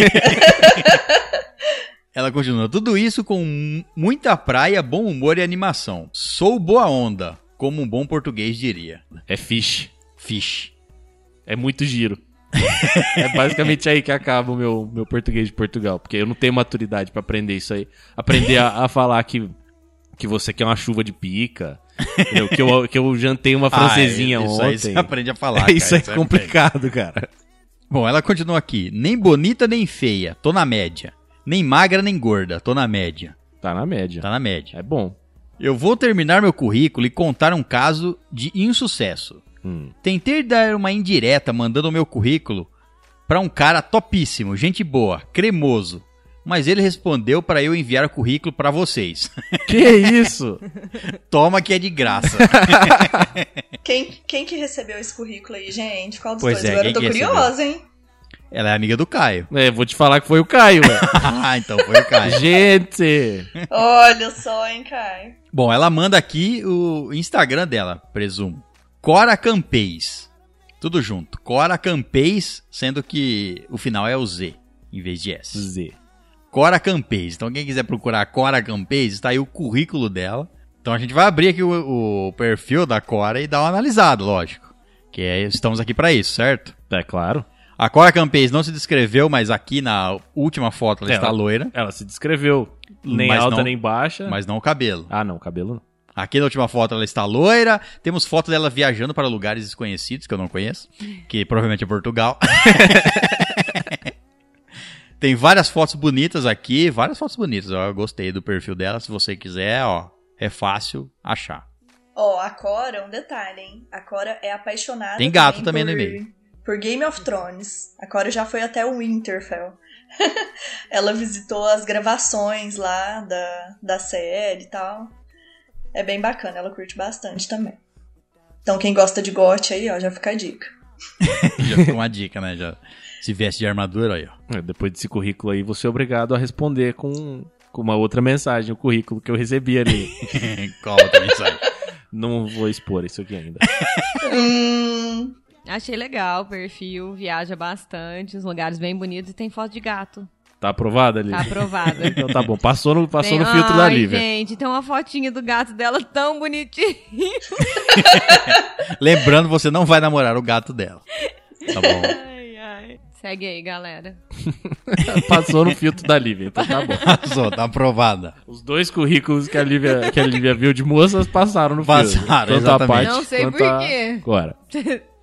B: Ela continua. Tudo isso com mu- muita praia, bom humor e animação. Sou boa onda, como um bom português diria.
C: É fish.
B: Fish.
C: É muito giro. é basicamente aí que acaba o meu, meu português de Portugal, porque eu não tenho maturidade pra aprender isso aí. Aprender a, a falar que, que você quer uma chuva de pica, entendeu? que, eu, que eu jantei uma francesinha
B: ah, isso
C: ontem.
B: Aí você aprende a falar. cara,
C: isso é
B: aí
C: complicado, cara.
B: Bom, ela continua aqui. Nem bonita nem feia, tô na média. Nem magra nem gorda, tô na média.
C: Tá na média.
B: Tá na média.
C: É bom.
B: Eu vou terminar meu currículo e contar um caso de insucesso.
C: Hum.
B: Tentei dar uma indireta mandando o meu currículo pra um cara topíssimo, gente boa, cremoso. Mas ele respondeu pra eu enviar o currículo pra vocês.
C: Que isso?
B: Toma que é de graça.
E: Quem, quem que recebeu esse currículo aí, gente? Qual dos
B: Pois
E: dois?
B: é,
E: Agora
B: quem
E: eu tô
B: que recebeu?
E: curiosa, hein?
B: Ela é amiga do Caio.
C: é, vou te falar que foi o Caio, velho.
B: ah, então foi o Caio.
C: Gente!
E: Olha só, hein, Caio.
B: Bom, ela manda aqui o Instagram dela, presumo. Cora Campeis. Tudo junto. Cora Campeis, sendo que o final é o Z, em vez de S.
C: Z.
B: Cora Campeis. Então, quem quiser procurar a Cora Campeis, está aí o currículo dela. Então, a gente vai abrir aqui o, o perfil da Cora e dar uma analisada, lógico. Que é, estamos aqui para isso, certo?
C: É claro.
B: A Cora Campeis não se descreveu, mas aqui na última foto ela
C: É,
B: está
C: ela- É.
B: loira,
C: Ela se descreveu. Nem
B: Mas
C: alta,
B: não-
C: nem baixa.
B: mas não o cabelo.
C: Ah, não, cabelo não.
B: Aqui na última foto ela está loira. Temos foto dela viajando para lugares desconhecidos que eu não conheço, que provavelmente é Portugal. Tem várias fotos bonitas aqui, várias fotos bonitas. ó, Eu gostei do perfil dela. Se você quiser, ó, é fácil achar.
E: Ó, a Cora, um detalhe, hein? A Cora é apaixonada.
B: Tem gato também no
E: por-
B: e-mail.
E: Por Game of Thrones. A Cora já foi até o Winterfell. Ela visitou as gravações lá da, da série e tal. É bem bacana, ela curte bastante também. Então, quem gosta de gote aí, ó, já fica a dica.
B: Já fica uma dica, né? Já se veste de armadura aí, ó.
C: É, Depois desse currículo aí, você é obrigado a responder com, com uma outra mensagem, o currículo que eu recebi ali.
B: Qual a outra mensagem?
C: não vou expor isso aqui ainda.
E: hum,
D: Achei legal o perfil, viaja bastante, uns lugares bem bonitos e tem foto de gato.
C: Tá aprovado ali?
D: Tá aprovada.
C: Então tá bom, passou no,
D: Tem-
C: passou no filtro da
D: Ai,
C: Lívia.
D: gente, tem uma fotinha do gato dela tão bonitinho.
B: Lembrando, você não vai namorar o gato dela. Tá bom?
D: Ai, ai. Segue aí, galera.
C: Passou no filtro da Lívia, então tá bom.
B: Passou, tá aprovada.
C: Os dois currículos que a Lívia, que a Lívia viu de moças passaram no filtro.
B: Passaram,
C: Tanto a
B: exatamente.
C: Paty
D: Não sei
C: quanto
D: por
C: a-
D: quê.
C: Agora.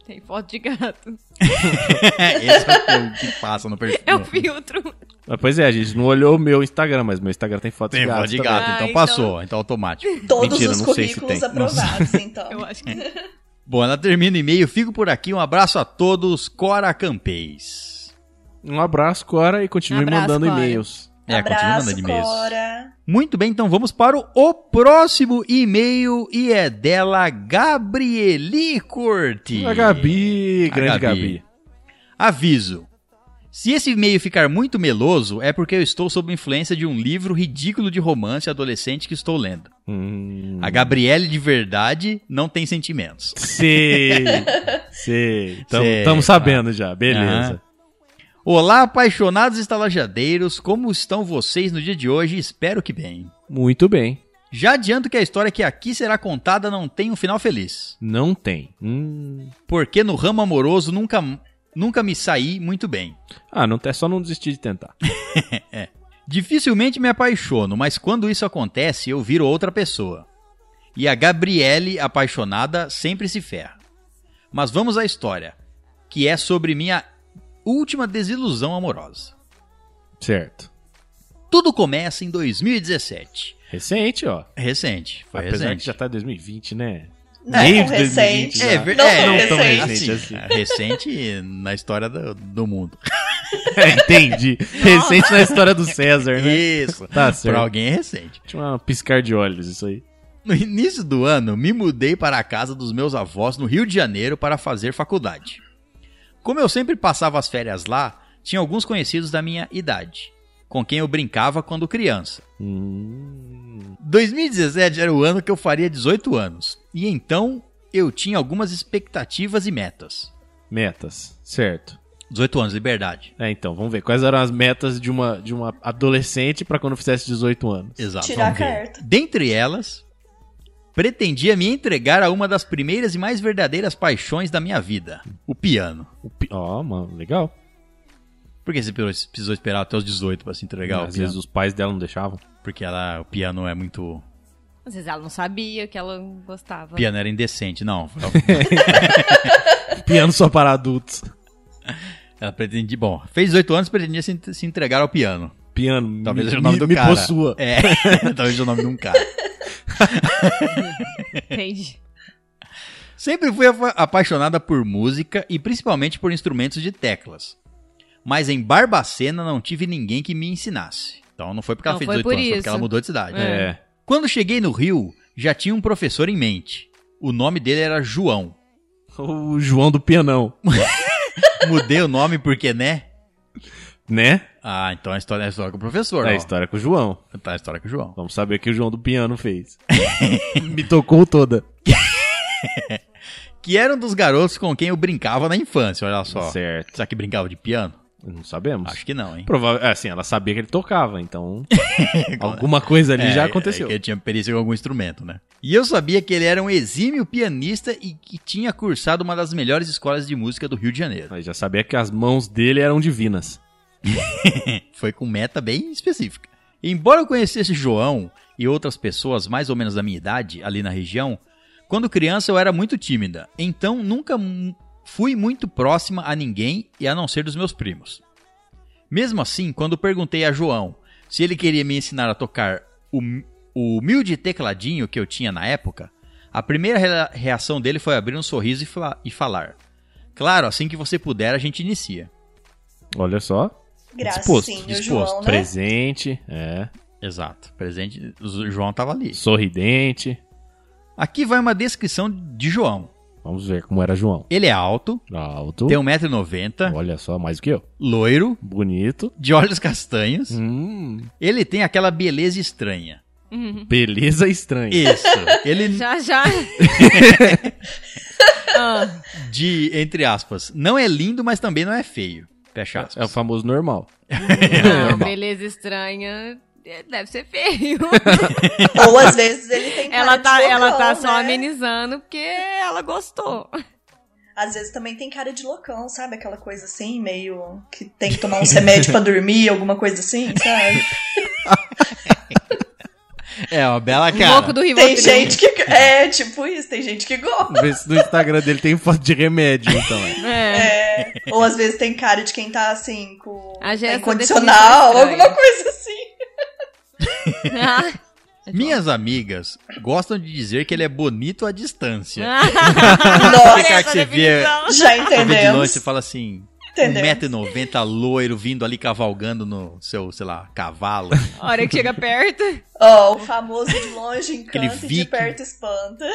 D: tem foto de gato.
B: Esse é o que passa no perfil.
D: É o filtro.
C: Mas, pois é, a gente não olhou o meu Instagram, mas meu Instagram tem foto
B: Tem
C: de gato.
B: voz de
C: também.
B: gato,
D: Ah,
B: então
D: então-
B: passou, então automático.
E: todos
C: Mentira,
E: os
C: não sei É, se
E: currículos
C: tem.
E: aprovados, então.
D: Eu acho que
B: Bom, ela termina o e-mail. Fico por aqui. Um abraço a todos. Cora Campeis.
C: Um abraço, Cora, e continue
D: Abraço,
C: mandando
D: Cora.
C: e-mails.
B: É,
E: Abraço,
B: de
E: Cora.
B: Muito bem, então vamos para o, o próximo e-mail e é dela Gabrieli Corte.
C: A Gabi,
B: A
C: grande
B: Gabi.
C: Gabi.
B: Aviso. Se esse e-mail ficar muito meloso, é porque eu estou sob influência de um livro ridículo de romance adolescente que estou lendo.
C: Hum.
B: A Gabriele de verdade não tem sentimentos.
C: Sei. Sei.
B: Sei,
C: Estamos sabendo já, beleza.
B: Olá, apaixonados estalajadeiros, como estão vocês no dia de hoje? Espero que bem.
C: Muito bem.
B: Já adianto que a história que aqui será contada não tem um final feliz,
C: Não tem. Hum.
B: porque no ramo amoroso nunca, nunca me saí muito bem.
C: Ah, não, é só não desistir de tentar.
B: Dificilmente me apaixono, mas quando isso acontece eu viro outra pessoa. E a Gabriele, apaixonada, sempre se ferra. Mas vamos à história, que é sobre minha última desilusão amorosa.
C: Certo.
B: Tudo começa em 2017.
C: Recente, ó.
B: Recente, foi
C: Apesar
B: recente.
C: que já tá em 2020, né?
E: Não,
C: Nem
E: é
C: 2020
E: recente.
C: já.
B: É, ver-
E: Não
B: é,
E: tão
B: não tão
E: recente.
B: recente assim. É, recente na história do, do mundo.
C: É, entendi. Recente na história do
B: É
C: César, né?
B: Isso.
C: Tá
B: Pra
C: certo.
B: alguém é recente.
C: Tinha uma piscar de olhos isso aí.
B: No início do ano, me mudei para a casa dos meus avós no Rio de Janeiro para fazer faculdade. Como eu sempre passava as férias lá, tinha alguns conhecidos da minha idade, com quem eu brincava quando criança.
C: Hum.
B: 2017 era o ano que eu faria 18 anos, e então eu tinha algumas expectativas e metas.
C: Metas, certo.
B: 18 anos, liberdade.
C: É, então, vamos ver. Quais eram as metas de uma, de uma adolescente pra quando fizesse 18 anos?
B: Exato.
E: Tirar
B: vamos ver.
E: carta.
B: Dentre elas, pretendia me entregar a uma das primeiras e mais verdadeiras paixões da minha vida, o piano.
C: O pi- Ó, mano, legal.
B: Por que você precisou precisou esperar até os 18 pra se entregar ao
C: Às
B: piano?
C: vezes os pais dela não deixavam.
B: Porque ela, o piano é muito.
D: Às vezes ela não sabia que ela gostava.
B: O piano era indecente, não.
C: Piano só para adultos.
B: Ela pretendia. Bom, fez 18 anos pretendia se en- se entregar ao piano.
C: Piano,
B: Talvez
C: me,
B: seja o nome
C: me,
B: do
C: me
B: cara.
C: possua.
B: É, talvez seja o nome de um cara.
D: Entende?
B: Sempre fui apa- apaixonada por música e principalmente por instrumentos de teclas. Mas em Barbacena não tive ninguém que me ensinasse. Então não foi porque ela
D: Não,
B: fez
D: foi
B: 18
D: por
B: anos, foi porque
D: isso.
B: ela mudou de cidade.
D: É.
C: É.
B: Quando cheguei no Rio, já tinha um professor em mente. O nome dele era João.
C: O João do Pianão,
B: Mudei o nome porque, né?
C: né?
B: Ah, então a história é a história com o professor.
C: É a
B: ó.
C: história com o João.
B: Tá a história com o João.
C: Vamos saber o que o João do Piano fez. me tocou toda.
B: Que era um dos garotos com quem eu brincava na infância, olha só.
C: Certo.
B: Será que brincava de piano?
C: Não sabemos.
B: Acho que não, hein?
C: Provável, é, assim, ela sabia que ele tocava, então alguma coisa ali
B: É,
C: já
B: é
C: aconteceu.
B: que ele tinha perícia com algum instrumento, né? E eu sabia que ele era um exímio pianista e que tinha cursado uma das melhores escolas de música do Rio de Janeiro.
C: Aí já sabia que as mãos dele eram divinas.
B: Foi com meta bem específica. Embora eu conhecesse João e outras pessoas mais ou menos da minha idade ali na região, quando criança eu era muito tímida, então nunca mu- fui muito próxima a ninguém e a não ser dos meus primos. Mesmo assim, quando perguntei a João se ele queria me ensinar a tocar o, o humilde tecladinho que eu tinha na época, a primeira rea- reação dele foi abrir um sorriso e, fla- e falar: Claro, assim que você puder, a gente inicia.
C: Olha só.
E: Gracinha,
B: disposto,
E: João, né?
C: Presente, é.
B: Exato, presente, o João estava ali.
C: Sorridente.
B: Aqui vai uma descrição de João.
C: Vamos ver como era João.
B: Ele é alto,
C: Alto.
B: tem 1,90m,
C: Olha só, mais do que eu.
B: loiro,
C: Bonito.
B: de olhos castanhos.
C: Hum,
B: Ele tem aquela beleza estranha.
D: Uhum.
C: beleza estranha.
B: Isso. Ele,
D: Já, já. Ah,
B: de, entre aspas, não é lindo, mas também não é feio. Fecha
C: É o
B: aspas.
C: famoso normal.
D: não,
B: normal.
D: ah, beleza estranha. é, Deve ser feio.
E: Ou às vezes ele tem cara
D: ela
E: de
D: tá,
E: loucão,
D: ela tá só
E: né?
D: amenizando porque ela gostou.
E: Às vezes também tem cara de loucão, sabe? Aquela coisa assim, meio que tem que tomar uns remédios pra dormir, alguma coisa assim, sabe?
B: É uma bela
D: Um pouco do Rivotril.
E: Tem gente que. É, tipo isso, tem gente que gosta.
C: Vê se no Instagram dele tem foto de remédio, então. é.
D: É.
E: Ou às vezes tem cara de quem tá assim, com
D: A Jéssica definiu
E: incondicional,
D: que é
E: alguma coisa assim.
D: Ah.
B: Minhas amigas gostam de dizer que ele é bonito à distância.
D: Ah,
E: Nossa,
B: Aquele cara que
D: Essa
B: você vê,
D: definição.
B: você vê
E: Já
B: de longe,
E: entendemos.
B: você fala assim...
E: Entendemos.
B: 1,90m loiro vindo ali cavalgando no seu, sei lá, cavalo.
D: A hora que chega perto.
E: Ó, o famoso de longe
B: Aquele
E: encanta e de
B: viking.
E: perto espanta.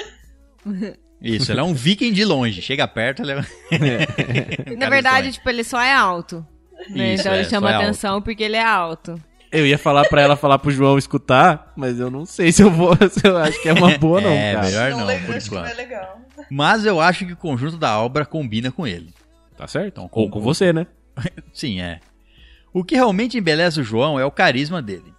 B: Isso, ele é um viking de longe. Chega perto, ele é...
D: Na verdade, tipo, ele só é alto. né?
B: Isso,
D: então
B: é,
D: ele
B: só
D: chama
B: é alto.
D: atenção porque ele é alto.
C: Eu ia falar pra ela falar pro João escutar, mas eu não sei se eu vou, se eu acho que é uma boa, não,
B: É,
C: cara.
B: melhor. Pior não,
E: le-
B: por
E: acho que não é
B: enquanto.
E: legal.
B: Mas eu acho que o conjunto da obra combina com ele.
C: Tá certo?
B: Então,
C: Ou com você, né?
B: Sim, é. O que realmente embeleza o João é o carisma dele.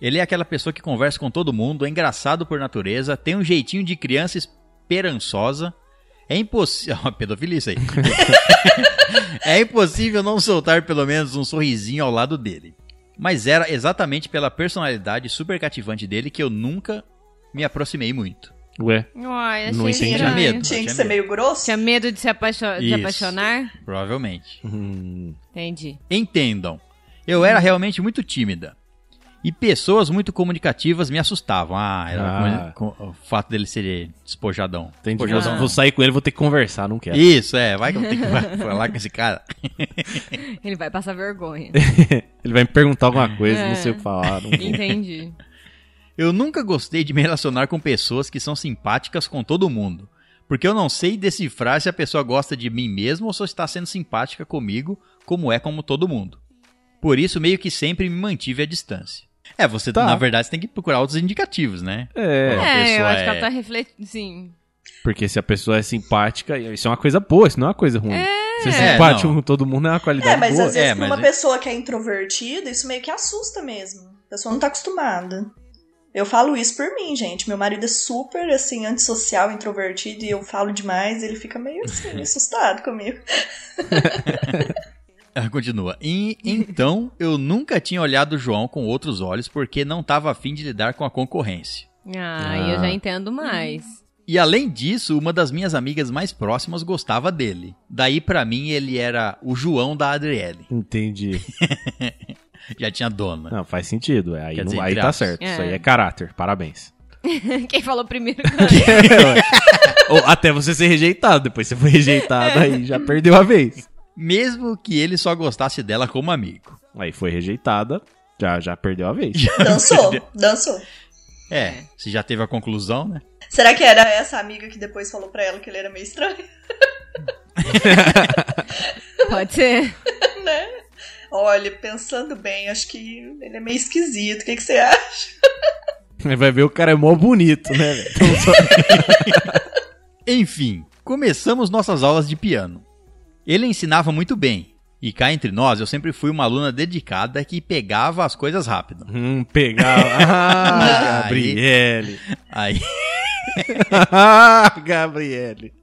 B: Ele é aquela pessoa que conversa com todo mundo, é engraçado por natureza, tem um jeitinho de criança esperançosa. É impossível. pedofilia isso aí. é impossível não soltar pelo menos um sorrisinho ao lado dele. Mas era exatamente pela personalidade super cativante dele que eu nunca me aproximei muito.
C: Ué.
D: Ai,
C: Não
D: achei
C: entendi.
D: estranho.
B: Tinha medo.
E: Tinha que
B: Tinha
E: ser
B: medo.
E: meio grosso.
D: Tinha medo de se apaixo- de
B: Isso.
D: apaixonar?
B: Provavelmente.
C: Hum.
D: Entendi.
B: Entendam, eu era realmente muito tímida. E pessoas muito comunicativas me assustavam. Ah, era
C: Ah.
B: com- com- o fato dele ser despojadão.
C: Entendi.
B: Despojadão.
D: Ah.
C: Vou sair com ele, vou ter que conversar, não quero.
B: Isso, é. Vai que eu tenho que vai falar com esse cara.
D: Ele vai passar vergonha.
C: Ele vai me perguntar alguma coisa, não sei o que falar. não vou.
D: Entendi.
B: Eu nunca gostei de me relacionar com pessoas que são simpáticas com todo mundo. Porque eu não sei decifrar se a pessoa gosta de mim mesmo ou só está sendo simpática comigo, como é como todo mundo. Por isso, meio que sempre me mantive à distância. É, você,
C: Tá.
B: na verdade, você tem que procurar outros indicativos, né?
C: É,
B: Uma
D: É, eu
B: pessoa
D: acho que
B: é-
D: ela tá refletindo. Sim.
C: porque se a pessoa é simpática, isso é uma coisa boa, isso não é uma coisa ruim. Ser
B: É,
C: simpático
B: não.
C: com todo mundo é uma qualidade
E: É, mas
C: boa.
E: às vezes
B: É,
E: pra
B: mas
E: uma
B: é-
E: pessoa que é introvertida, isso meio que assusta mesmo. A pessoa não tá acostumada. Eu falo isso por mim, gente. Meu marido é super, assim, antissocial, introvertido, e eu falo demais, ele fica meio assim, assustado comigo.
B: Ah, Continua. E, então, eu nunca tinha olhado o João com outros olhos porque não estava afim de lidar com a concorrência.
D: Ah,
C: Ah.
D: eu já entendo mais.
B: E além disso, uma das minhas amigas mais próximas gostava dele. Daí, pra mim, ele era o João da Adriele.
C: Entendi.
B: Já tinha dona.
C: Não, faz sentido. é, Aí,
B: Quer
C: não-
B: dizer,
C: aí tá
B: graças.
C: certo. Isso
D: É.
C: aí é caráter. Parabéns.
E: Hum.
D: Quem falou primeiro?
C: Ou até você ser rejeitado, depois você foi rejeitado, aí já perdeu a vez.
B: Mesmo que ele só gostasse dela como amigo.
C: Aí foi rejeitada, já, já perdeu a vez.
E: Dançou, dançou.
B: É, você já teve a conclusão, né?
E: Será que era essa amiga que depois falou pra ela que ele era meio estranho,
D: Pode ser.
E: né? Olha, pensando bem, acho que ele é meio esquisito. O que, que você acha?
C: Aí vai ver o cara é mó bonito, né? velho? Então, só-
B: Enfim, começamos nossas aulas de piano. Ele ensinava muito bem. E cá entre nós, eu sempre fui uma aluna dedicada que pegava as coisas rápido.
C: Hum, pegar. Ah,
B: Aí.
C: Gabriele.
B: Aí.
C: Ah, Gabriele.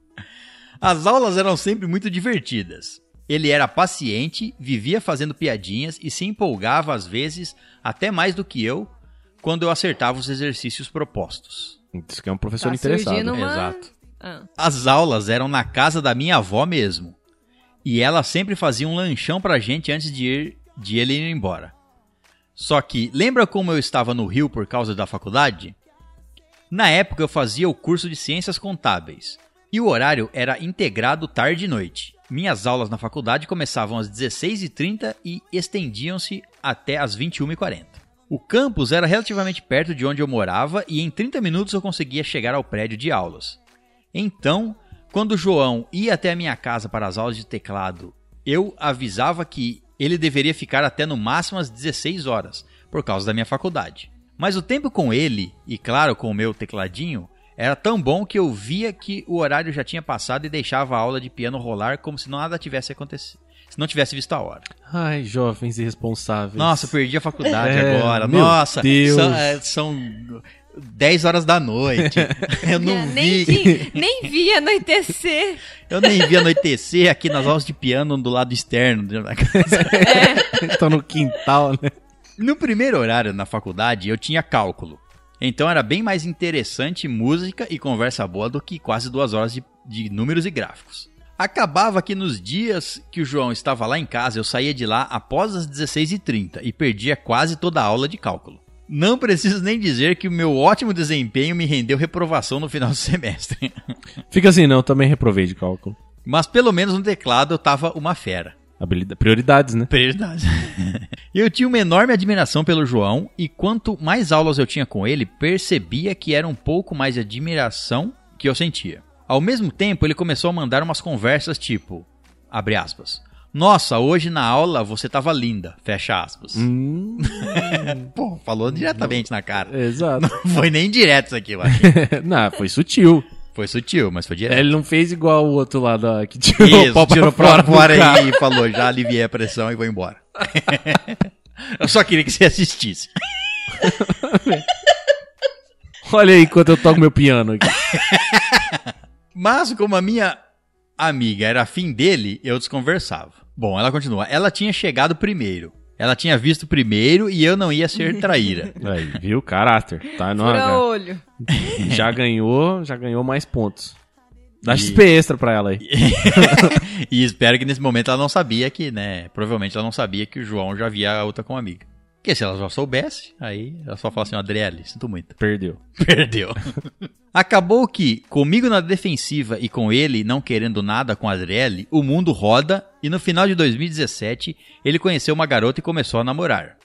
B: As aulas eram sempre muito divertidas. Ele era paciente, vivia fazendo piadinhas e se empolgava às vezes até mais do que eu quando eu acertava os exercícios propostos.
C: Isso que é um professor
D: Tá
C: interessado.
D: surgindo uma-
B: Exato.
D: Ah,
B: As aulas eram na casa da minha avó mesmo. E ela sempre fazia um lanchão pra gente antes de, ir, de ele ir embora. Só que, lembra como eu estava no Rio por causa da faculdade? Na época eu fazia o curso de Ciências Contábeis. E o horário era integrado tarde e noite. Minhas aulas na faculdade começavam às 16h30 e estendiam-se até às 21h40. O campus era relativamente perto de onde eu morava e em 30 minutos eu conseguia chegar ao prédio de aulas. Então, quando o João ia até a minha casa para as aulas de teclado, eu avisava que ele deveria ficar até no máximo às 16 horas, por causa da minha faculdade. Mas o tempo com ele, e claro, com o meu tecladinho, era tão bom que eu via que o horário já tinha passado e deixava a aula de piano rolar como se nada tivesse acontecido. Se não tivesse visto a hora.
C: Ai, jovens irresponsáveis.
B: Nossa, eu perdi a faculdade
C: É,
B: agora.
C: meu
B: Nossa,
C: Deus.
B: São, é, são 10 horas da noite. eu não
D: nem,
B: vi.
D: vi. nem vi anoitecer.
B: Eu nem vi anoitecer aqui nas aulas de piano do lado externo.
C: Tô no quintal, né?
B: No primeiro horário na faculdade, eu tinha cálculo. Então era bem mais interessante música e conversa boa do que quase duas horas de, de números e gráficos. Acabava que nos dias que o João estava lá em casa, eu saía de lá após as 16h30 e perdia quase toda a aula de cálculo. Não preciso nem dizer que o meu ótimo desempenho me rendeu reprovação no final do semestre.
C: Fica assim, não, também reprovei de cálculo.
B: Mas pelo menos no teclado eu tava uma fera.
C: Habilida- Prioridades, né?
B: Prioridade. eu tinha uma enorme admiração pelo João e quanto mais aulas eu tinha com ele, percebia que era um pouco mais de admiração que eu sentia. Ao mesmo tempo, ele começou a mandar umas conversas tipo, abre aspas, nossa, hoje na aula você tava linda, fecha aspas.
C: Hum,
B: Pô, falou diretamente na cara.
C: exato.
B: Foi nem direto isso aqui, eu acho.
C: não, foi sutil.
B: Foi sutil, mas foi direto.
C: É, Ele não fez igual o outro lá da, que tirou o
B: Isso,
C: pau pra
B: tirou
C: fora.
B: pra
C: do
B: fora
C: carro.
B: aí e falou, já aliviei a pressão e vou embora. Eu só queria que você assistisse.
C: Olha aí enquanto eu toco meu piano aqui.
B: Mas como a minha amiga era afim dele, eu desconversava. Bom, ela continua. Ela tinha chegado primeiro. Ela tinha visto primeiro e eu não ia ser traíra.
C: Aí, viu? Caráter. Tá, não,
D: Fura
C: já,
D: olho.
C: já ganhou, já ganhou mais pontos. Dá XP extra pra ela aí.
B: e espero que nesse momento ela não sabia que, né? Provavelmente ela não sabia que o João já via a outra com a amiga. Porque se ela já soubesse, aí ela só fala assim, Adriele, sinto muito.
C: Perdeu.
B: Perdeu. Acabou que, comigo na defensiva e com ele não querendo nada com a Adriele, o mundo roda e no final de 2017 ele conheceu uma garota e começou a namorar.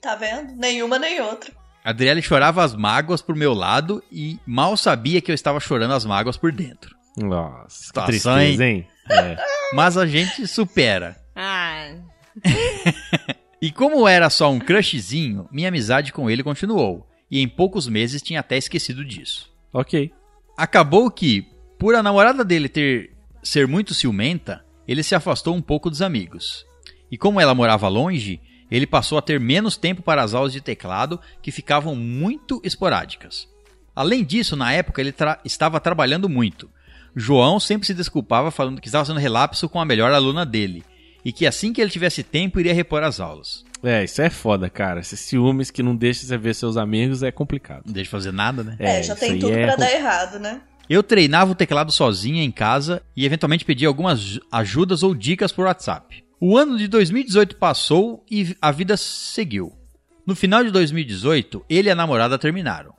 E: Tá vendo? Nenhuma nem outra.
B: A Adriele chorava as mágoas pro meu lado e mal sabia que eu estava chorando as mágoas por dentro.
C: Nossa, que
B: Situação,
C: tristeza, hein? É.
B: Mas a gente supera.
D: Ah,
B: E como era só um crushzinho, minha amizade com ele continuou. E em poucos meses tinha até esquecido disso.
C: Ok.
B: Acabou que, por a namorada dele ter ser muito ciumenta, ele se afastou um pouco dos amigos. E como ela morava longe, ele passou a ter menos tempo para as aulas de teclado, que ficavam muito esporádicas. Além disso, na época ele tra- estava trabalhando muito. João sempre se desculpava falando que estava sendo relapso com a melhor aluna dele, e que assim que ele tivesse tempo iria repor as aulas.
C: É, isso é foda, cara. Esses ciúmes que não deixa você ver seus amigos é complicado.
B: Não deixa de fazer nada, né?
E: É, já
C: isso
E: tem
C: aí
E: tudo
C: é
E: pra
C: com-
E: dar errado, né?
B: Eu treinava o teclado sozinha em casa e eventualmente pedia algumas aj- ajudas ou dicas por WhatsApp. O ano de 2018 passou e a vida seguiu. No final de 2018, ele e a namorada terminaram.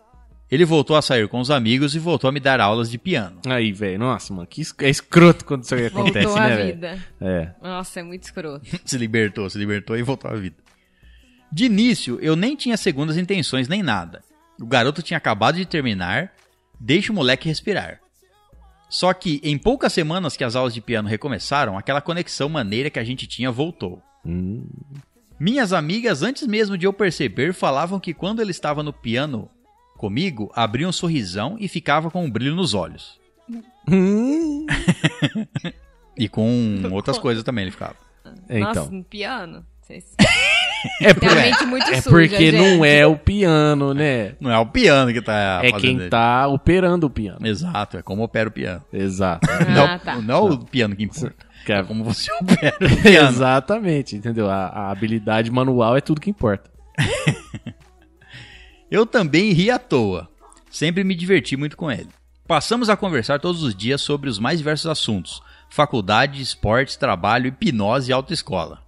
B: Ele voltou a sair com os amigos e voltou a me dar aulas de piano.
C: Aí, velho, nossa, mano, que es- é escroto quando isso aí acontece,
D: voltou
C: né,
D: à
C: velho?
D: vida.
C: É.
D: Nossa, é muito escroto.
B: se libertou, se libertou e voltou à vida. De início, eu nem tinha segundas intenções nem nada. O garoto tinha acabado de terminar, deixa o moleque respirar. Só que, em poucas semanas que as aulas de piano recomeçaram, aquela conexão maneira que a gente tinha voltou.
C: Hum,
B: Minhas amigas, antes mesmo de eu perceber, falavam que quando ele estava no piano comigo, abria um sorrisão e ficava com um brilho nos olhos. E com outras coisas também ele ficava.
C: então.
D: Nossa, um piano. Vocês
C: É,
D: têm a
C: por-
D: mente muito
C: é
D: suja,
C: porque não
D: gente.
C: é o piano, né?
B: Não é o piano que tá
C: É
B: fazendo
C: quem
B: ele.
C: tá operando o piano.
B: Exato, é como opera o piano.
C: Exato.
B: não,
D: Ah, tá.
B: não é o piano que importa.
C: Que
B: É
C: é-
B: como você opera o piano.
C: Exatamente, entendeu? A, a habilidade manual é tudo que importa.
B: Eu também ri à toa. Sempre me diverti muito com ele. Passamos a conversar todos os dias sobre os mais diversos assuntos: faculdade, esportes, trabalho, hipnose e autoescola.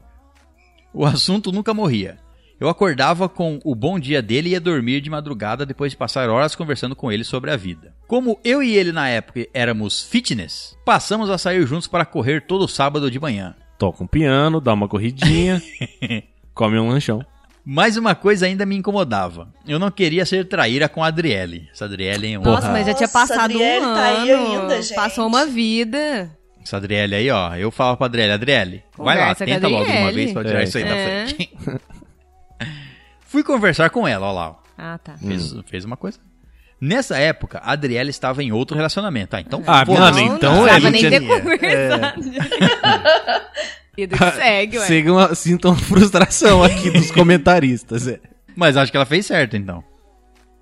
B: O assunto nunca morria. Eu acordava com o bom dia dele e ia dormir de madrugada depois de passar horas conversando com ele sobre a vida. Como eu e ele na época éramos fitness, passamos a sair juntos para correr todo sábado de manhã.
C: Toca um piano, dá uma corridinha, come um lanchão.
B: Mais uma coisa ainda me incomodava. Eu não queria ser traíra com a Adriele. Essa Adriele, é um hein?
D: Nossa,
B: Porra.
D: mas já tinha
E: Nossa,
D: passado um
E: Adriele
D: ano.
E: tá aí ainda, gente.
D: Passou uma vida.
B: Essa Adriele aí, ó. Eu falo pra Adriele, Adriele, vai lá,
D: Conversa com a
B: tenta logo uma
D: Adriele.
B: vez pra tirar
C: É.
B: isso aí
D: É.
B: da frente. Fui conversar com ela, ó lá. ó.
D: Ah, tá.
B: Fez,
C: Hum.
B: fez uma coisa. Nessa época, a Adriele estava em outro relacionamento. Ah, então. um
C: Ah,
B: foda-se.
C: mano, então
D: não
C: é,
D: precisava
C: não
D: nem
C: tinha-
D: ter conversado. Vida que segue, ué.
C: Sigam a- sintam a frustração aqui dos comentaristas. É.
B: Mas acho que ela fez certo, então.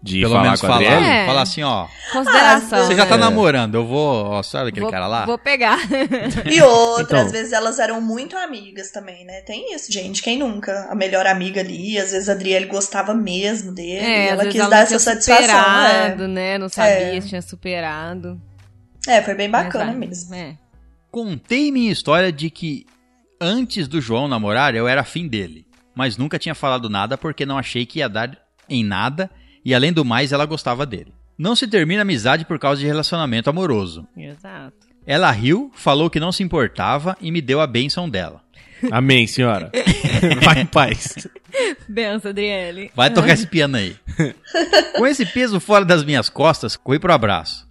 C: De
B: Pelo
C: falar
B: menos
C: com a
B: falar.
C: Adriele? É.
D: É.
B: Falar assim, ó.
D: Consideração.
B: Você já tá
D: né?
B: namorando, eu vou. Ó, sabe aquele
D: vou,
B: cara lá?
D: Vou pegar.
E: E outra,
C: Então.
E: às vezes elas eram muito amigas também, né? Tem isso, gente. Quem nunca? A melhor amiga ali, às vezes a Adriele gostava mesmo dele. e
D: É, às
E: ela
D: vezes
E: quis
D: ela
E: dar
D: não
E: essa
D: tinha
E: satisfação.
D: Superado,
E: É.
D: né? Não sabia se tinha superado.
E: É, foi bem bacana
D: Mas, ah,
E: mesmo.
D: É.
B: Contei minha história de que antes do João namorar eu era afim dele, mas nunca tinha falado nada porque não achei que ia dar em nada e além do mais ela gostava dele. Não se termina a amizade por causa de relacionamento amoroso.
D: Exato.
B: Ela riu, falou que não se importava e me deu a benção dela.
C: Amém, senhora. Vai em paz.
D: Benção, Adriele.
B: Vai tocar esse piano aí. Com esse peso fora das minhas costas, corri pro abraço.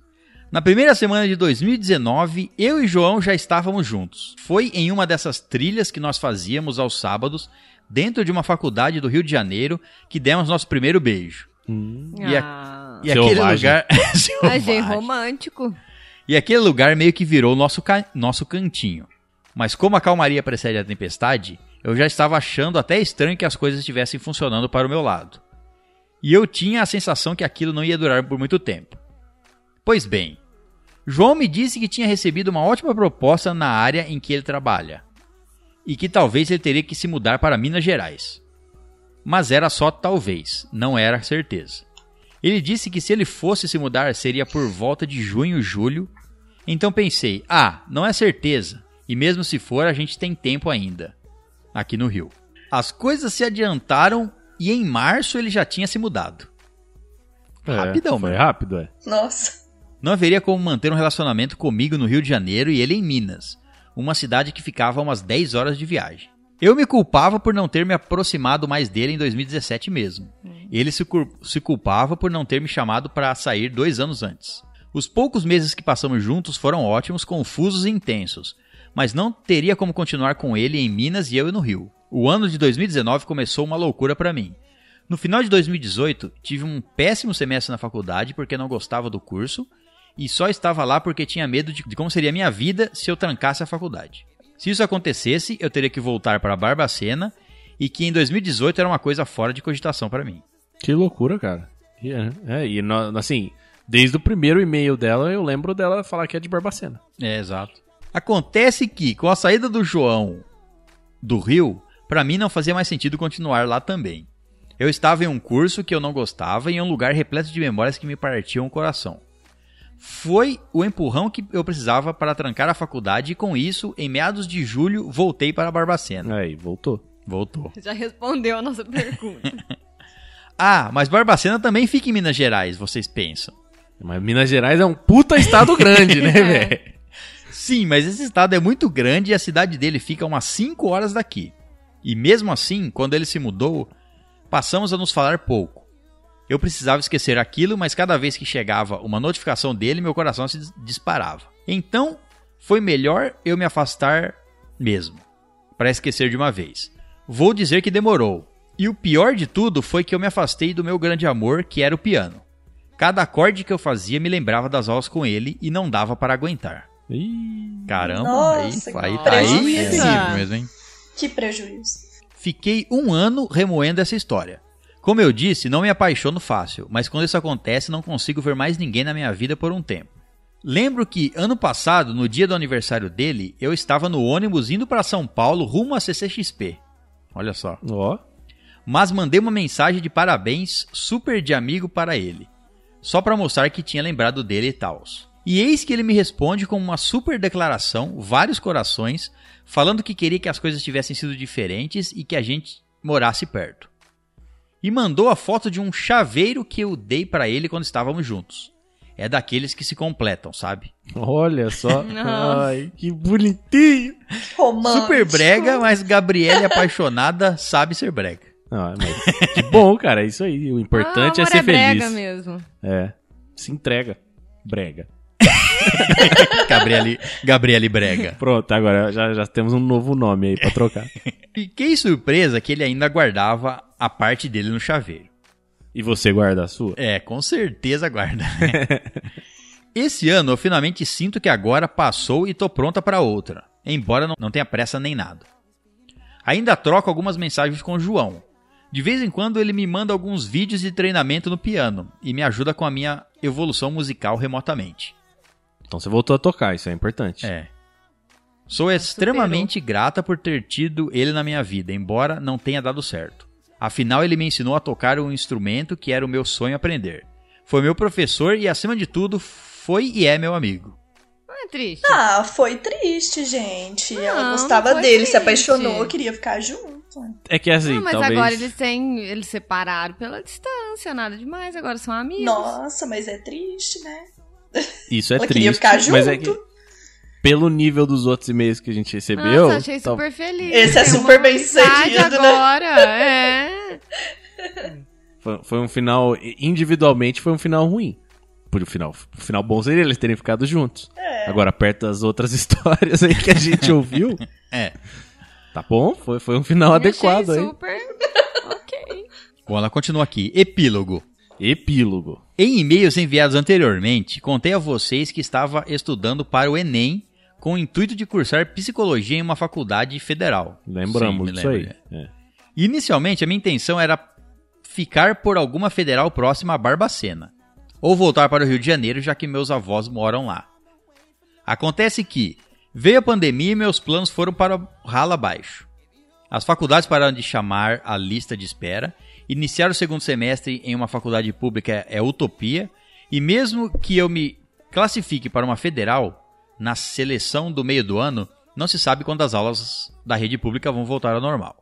B: Na primeira semana de 2019, eu e João já estávamos juntos. Foi em uma dessas trilhas que nós fazíamos aos sábados,
C: Hum,
B: dentro de uma faculdade do Rio de Janeiro, que demos nosso primeiro beijo. E a-
D: Ah.
B: E aquele
C: Selvagem.
B: lugar.
D: Achei
B: Selvagem.
D: romântico.
B: E aquele lugar meio que virou nosso, ca- nosso cantinho. Mas como a calmaria precede a tempestade, eu já estava achando até estranho que as coisas estivessem funcionando para o meu lado. E eu tinha a sensação que aquilo não ia durar por muito tempo. Pois bem, João me disse que tinha recebido uma ótima proposta na área em que ele trabalha. E que talvez ele teria que se mudar para Minas Gerais. Mas era só talvez, não era certeza. Ele disse que se ele fosse se mudar seria por volta de junho, julho. Então pensei, ah, não é certeza. E mesmo se for, a gente tem tempo ainda. Aqui no Rio. As coisas se adiantaram e em março ele já tinha se mudado.
C: É,
B: Rapidão,
C: Foi
B: mano.
C: rápido, é.
E: Nossa.
B: Não haveria como manter um relacionamento comigo no Rio de Janeiro e ele em Minas, uma cidade que ficava a umas 10 horas de viagem. Eu me culpava por não ter me aproximado mais dele em 2017 mesmo. Ele se, cul- se culpava por não ter me chamado para sair dois anos antes. Os poucos meses que passamos juntos foram ótimos, confusos e intensos, mas não teria como continuar com ele em Minas e eu no Rio. O ano de 2019 começou uma loucura para mim. No final de 2018, tive um péssimo semestre na faculdade porque não gostava do curso e só estava lá porque tinha medo de, de como seria a minha vida se eu trancasse a faculdade. Se isso acontecesse, eu teria que voltar para Barbacena e que em 2018 era uma coisa fora de cogitação para mim.
C: Que loucura, cara. E, é, é, e no- assim, desde o primeiro e-mail dela, eu lembro dela falar que é de Barbacena.
B: É, exato. Acontece que, com a saída do João do Rio, pra mim não fazia mais sentido continuar lá também. Eu estava em um curso que eu não gostava e em um lugar repleto de memórias que me partiam o coração. Foi o empurrão que eu precisava para trancar a faculdade e com isso, em meados de julho, voltei para Barbacena.
C: Aí, voltou.
B: Voltou.
D: Já respondeu a nossa pergunta.
B: Ah, mas Barbacena também fica em Minas Gerais, vocês pensam.
C: Mas Minas Gerais é um puta estado grande, né, velho?
B: Sim, mas esse estado é muito grande e a cidade dele fica umas 5 horas daqui. E mesmo assim, quando ele se mudou, passamos a nos falar pouco. Eu precisava esquecer aquilo, mas cada vez que chegava uma notificação dele, meu coração se dis- disparava. Então, foi melhor eu me afastar mesmo, para esquecer de uma vez. Vou dizer que demorou. E o pior de tudo foi que eu me afastei do meu grande amor, que era o piano. Cada acorde que eu fazia me lembrava das aulas com ele e não dava para aguentar.
D: É.
C: Ih,
B: Caramba,
E: Nossa,
B: aí, aí,
D: que
B: aí é
E: prejuízo.
B: terrível mesmo, hein?
E: Que prejuízo.
B: Fiquei um ano remoendo essa história. Como eu disse, não me apaixono fácil, mas quando isso acontece, não consigo ver mais ninguém na minha vida por um tempo. Lembro que, ano passado, no dia do aniversário dele, eu estava no ônibus indo para São Paulo rumo à CCXP. Olha só.
C: Ó,
B: Mas mandei uma mensagem de parabéns super de amigo para ele, só para mostrar que tinha lembrado dele e tals. E eis que ele me responde com uma super declaração, vários corações, falando que queria que as coisas tivessem sido diferentes e que a gente morasse perto. E mandou a foto de um chaveiro que eu dei para ele quando estávamos juntos. É daqueles que se completam, sabe?
C: olha só.
D: Nossa.
C: Ai, que bonitinho.
E: Romântico.
B: Super brega, mas Gabriele apaixonada sabe ser brega.
C: Ah, mas que bom, cara. É isso aí. O importante
D: Ah,
C: é ser
D: amor brega
C: feliz.
D: mesmo.
C: É. Se entrega. Brega.
B: Gabriele, Gabriele brega.
C: Pronto, agora já, já temos um novo nome aí pra trocar.
B: Fiquei surpresa que ele ainda guardava a parte dele no chaveiro.
C: E você guarda a sua?
B: É, com certeza guarda. né? Esse ano eu finalmente sinto que agora passou e tô pronta pra outra, embora não- não tenha pressa nem nada. Ainda troco algumas mensagens com o João. De vez em quando ele me manda alguns vídeos de treinamento no piano e me ajuda com a minha evolução musical remotamente.
C: Então você voltou a tocar, isso é importante.
B: É. Sou extremamente grata por ter tido ele na minha vida, embora não tenha dado certo. Afinal, ele me ensinou a tocar um instrumento que era o meu sonho aprender. Foi meu professor e, acima de tudo, foi e é meu amigo.
D: Não é triste.
E: Ah, foi triste, gente. Ela
D: Não,
E: gostava
D: foi
E: dele, se
D: triste.
E: apaixonou, queria ficar junto.
C: É que assim,
D: Não, mas
C: talvez...
D: agora eles têm. Eles separaram pela distância, nada demais. Agora são amigos.
E: Nossa, mas é triste, né?
C: Isso é
E: Ela
C: triste.
E: queria ficar
C: Mas
E: junto.
C: é que pelo nível dos outros e-mails que a gente
D: Nossa,
C: recebeu.
D: achei
C: tal-
D: super feliz.
E: Esse é
D: Tem uma
E: super bem
D: amizade
E: sucedido, né?
D: agora, é.
C: foi, foi um final. Individualmente foi um final ruim. Por um final, o final bom seria eles terem ficado juntos.
E: É.
C: Agora, perto das outras histórias aí que a gente ouviu.
B: É.
C: Tá bom? Foi, foi um final
D: Eu
C: adequado
D: achei
C: aí.
D: super. ok.
B: Bom, ela continua aqui. Epílogo.
C: Epílogo.
B: Em e-mails enviados anteriormente, contei a vocês que estava estudando para o Enem com o intuito de cursar psicologia em uma faculdade federal.
C: Lembramos
B: Sim, me
C: disso aí.
B: lembro.
C: É.
B: Inicialmente, a minha intenção era ficar por alguma federal próxima a Barbacena, ou voltar para o Rio de Janeiro, já que meus avós moram lá. Acontece que veio a pandemia e meus planos foram para o rala abaixo. As faculdades pararam de chamar a lista de espera, iniciar o segundo semestre em uma faculdade pública é utopia, e mesmo que eu me classifique para uma federal, na seleção do meio do ano, não se sabe quando as aulas da rede pública vão voltar ao normal.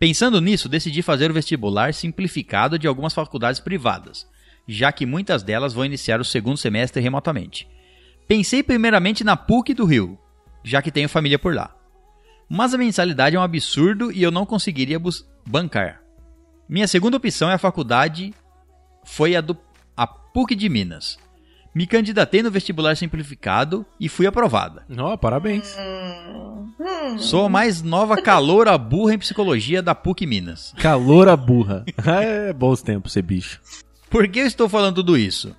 B: Pensando nisso, decidi fazer o vestibular simplificado de algumas faculdades privadas, já que muitas delas vão iniciar o segundo semestre remotamente. Pensei primeiramente na PUC do Rio, já que tenho família por lá. Mas a mensalidade é um absurdo e eu não conseguiria bus- bancar. Minha segunda opção é a faculdade foi a do a PUC de Minas. Me candidatei no vestibular simplificado e fui aprovada.
C: Ó, parabéns.
E: Hum, hum.
B: Sou a mais nova caloura burra em psicologia da PUC Minas.
C: Calor a burra. é bons tempos ser bicho.
B: Por que eu estou falando tudo isso?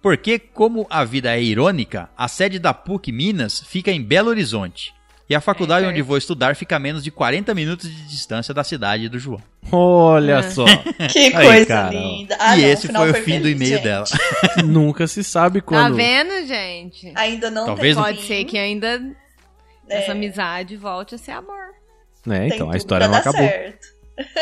B: Porque, como a vida é irônica, a sede da PUC Minas fica em Belo Horizonte. E a faculdade
D: É,
B: onde vou estudar fica a menos de 40 minutos de distância da cidade do João.
C: Olha
D: É.
C: só.
E: Que
C: Aí,
E: coisa
C: cara, ó.
E: linda. Ah,
B: e
E: não,
B: esse
E: final
B: foi o fim do
E: feliz,
B: e-mail
E: gente.
B: dela.
C: Nunca se sabe
D: Tá
C: quando.
D: vendo, gente?
E: Ainda não
B: Talvez
E: tem
B: no-
D: Pode
E: fim.
D: ser que ainda
E: É,
D: essa amizade volte a ser amor.
C: né?
B: É,
E: tem
C: Então, a
E: tudo
C: história
E: pra
C: não
E: dar
C: acabou.
E: certo.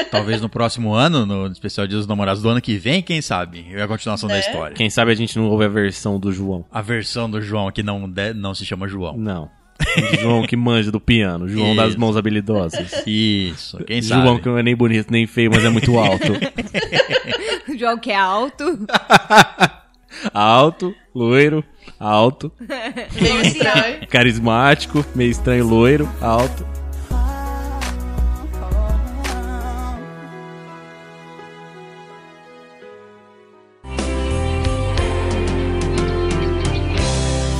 B: Talvez no próximo ano, no especial Dia dos Namorados do ano que vem, quem sabe? É a continuação da
E: Né?
B: história.
C: Quem sabe a gente não ouve a versão do João.
B: A versão do João que não, de- não se chama João.
C: Não. O João que manja do piano. o João das
B: Isso.
C: mãos habilidosas.
B: Isso, quem sabe?
C: João que não é nem bonito, nem feio, mas é muito alto.
D: O João que é alto.
C: alto, loiro, alto,
E: Meio estranho.
C: carismático, meio estranho, loiro, alto.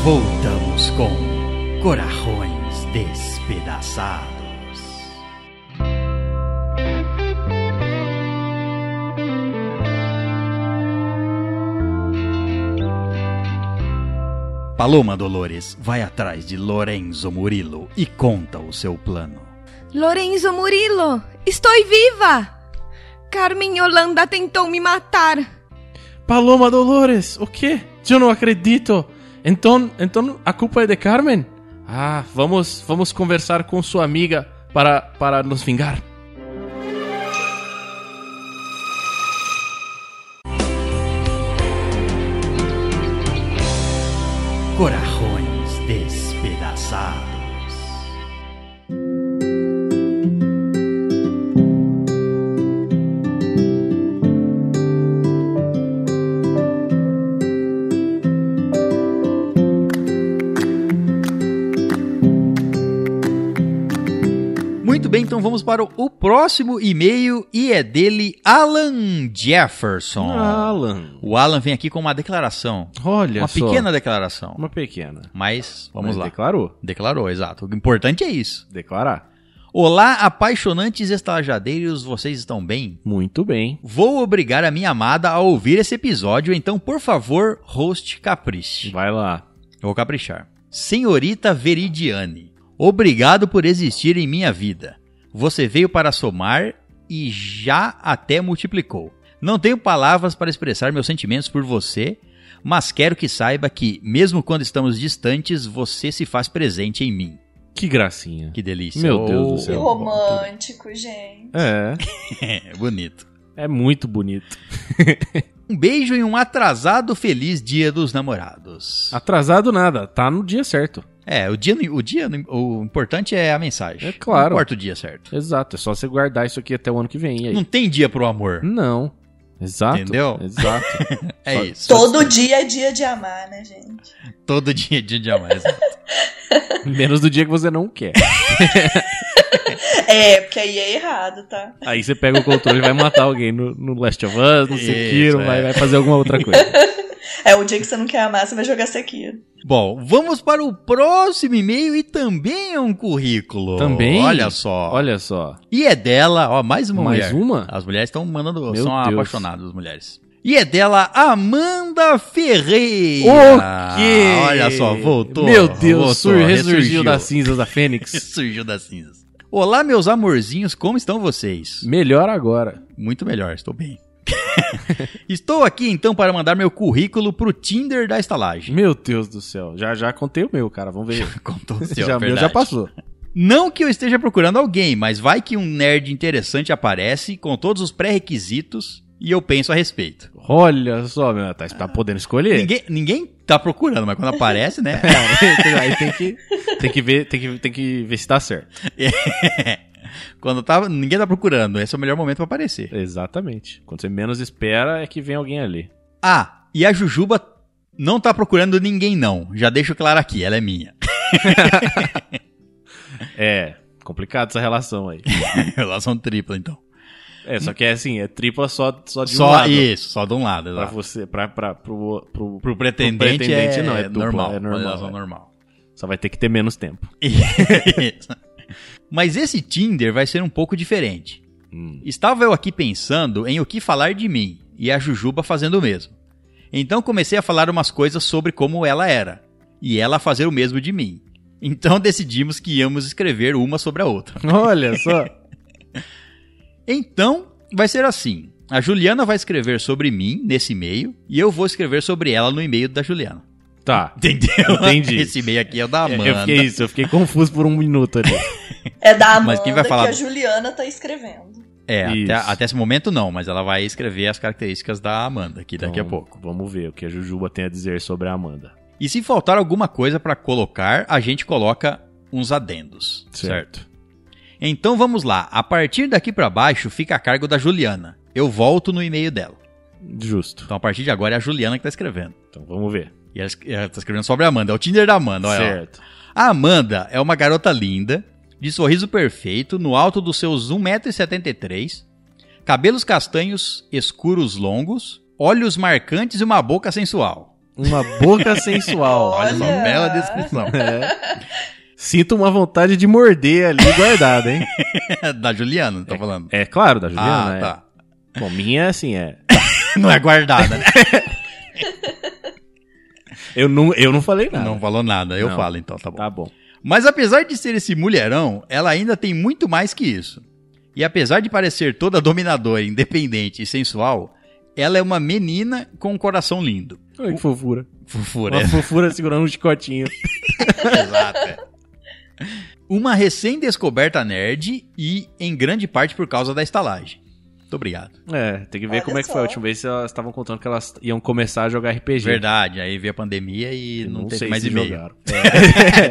B: Voltamos com Corarrões Despedaçados. Paloma Dolores vai atrás de Lorenzo Murilo e conta o seu plano.
D: Lorenzo Murilo, estou viva! Carmen Yolanda tentou me matar.
C: Paloma Dolores, o quê? Eu não acredito. Então, então a culpa é de Carmen? Ah, vamos, vamos conversar com sua amiga para, para nos vingar.
B: Corarrões Despedaçados. Muito bem, então vamos para o próximo e-mail e é dele Alan Jefferson.
C: Alan,
B: O Alan vem aqui com uma declaração.
C: Ah. olha
B: uma
C: só.
B: pequena declaração.
C: Uma pequena.
B: Mas vamos
C: Mas
B: lá.
C: Declarou.
B: Declarou, exato. O importante é isso.
C: Declarar.
B: Olá, apaixonantes estalajadeiros, vocês estão bem?
C: Muito bem.
B: Vou obrigar a minha amada a ouvir esse episódio, então, por favor, host capriche.
C: Vai lá.
B: Eu vou caprichar. Senhorita Veridiane, obrigado por existir em minha vida. Você veio para somar e já até multiplicou. Não tenho palavras para expressar meus sentimentos por você, mas quero que saiba que, mesmo quando estamos distantes, você se faz presente em mim.
C: Que gracinha.
B: Que delícia.
C: Meu Deus do
B: Oh,
E: Que
C: céu.
E: romântico, gente.
C: É.
B: É, bonito.
C: É muito bonito.
B: Um beijo e um atrasado feliz Dia dos Namorados.
C: Atrasado nada, tá no dia certo.
B: É, o dia, o dia, o importante é a mensagem.
C: É claro.
B: Não importa o dia certo.
C: Exato, é só você guardar isso aqui até o ano que vem. E
B: Não
C: aí?
B: tem dia pro amor.
C: Não. Exato.
B: Entendeu?
C: Exato.
B: É
C: Só-
B: isso.
E: Todo dia é dia de amar, né, gente?
B: Todo dia de um dia mais.
C: Menos do dia que você não quer.
E: É, porque aí é errado, tá?
C: Aí você pega o controle e vai matar alguém no, no Last of Us, no
B: Isso,
C: Sekiro,
B: é.
C: vai, vai fazer alguma outra coisa.
E: É o dia que você não quer amar, você vai jogar Sekiro.
B: Bom, vamos para o próximo e-mail e também é um currículo.
C: Também?
B: Olha só.
C: Olha só.
B: E é dela, ó, mais uma
C: mais
B: mulher.
C: uma?
B: As mulheres estão mandando,
C: Meu
B: são
C: Deus.
B: apaixonadas, as mulheres. E é dela Amanda Ferreira.
C: O quê?
B: Ah, Olha só, voltou.
C: Meu Deus,
B: voltou,
C: sur- ressurgiu das
B: ressurgiu.
C: cinzas da Fênix.
B: Ressurgiu das cinzas. Olá, meus amorzinhos, como estão vocês?
C: Melhor agora.
B: Muito melhor, estou bem. estou aqui então para mandar meu currículo pro Tinder da estalagem.
C: Meu Deus do céu. Já já contei o meu, cara. Vamos ver.
B: Contou o seu,
C: já, meu
B: verdade.
C: já passou.
B: Não que eu esteja procurando alguém, mas vai que um nerd interessante aparece com todos os pré-requisitos e eu penso a respeito.
C: Olha só, meu, tá, tá podendo escolher.
B: Ninguém, ninguém tá procurando, mas quando aparece, né?
C: É, aí tem que, tem que ver, tem que, tem que ver se tá certo.
B: quando tá, ninguém tá procurando, esse é o melhor momento pra aparecer.
C: Exatamente. Quando você menos espera é que vem alguém ali.
B: Ah, e a Jujuba não tá procurando ninguém não. Já deixo claro aqui, ela é minha.
C: É, complicado essa relação aí.
B: Relação tripla então.
C: É, só que é assim, é tripla só, só de um
B: só
C: lado.
B: isso, só de um lado,
C: Pra
B: exato.
C: você, pra, pra, pro, pro,
B: Pro pretendente,
C: pro pretendente
B: é,
C: não, é dupla,
B: normal,
C: é normal,
B: relação
C: é.
B: normal.
C: Só vai ter que ter menos tempo.
B: Isso. Mas esse Tinder vai ser um pouco diferente.
C: Hum.
B: Estava eu aqui pensando em o que falar de mim e a Jujuba fazendo o mesmo. Então comecei a falar umas coisas sobre como ela era e ela a fazer o mesmo de mim. Então decidimos que íamos escrever uma sobre a outra.
C: Olha só.
B: Então vai ser assim: a Juliana vai escrever sobre mim nesse e-mail e eu vou escrever sobre ela no e-mail da Juliana.
C: Tá.
B: Entendeu?
C: Entendi.
B: Esse e-mail aqui é o da
C: É,
B: Amanda.
C: Eu fiquei isso, eu fiquei confuso por um minuto ali.
E: É da Amanda
B: Mas quem vai falar
E: que a
B: do-
E: Juliana tá escrevendo.
B: É,
C: Isso.
B: até, até esse momento não, mas ela vai escrever as características da Amanda aqui daqui a
C: Então,
B: pouco.
C: Vamos ver o que a Jujuba tem a dizer sobre a Amanda.
B: E se faltar alguma coisa pra colocar, a gente coloca uns adendos, certo? Então vamos lá, a partir daqui pra baixo fica a cargo da Juliana. Eu volto no e-mail dela.
C: Justo.
B: Então a partir de agora é a Juliana que tá escrevendo.
C: Então vamos ver.
B: E ela, es- ela tá escrevendo sobre a Amanda, é o Tinder da Amanda, olha. lá.
C: certo.
B: A Amanda é uma garota linda, de sorriso perfeito, no alto dos seus 1,73m, cabelos castanhos escuros longos, olhos marcantes e uma boca sensual.
C: Uma boca sensual.
E: Olha
B: Olha só, bela descrição
C: É. Sinto uma vontade de morder ali guardada, hein?
B: da Juliana, tô falando.
C: É claro, da
B: Ah,
C: Juliana.
B: tá.
C: é. Bom, minha assim é.
B: Não é guardada, né?
C: Eu não, eu não falei nada.
B: Não falou nada, eu
C: Não.
B: falo então, tá bom.
C: Tá bom.
B: Mas apesar de ser esse mulherão, ela ainda tem muito mais que isso. E apesar de parecer toda dominadora, independente e sensual, ela é uma menina com um coração lindo.
C: Olha que fofura.
B: Fofura, é
C: Uma fofura segurando um chicotinho.
B: Exato. é. Uma recém-descoberta nerd e em grande parte por causa da estalagem. Muito obrigado.
C: É, tem que ver
E: Olha
C: como é que
E: só.
C: foi a última vez. se Elas estavam contando que elas iam começar a jogar RPG.
B: Verdade, aí veio a pandemia e
C: Eu
B: não,
C: não
B: teve
C: sei
B: mais
C: se
B: e-mail.
C: jogaram.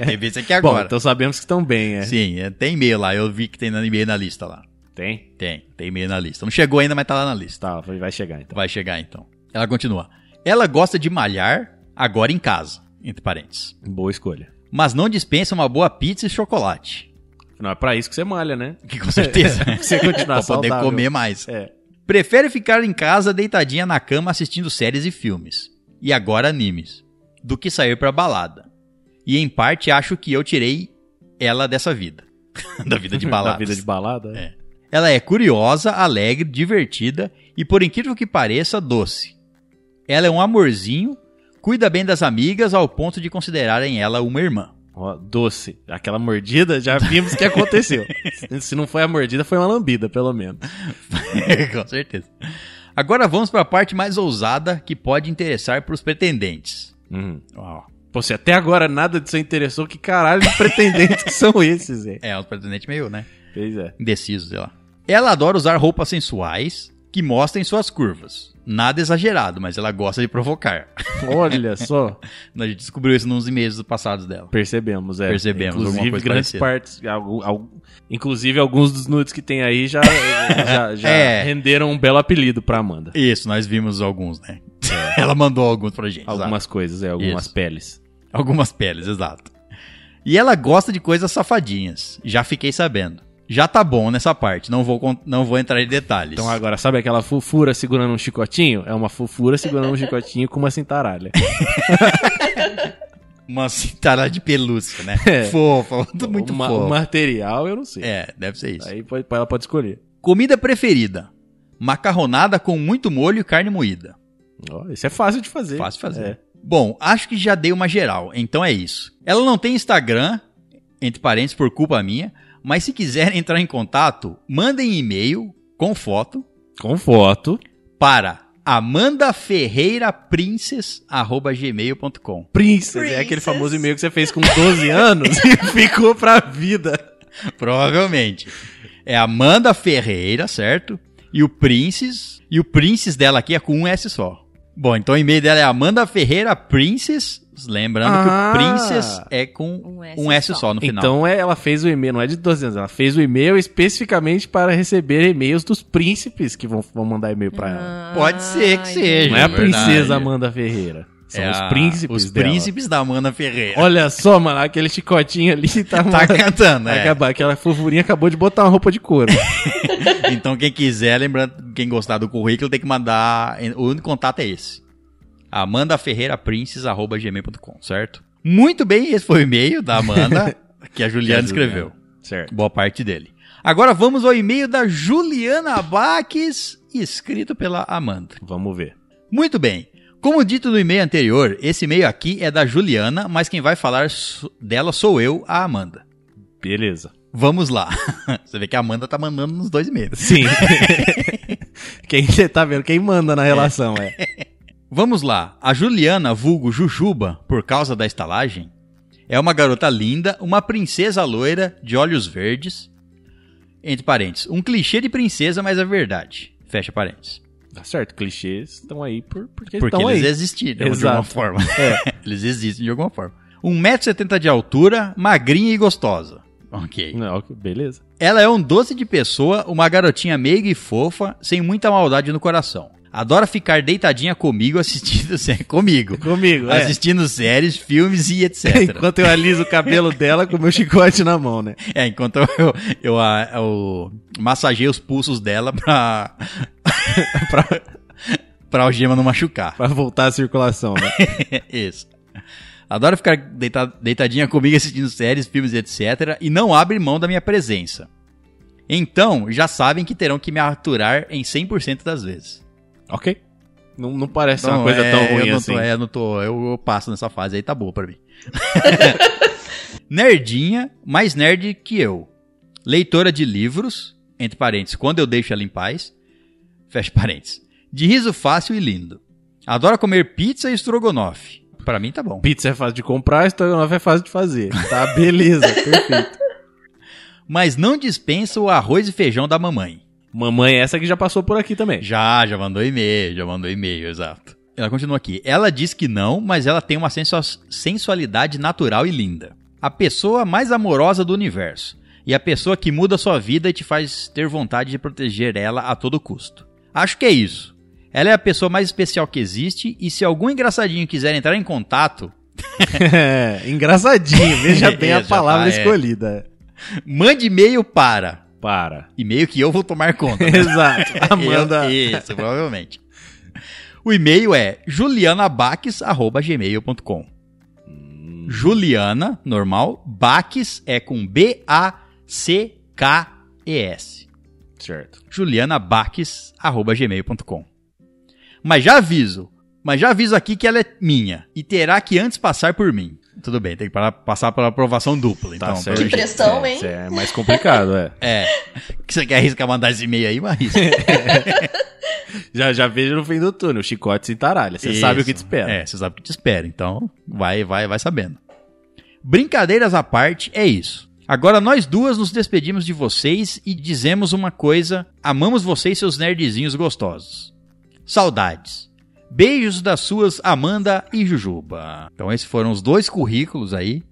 B: Teve esse aqui
C: Bom,
B: agora.
C: então sabemos que estão bem, é.
B: Sim, é, tem e-mail lá. Eu vi que tem e-mail na lista lá.
C: Tem?
B: Tem, tem e-mail na lista. Não chegou ainda, mas tá lá na lista.
C: Tá, vai vai chegar então.
B: Vai chegar então. Ela continua. Ela gosta de malhar agora em casa, entre parênteses.
C: Boa escolha.
B: Mas não dispensa uma boa pizza e chocolate.
C: Não é pra isso que você malha, né?
B: Que com certeza.
C: Pra você continuar
B: pra poder
C: saudável.
B: comer mais.
C: É.
B: Prefere ficar em casa deitadinha na cama assistindo séries e filmes. E agora animes. Do que sair pra balada. E em parte acho que eu tirei ela dessa vida. da vida de
C: Na
B: balada.
C: vida de balada.
B: É. Ela é curiosa, alegre, divertida e, por incrível que pareça, doce. Ela é um amorzinho, cuida bem das amigas ao ponto de considerarem ela uma irmã.
C: Ó, doce. Aquela mordida, já vimos que aconteceu. Se não foi a mordida, foi uma lambida, pelo menos.
B: Com certeza. Agora vamos para a parte mais ousada que pode interessar para os pretendentes.
C: Uhum. Pô, se até agora nada disso interessou, que caralho de pretendentes que são esses, é?
B: É, os pretendentes meio, né?
C: Pois é.
B: Indecisos, sei lá. Ela adora usar roupas sensuais que mostrem suas curvas. Nada exagerado, mas ela gosta de provocar.
C: Olha só.
B: A gente descobriu isso nos e-mails passados dela.
C: Percebemos, é.
B: Percebemos, alguma
C: Inclusive,
B: coisa
C: grandes
B: parecida.
C: partes. algu- algu- inclusive, alguns dos nudes que tem aí já, já, já
B: É.
C: renderam um belo apelido pra Amanda.
B: Isso, nós vimos alguns, né? Ela mandou alguns pra gente. exato.
C: Algumas coisas, é, algumas
B: Isso.
C: peles.
B: Algumas peles, exato. E ela gosta de coisas safadinhas. Já fiquei sabendo. Já tá bom nessa parte, não vou, con- não vou entrar em detalhes.
C: Então agora, sabe aquela fofura segurando um chicotinho? É uma fofura segurando um chicotinho com uma cintaralha.
B: Uma cintarada de pelúcia, né?
C: É.
B: Fofa, tudo muito
C: Uma-
B: fofa.
C: O material, eu não sei.
B: É, deve ser isso.
C: Aí pode- ela pode escolher.
B: Comida preferida: macarronada com muito molho e carne moída.
C: Ó, isso é fácil de fazer.
B: Fácil fazer.
C: É.
B: Bom, acho que já dei uma geral, então é isso. Ela não tem Instagram, entre parênteses, por culpa minha, mas se quiserem entrar em contato, mandem e-mail com foto
C: Com foto.
B: para amandaferreiraprinces.gmail.com
C: Princess, é
E: Princess.
C: aquele famoso e-mail que você fez com 12 anos e ficou pra vida.
B: Provavelmente. É Amanda Ferreira, certo? E o Princes. E o Princes dela aqui é com um S só. Bom, então o e-mail dela é Amanda Ferreira Princes. Lembrando
C: Ah.
B: que o Princes é com
D: Um S,
B: um S só no final.
C: Então é, ela fez o e-mail, não é de 12 anos, ela fez o e-mail especificamente para receber e-mails dos príncipes que vão, vão mandar e-mail pra
D: Ah,
C: ela.
B: Pode ser que
D: Ai,
B: seja.
C: Não é a
B: verdade.
C: princesa Amanda Ferreira. São
B: É
C: os
B: a-
C: príncipes
B: Os
C: dela.
B: príncipes da Amanda Ferreira.
C: Olha só, mano, aquele chicotinho ali É. tá...
B: tá cantando,
C: Vai
B: é.
C: acabar, aquela fofurinha acabou de botar uma roupa de couro.
B: Então quem quiser, lembrando, quem gostar do currículo tem que mandar, o único contato é esse. amandaferreiraprinces@gmail.com, certo? Muito bem, esse foi o e-mail da Amanda que a Juliana
C: Que a Juliana.
B: escreveu.
C: certo.
B: Boa parte dele. Agora vamos ao e-mail da Juliana Abaques, escrito pela Amanda.
C: Vamos ver.
B: Muito bem. Como dito no e-mail anterior, esse e-mail aqui é da Juliana, mas quem vai falar so- dela sou eu, a Amanda.
C: Beleza.
B: Vamos lá. Você vê que a Amanda tá mandando nos dois e-mails.
C: Sim. quem você tá vendo? Quem manda na relação, é.
B: Vamos lá. A Juliana, vulgo Jujuba, por causa da estalagem, é uma garota linda, uma princesa loira, de olhos verdes. Entre parênteses. Um clichê de princesa, mas é verdade. Fecha parênteses.
C: Tá certo, clichês estão aí por, porque,
B: Porque
C: estão
B: eles
C: aí. É.
B: existiram de
C: Exato.
B: alguma forma. eles existem de alguma forma. 1,70m de altura, magrinha e gostosa. Ok.
C: Não, ok, beleza.
B: Ela é um doce de pessoa, uma garotinha meiga e fofa, sem muita maldade no coração. Adora ficar deitadinha comigo assistindo séries. Comigo.
C: Comigo, é.
B: Assistindo séries, filmes e etc.
C: Enquanto eu aliso o cabelo dela com o meu chicote na mão, né?
B: é, enquanto eu, eu, a- eu massageio os pulsos dela pra. pra, pra algema não machucar.
C: Pra voltar à circulação, né?
B: Isso. Adoro ficar deita- deitadinha comigo assistindo séries, filmes, etc. E não abre mão da minha presença. Então, já sabem que terão que me aturar em 100% das vezes.
C: ok. Não, não parece
B: Então,
C: uma coisa
B: é,
C: tão
B: eu
C: ruim
B: não
C: assim.
B: Tô, é, eu não tô, eu, eu passo nessa fase aí, tá boa pra mim. Nerdinha, mais nerd que eu. Leitora de livros, entre parênteses, quando eu deixo ela em paz, fecha parênteses. De riso fácil e lindo. Adora comer pizza e estrogonofe. Pra mim tá bom.
C: Pizza é fácil de comprar, estrogonofe é fácil de fazer. Tá, beleza, perfeito.
B: mas não dispensa o arroz e feijão da mamãe.
C: Mamãe é essa que já passou por aqui também.
B: Já, já mandou e-mail, já mandou e-mail, exato. Ela continua aqui. Ela diz que não, mas ela tem uma sensu- sensualidade natural e linda. A pessoa mais amorosa do universo. E a pessoa que muda sua vida e te faz ter vontade de proteger ela a todo custo. Acho que é isso. Ela é a pessoa mais especial que existe e se algum engraçadinho quiser entrar em contato,
C: É, engraçadinho, veja bem a
B: Veja,
C: palavra
B: tá, é.
C: escolhida.
B: mande e-mail para.
C: Para.
B: E-mail que eu vou tomar conta. né?
C: Exato. Amanda.
B: Eu- isso, provavelmente. O e-mail é julianabaques.gmail.com
C: Hum.
B: Juliana, normal, Baques é com B-A-C-K-E-S.
C: Certo.
B: julianabaques.gmail.com Mas já aviso, mas já aviso aqui que ela é minha e terá que antes passar por mim. Tudo bem, tem que parar- passar pela aprovação dupla.
C: Tá
B: então,
C: certo.
B: pelo
E: Que
B: jeito.
E: pressão,
C: é,
E: hein?
C: isso é mais complicado, é.
B: É, que você quer arriscar mandar esse e-mail aí, mas arrisca.
C: Já, já vejo no fim do túnel, chicote sem taralha. Você sabe o que te
B: Isso.
C: espera.
B: É, você sabe o que te espera, então vai, vai, vai sabendo. Brincadeiras à parte, é isso. Agora nós duas nos despedimos de vocês e dizemos uma coisa: amamos vocês, seus nerdzinhos gostosos. Saudades. Beijos das suas Amanda e Jujuba. Então esses foram os dois currículos aí,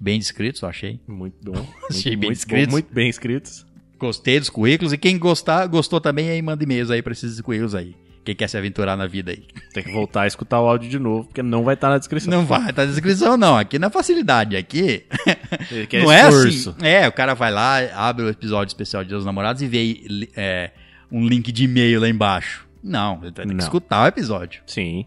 B: bem descritos, eu achei.
C: Muito bom. Muito,
B: Achei bem
C: muito bom,
B: escritos.
C: muito bem escritos.
B: Gostei dos currículos e quem gostar, gostou também aí manda e-mails aí pra esses currículos aí. Quem quer se aventurar na vida aí.
C: Tem que voltar a escutar o áudio de novo, porque não vai estar na descrição.
B: Não vai, tá na descrição não, aqui não é facilidade, aqui
C: Ele quer
B: não
C: esforço.
B: é assim. É, o cara vai lá, abre o episódio especial de Dia dos Namorados e vê li- é, um link de e-mail lá embaixo. Não, ele tem que
C: Não.
B: escutar o episódio.
C: Sim.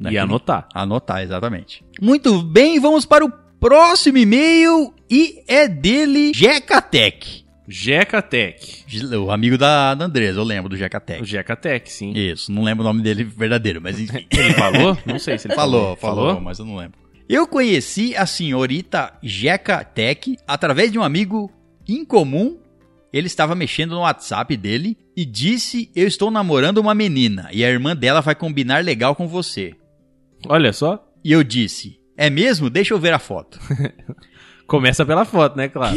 B: Daqui-
C: E anotar.
B: Anotar, exatamente. Muito bem, vamos para o próximo e-mail e é dele, Jecatec.
C: Jecatec.
B: O amigo da, da Andresa, eu lembro do Jacatec.
C: O Jecatec, sim.
B: Isso, não lembro o nome dele verdadeiro, mas enfim.
C: Ele falou? Não sei se ele
B: falou, falou, mas eu não lembro. Eu conheci a senhorita Jeca Tech através de um amigo incomum. Ele estava mexendo no WhatsApp dele e disse: Eu estou namorando uma menina e a irmã dela vai combinar legal com você.
C: Olha só.
B: E eu disse: É mesmo? Deixa eu ver a foto.
C: Começa pela foto, né, claro.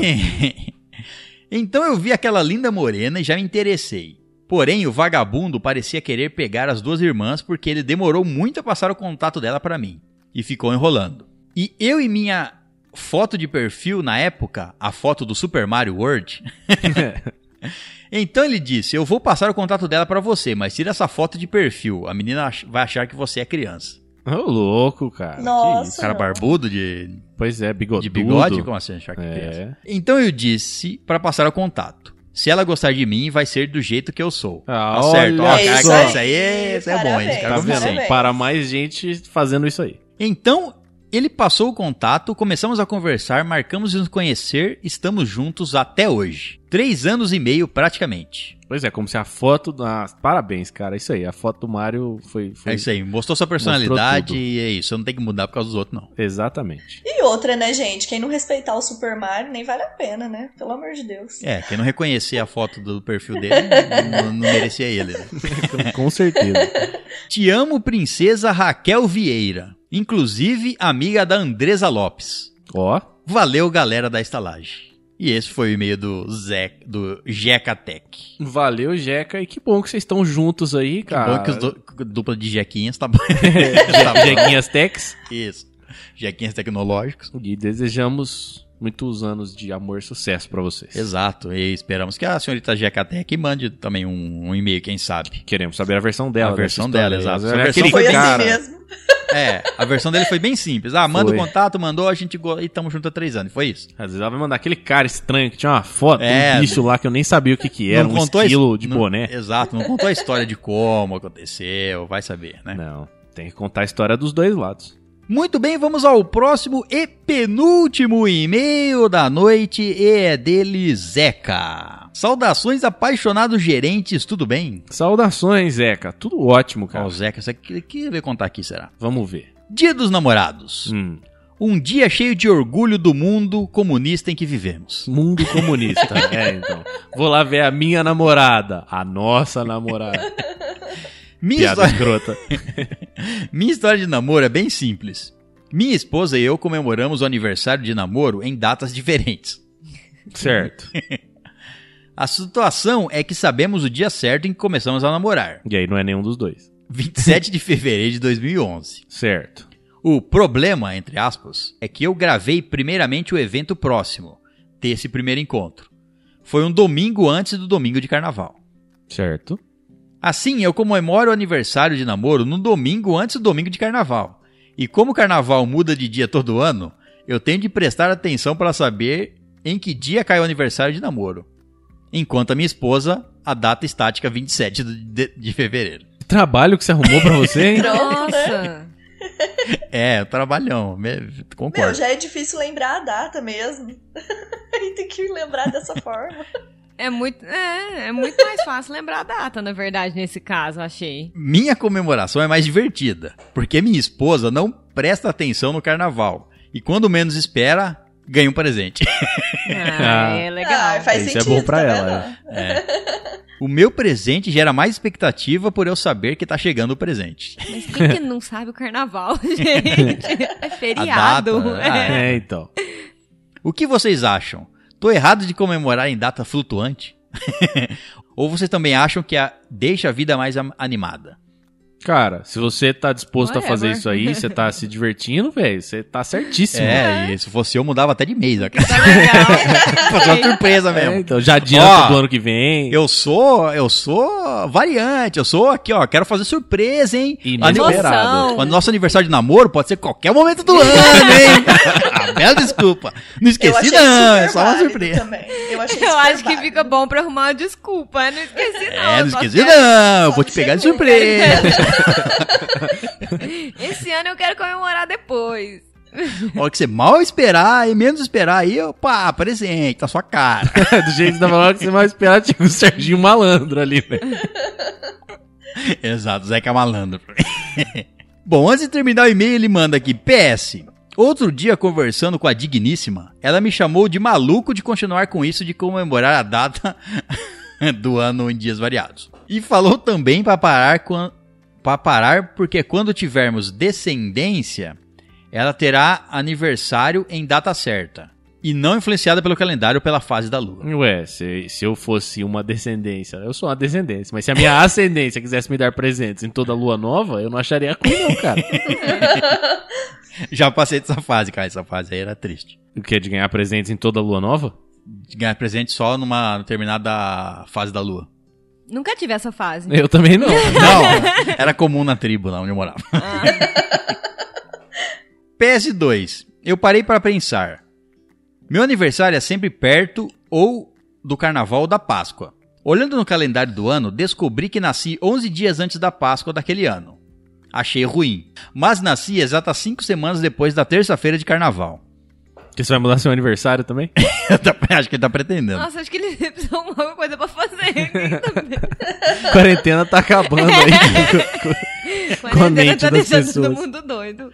B: então eu vi aquela linda morena e já me interessei. Porém, o vagabundo parecia querer pegar as duas irmãs porque ele demorou muito a passar o contato dela para mim e ficou enrolando. E eu e minha foto de perfil na época, a foto do Super Mario World. então ele disse: "Eu vou passar o contato dela para você, mas tira essa foto de perfil. A menina ach- vai achar que você é criança."
C: Ô, louco, cara. Que
E: Nossa.
C: isso?
B: Cara barbudo de,
C: Pois é, bigodudo.
B: de bigode, como assim achar que é criança?
C: É.
B: Então eu disse para passar o contato. Se ela gostar de mim, vai ser do jeito que eu sou.
C: Ah,
B: tá certo.
C: olha
B: Ó, cara,
E: só.
B: isso aí é, isso é bom, hein? Esse cara
C: Tá
E: Parabéns.
B: gosta disso aí.
C: vendo? Para mais gente fazendo isso aí.
B: Então, ele passou o contato, começamos a conversar, marcamos de nos conhecer, estamos juntos até hoje. Três anos e meio, praticamente.
C: Pois é, como se a foto. Ah, parabéns, cara. Isso aí. A foto do Mario foi. foi...
B: É isso aí, mostrou sua personalidade e é isso. Eu não tenho que mudar por causa dos outros, não.
C: Exatamente.
E: E outra, né, gente? Quem não respeitar o Super Mario nem vale a pena, né? Pelo amor de Deus.
B: É, quem não reconhecer a foto do perfil dele, não, não merecia ele. né?
C: Com- Com certeza.
B: Te amo, princesa Raquel Vieira. Inclusive, amiga da Andresa Lopes.
C: Ó.
B: Valeu, galera da estalagem. E esse foi o e-mail do Zé, do Jeca Tech.
C: Valeu, Jeca. E que bom que vocês estão juntos aí, cara.
B: Bom que os do- que dupla de jequinhas tá bom. Tá bom.
C: Jequinhas Tex.
B: Isso. Jequinhas tecnológicos.
C: E desejamos muitos anos de amor e sucesso pra vocês.
B: Exato. E esperamos que a senhorita Jecatec mande também um, um e-mail, quem sabe.
C: Queremos saber a versão dela.
B: A versão
C: dessa
B: dela,
C: história
B: exato. Essa
C: aí. Era
B: versão
C: aquele
E: Foi
C: cara-
E: assim mesmo.
B: É, a versão dele foi bem simples. Ah, manda
C: Foi.
B: o contato, mandou, a gente go... e tamo junto há três anos. Foi isso.
C: Às vezes ela vai mandar aquele cara estranho que tinha uma foto,
B: É.
C: um bicho lá que eu nem sabia o que que era, um
B: a his-
C: estilo de
B: não-
C: boné.
B: Exato, não contou a história de como aconteceu, vai saber, né?
C: Não, tem que contar a história dos dois lados.
B: Muito bem, vamos ao próximo e penúltimo e-mail da noite e é dele Zeca. Saudações apaixonados gerentes, tudo bem?
C: Saudações, Zeca. Tudo ótimo,
B: Ó,
C: cara.
B: o Zeca, o que, que veio contar aqui será?
C: Vamos ver.
B: Dia dos Namorados.
C: Hum,
B: Um dia cheio de orgulho do mundo comunista em que vivemos.
C: mundo comunista. é, então. Vou lá ver a minha namorada. A nossa namorada.
B: Minha
C: Piada
B: história,
C: escrota.
B: minha história de namoro é bem simples. Minha esposa e eu comemoramos o aniversário de namoro em datas diferentes.
C: Certo.
B: A situação é que sabemos o dia certo em que começamos a namorar,
C: E aí não é nenhum dos dois.
B: 27 de fevereiro de 2011.
C: Certo.
B: O problema, entre aspas, é que eu gravei primeiramente o evento próximo desse primeiro encontro. Foi um domingo antes do domingo de carnaval.
C: Certo.
B: Assim, eu comemoro o aniversário de namoro no domingo antes do domingo de carnaval. E como o carnaval muda de dia todo ano, eu tenho de prestar atenção para saber em que dia cai o aniversário de namoro. Enquanto a minha esposa, a data estática 27 de, de- de fevereiro.
C: Que Trabalho que você arrumou pra você, hein?
D: Nossa!
B: É, trabalhão, me-
E: Meu,
B: concordo.
E: já é difícil lembrar a data mesmo. Aí tem que lembrar dessa forma.
D: É muito, é, é muito mais fácil lembrar a data, na verdade, nesse caso, achei.
B: Minha comemoração é mais divertida, porque minha esposa não presta atenção no carnaval. E quando menos espera, ganha um presente.
D: Ah, é legal.
E: Ah, faz
C: Isso é
E: sentido.
C: bom pra
E: tá
C: ela,
E: vendo?
B: O meu presente gera mais expectativa por eu saber que tá chegando o presente.
D: Mas quem que não sabe o carnaval, gente? É feriado.
B: A data, ah,
D: é.
C: É, então.
B: O que vocês acham? Tô errado de comemorar em data flutuante? Ou vocês também acham que a- deixa a vida mais am- animada?
C: Cara, se você tá disposto a fazer
D: Whatever.
C: isso aí, você tá se divertindo, velho, você tá certíssimo.
B: É, e se fosse eu, mudava até de mês. ó.
D: Tá legal.
B: Fazer uma surpresa
C: É,
B: mesmo.
C: então, já adianta
B: Ó,
C: do ano que vem.
B: Eu sou, eu sou variante, eu sou aqui, ó, quero fazer surpresa, hein?
C: Inesperado.
D: Noção.
B: O nosso aniversário de namoro pode ser qualquer momento do ano, hein? Ah, Bela desculpa. Não
E: Eu
B: esqueci,
E: achei
B: não,
E: super
B: é só uma
E: válido então.
B: surpresa.
E: Também. Eu, achei
D: Eu
E: super
D: acho que
E: válido.
D: fica bom pra arrumar uma desculpa. Não esqueci, não.
B: É,
D: eu
B: não
D: só
B: esqueci,
D: quero-
B: não, eu
E: só
B: vou te pegar de
E: chegou.
B: surpresa.
D: Esse ano eu quero comemorar depois.
B: A hora que você mal esperar e menos esperar, aí, opa, presente, na sua cara.
C: Do jeito que você tá falando que você vai esperar, tinha o Serginho Malandro ali, né?
B: Exato, Zeca é Malandro. Bom, antes de terminar o e-mail, ele manda aqui: PS. Outro dia, conversando com a Digníssima, ela me chamou de maluco de continuar com isso de comemorar a data do ano em dias variados. E falou também para parar com. Pra parar, porque quando tivermos descendência, ela terá aniversário em data certa. E não influenciada pelo calendário ou pela fase da lua.
C: Ué, se, se eu fosse uma descendência, eu sou uma descendência, mas se a minha ascendência quisesse me dar presentes em toda a lua nova, eu não acharia ruim, não, cara.
B: Já passei dessa fase, cara. Essa fase aí era triste.
C: O que? De ganhar presentes em toda a lua nova?
B: de ganhar presente só numa determinada fase da lua.
D: Nunca tive essa fase.
C: Eu também não.
B: Não, era comum na tribo lá onde eu morava. PS2. Eu parei para pensar. Meu aniversário é sempre perto ou do carnaval ou da Páscoa. Olhando no calendário do ano, descobri que nasci 11 dias antes da Páscoa daquele ano. Achei ruim, mas nasci exatas 5 semanas depois da terça-feira de carnaval.
C: Porque você vai mudar seu aniversário também?
B: Eu também Acho que ele tá pretendendo.
D: Nossa, acho que eles precisam de alguma coisa pra fazer.
C: Quarentena tá acabando aí. Com a mente
D: tá
C: das
D: deixando
C: pessoas.
D: todo mundo doido.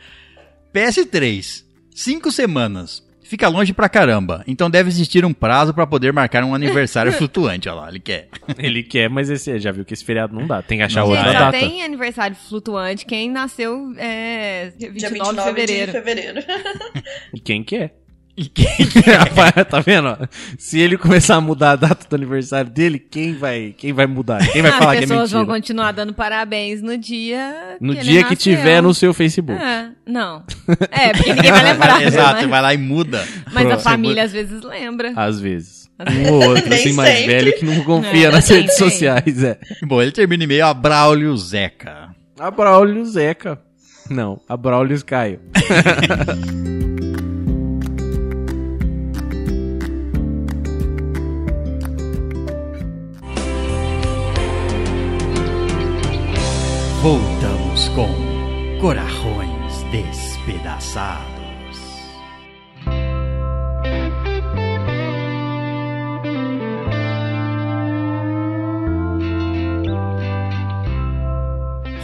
B: PS3. Cinco semanas. Fica longe pra caramba, então deve existir um prazo pra poder marcar um aniversário flutuante. Olha lá, ele quer.
C: Ele quer, mas esse, já viu que esse feriado não dá. Tem que achar
B: Não
C: outra
D: Gente,
B: dá.
D: só
C: data.
D: tem aniversário flutuante quem nasceu é, dia 29,
E: Dia
D: de fevereiro.
E: de fevereiro.
C: E Quem quer?
B: E quem-
C: Rapaz, tá vendo? ó? Se ele começar a mudar a data do aniversário dele, quem vai, quem vai mudar? Quem vai
D: Ah,
C: falar
D: As
C: que é
D: pessoas
C: mentira?
D: vão continuar dando parabéns no dia.
C: No
D: que ele
C: dia que tiver no
D: nasceu.
C: seu Facebook.
D: É, não. É, porque ninguém vai lembrar. né?
B: Exato, você
D: mas
B: vai lá e muda.
D: mas a
C: Pronto.
D: família às vezes lembra.
C: Às vezes. Um ou outro,
E: Nem
C: assim, mais
E: sempre.
C: velho que não confia
D: É,
C: nas
D: nem
C: redes
D: sempre.
C: sociais, é.
B: Bom, ele termina e meio a Braulio Zeca.
C: A Braulio Zeca. Não, a Braulio Caio.
B: Voltamos com Corarrões Despedaçados.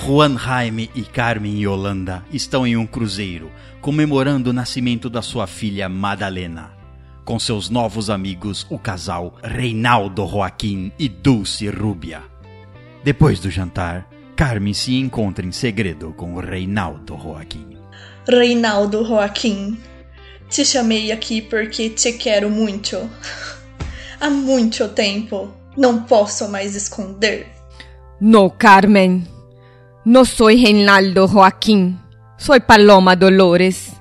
B: Juan Jaime e Carmen Yolanda estão em um cruzeiro comemorando o nascimento da sua filha Madalena. Com seus novos amigos, o casal Reinaldo Joaquim e Dulce Rubia. Depois do jantar, Carmen se encontra em segredo com o Reinaldo Joaquim.
E: Reinaldo Joaquim, te chamei aqui porque te quero muito. Há muito tempo. Não posso mais esconder.
D: No, Carmen. Não sou Reinaldo Joaquim. Sou Paloma Dolores.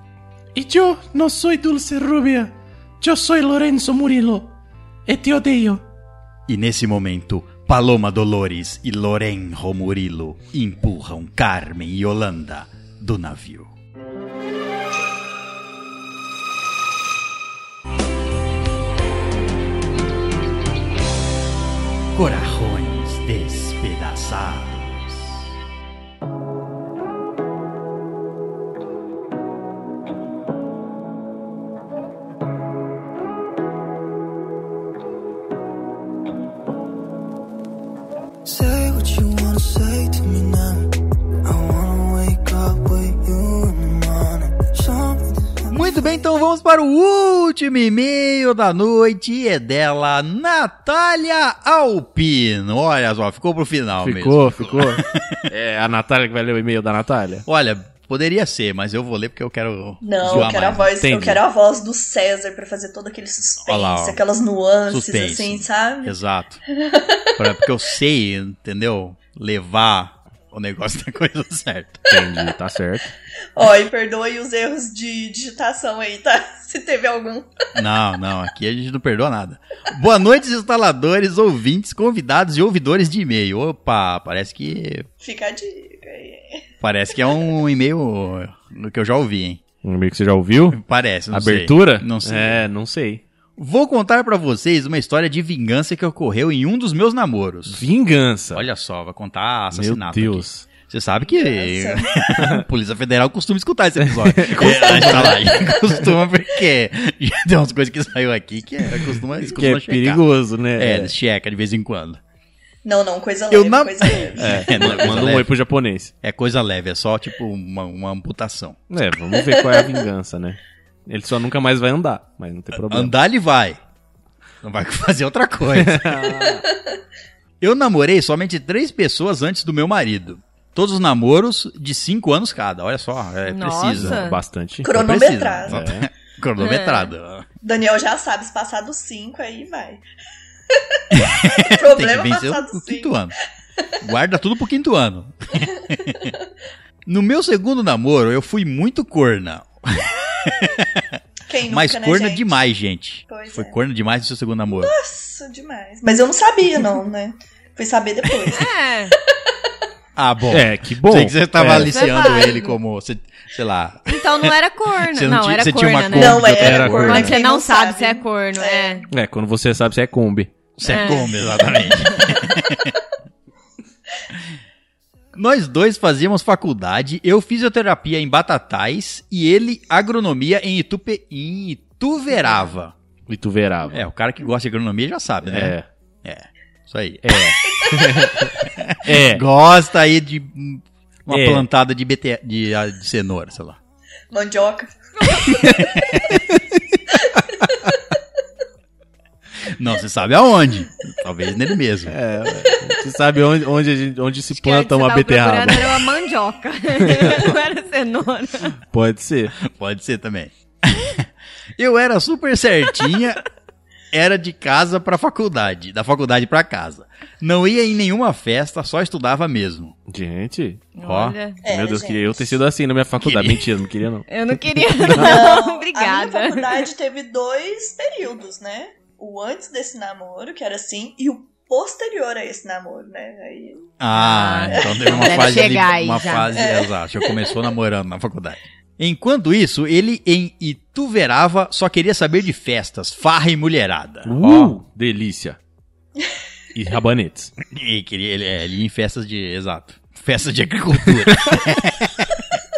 F: E eu não sou Dulce Rubia. Eu sou Lorenzo Murilo. E te odeio.
B: E nesse momento, Paloma Dolores e Lorenzo Murilo empurram Carmen e Yolanda do navio. Corajões despedaçados.
G: Say what you wanna say to me now. I wanna wake up with you in the morning. Show me the
B: Muito bem, então vamos para o último e-mail da noite e é dela, Natália Alpino. Olha só, ficou pro final mesmo.
C: Ficou, ficou. É a Natália que vai ler o e-mail da Natália?
B: Olha, poderia ser, mas eu vou ler porque eu quero.
E: Não,
B: zoar
E: eu quero a
B: mais.
E: voz, eu
C: Entendi.
E: quero a voz do César pra fazer todo aquele suspense,
B: Olha lá, ó.
E: aquelas nuances
B: Suspense.
E: assim, sabe?
B: Exato. Pra- porque eu sei, entendeu? Levar o negócio da coisa certa.
C: Entendi, tá certo.
E: Ó, e perdoe os erros de digitação aí, tá? Se teve algum.
B: Não, não, aqui a gente não perdoa nada. Boa noite, instaladores, ouvintes, convidados e ouvidores de e-mail. Opa, parece que.
E: Fica a dica aí.
B: Parece que é um e-mail que eu já ouvi, hein?
C: Um e-mail que você já ouviu?
B: Parece, não sei.
C: Abertura?
B: Não sei.
C: É, não sei.
B: Vou contar pra vocês uma história de vingança que ocorreu em um dos meus namoros.
C: Vingança.
B: Olha só, vou contar
C: Meu
B: assassinato. aqui.
C: Deus.
B: Você sabe que
E: Nossa.
B: a Polícia Federal costuma escutar esse episódio. É, a estalagem costuma, porque já tem umas coisas que saiu aqui que é, costuma,
C: Que
B: costuma
C: é
B: checar.
C: perigoso, né?
B: É, eles checa de vez em quando.
E: Não, não, coisa leve,
B: Eu na-
E: coisa leve.
B: É, não é coisa
C: Manda um oi
B: leve.
C: pro japonês.
B: É coisa leve, é só tipo uma, uma amputação.
C: É, vamos ver qual é a vingança, né? Ele só nunca mais vai andar, mas não tem problema.
B: Andar ele vai. Não vai fazer outra coisa. Eu namorei somente três pessoas antes do meu marido. Todos os namoros de cinco anos cada. Olha só, é
D: Nossa.
B: preciso.
C: Bastante.
E: Cronometrado. É.
B: Precisa. É. Cronometrado.
E: Daniel já sabe, se passar dos 5, aí vai.
B: Tem que
E: Problema é
B: vencer
E: passar
B: o
E: dos
B: quinto
E: 5.
B: ano. Guarda tudo pro quinto ano. No meu segundo namoro, eu fui muito corna.
E: Quem nunca,
B: mas
E: né,
B: corna
E: gente?
B: demais, gente.
E: Pois
B: Foi
E: é.
B: corna demais no seu segundo namoro.
E: Nossa, demais. Mas eu não sabia, não, né? Fui saber depois.
D: É,
B: Ah, bom.
C: É, que bom.
B: Sei que você tava
C: É.
B: aliciando
D: Você vai.
B: ele como, você- sei lá.
D: então não era corno.
B: Você
D: não,
B: tinha,
D: era
B: você
D: corna,
B: tinha uma
D: né?
B: Kombi,
E: Não,
B: outra
E: era
B: era
E: corna.
D: Quando
B: corna.
D: você
E: Quem
D: não,
E: não
D: sabe,
E: sabe.
D: se é corno, é.
C: É, quando você sabe, você é Kombi.
B: Você
D: É.
B: é Kombi, exatamente. Nós dois fazíamos faculdade, eu fisioterapia em Batatais e ele agronomia em, Itupe, em Ituverava.
C: E tu verava.
B: É, o cara que gosta de agronomia já sabe, né?
C: É.
B: Isso aí.
C: É.
B: Gosta aí de hum, uma
C: É.
B: plantada de, bete... de, ah, de cenoura, sei lá.
E: Mandioca.
B: Não, você sabe aonde. Talvez nele mesmo.
C: É, você sabe onde, onde, a gente- onde se
D: Que a que
C: planta
D: você
C: uma
D: tava
C: beterraba.
D: procurando Era uma mandioca. é não era cenoura.
C: Pode ser.
B: Pode ser também. Eu era super certinha, era de casa pra faculdade, da faculdade pra casa. Não ia em nenhuma festa, só estudava mesmo.
C: Gente,
B: Ó.
D: Olha,
E: É,
C: meu Deus,
E: gente.
C: queria eu ter sido assim na minha faculdade.
B: Queria.
C: Mentira, não queria não.
D: eu não queria, não.
E: Ah, A minha
D: Obrigada.
E: faculdade teve dois períodos, né? O antes desse namoro, que era assim, e o posterior a esse namoro, né? Aí,
B: Ah,
D: Ah,
B: então teve uma
D: deve
B: fase ali,
D: chegar aí
B: uma
D: já. É.
B: fase, exato, já começou namorando na faculdade. Enquanto isso, ele em Ituverava só queria saber de festas, farra e mulherada.
D: Uh!
B: Ó,
C: Ó, delícia. E rabanetes.
B: e queria, ele, é, ele ia em festas de, exato, festas de agricultura.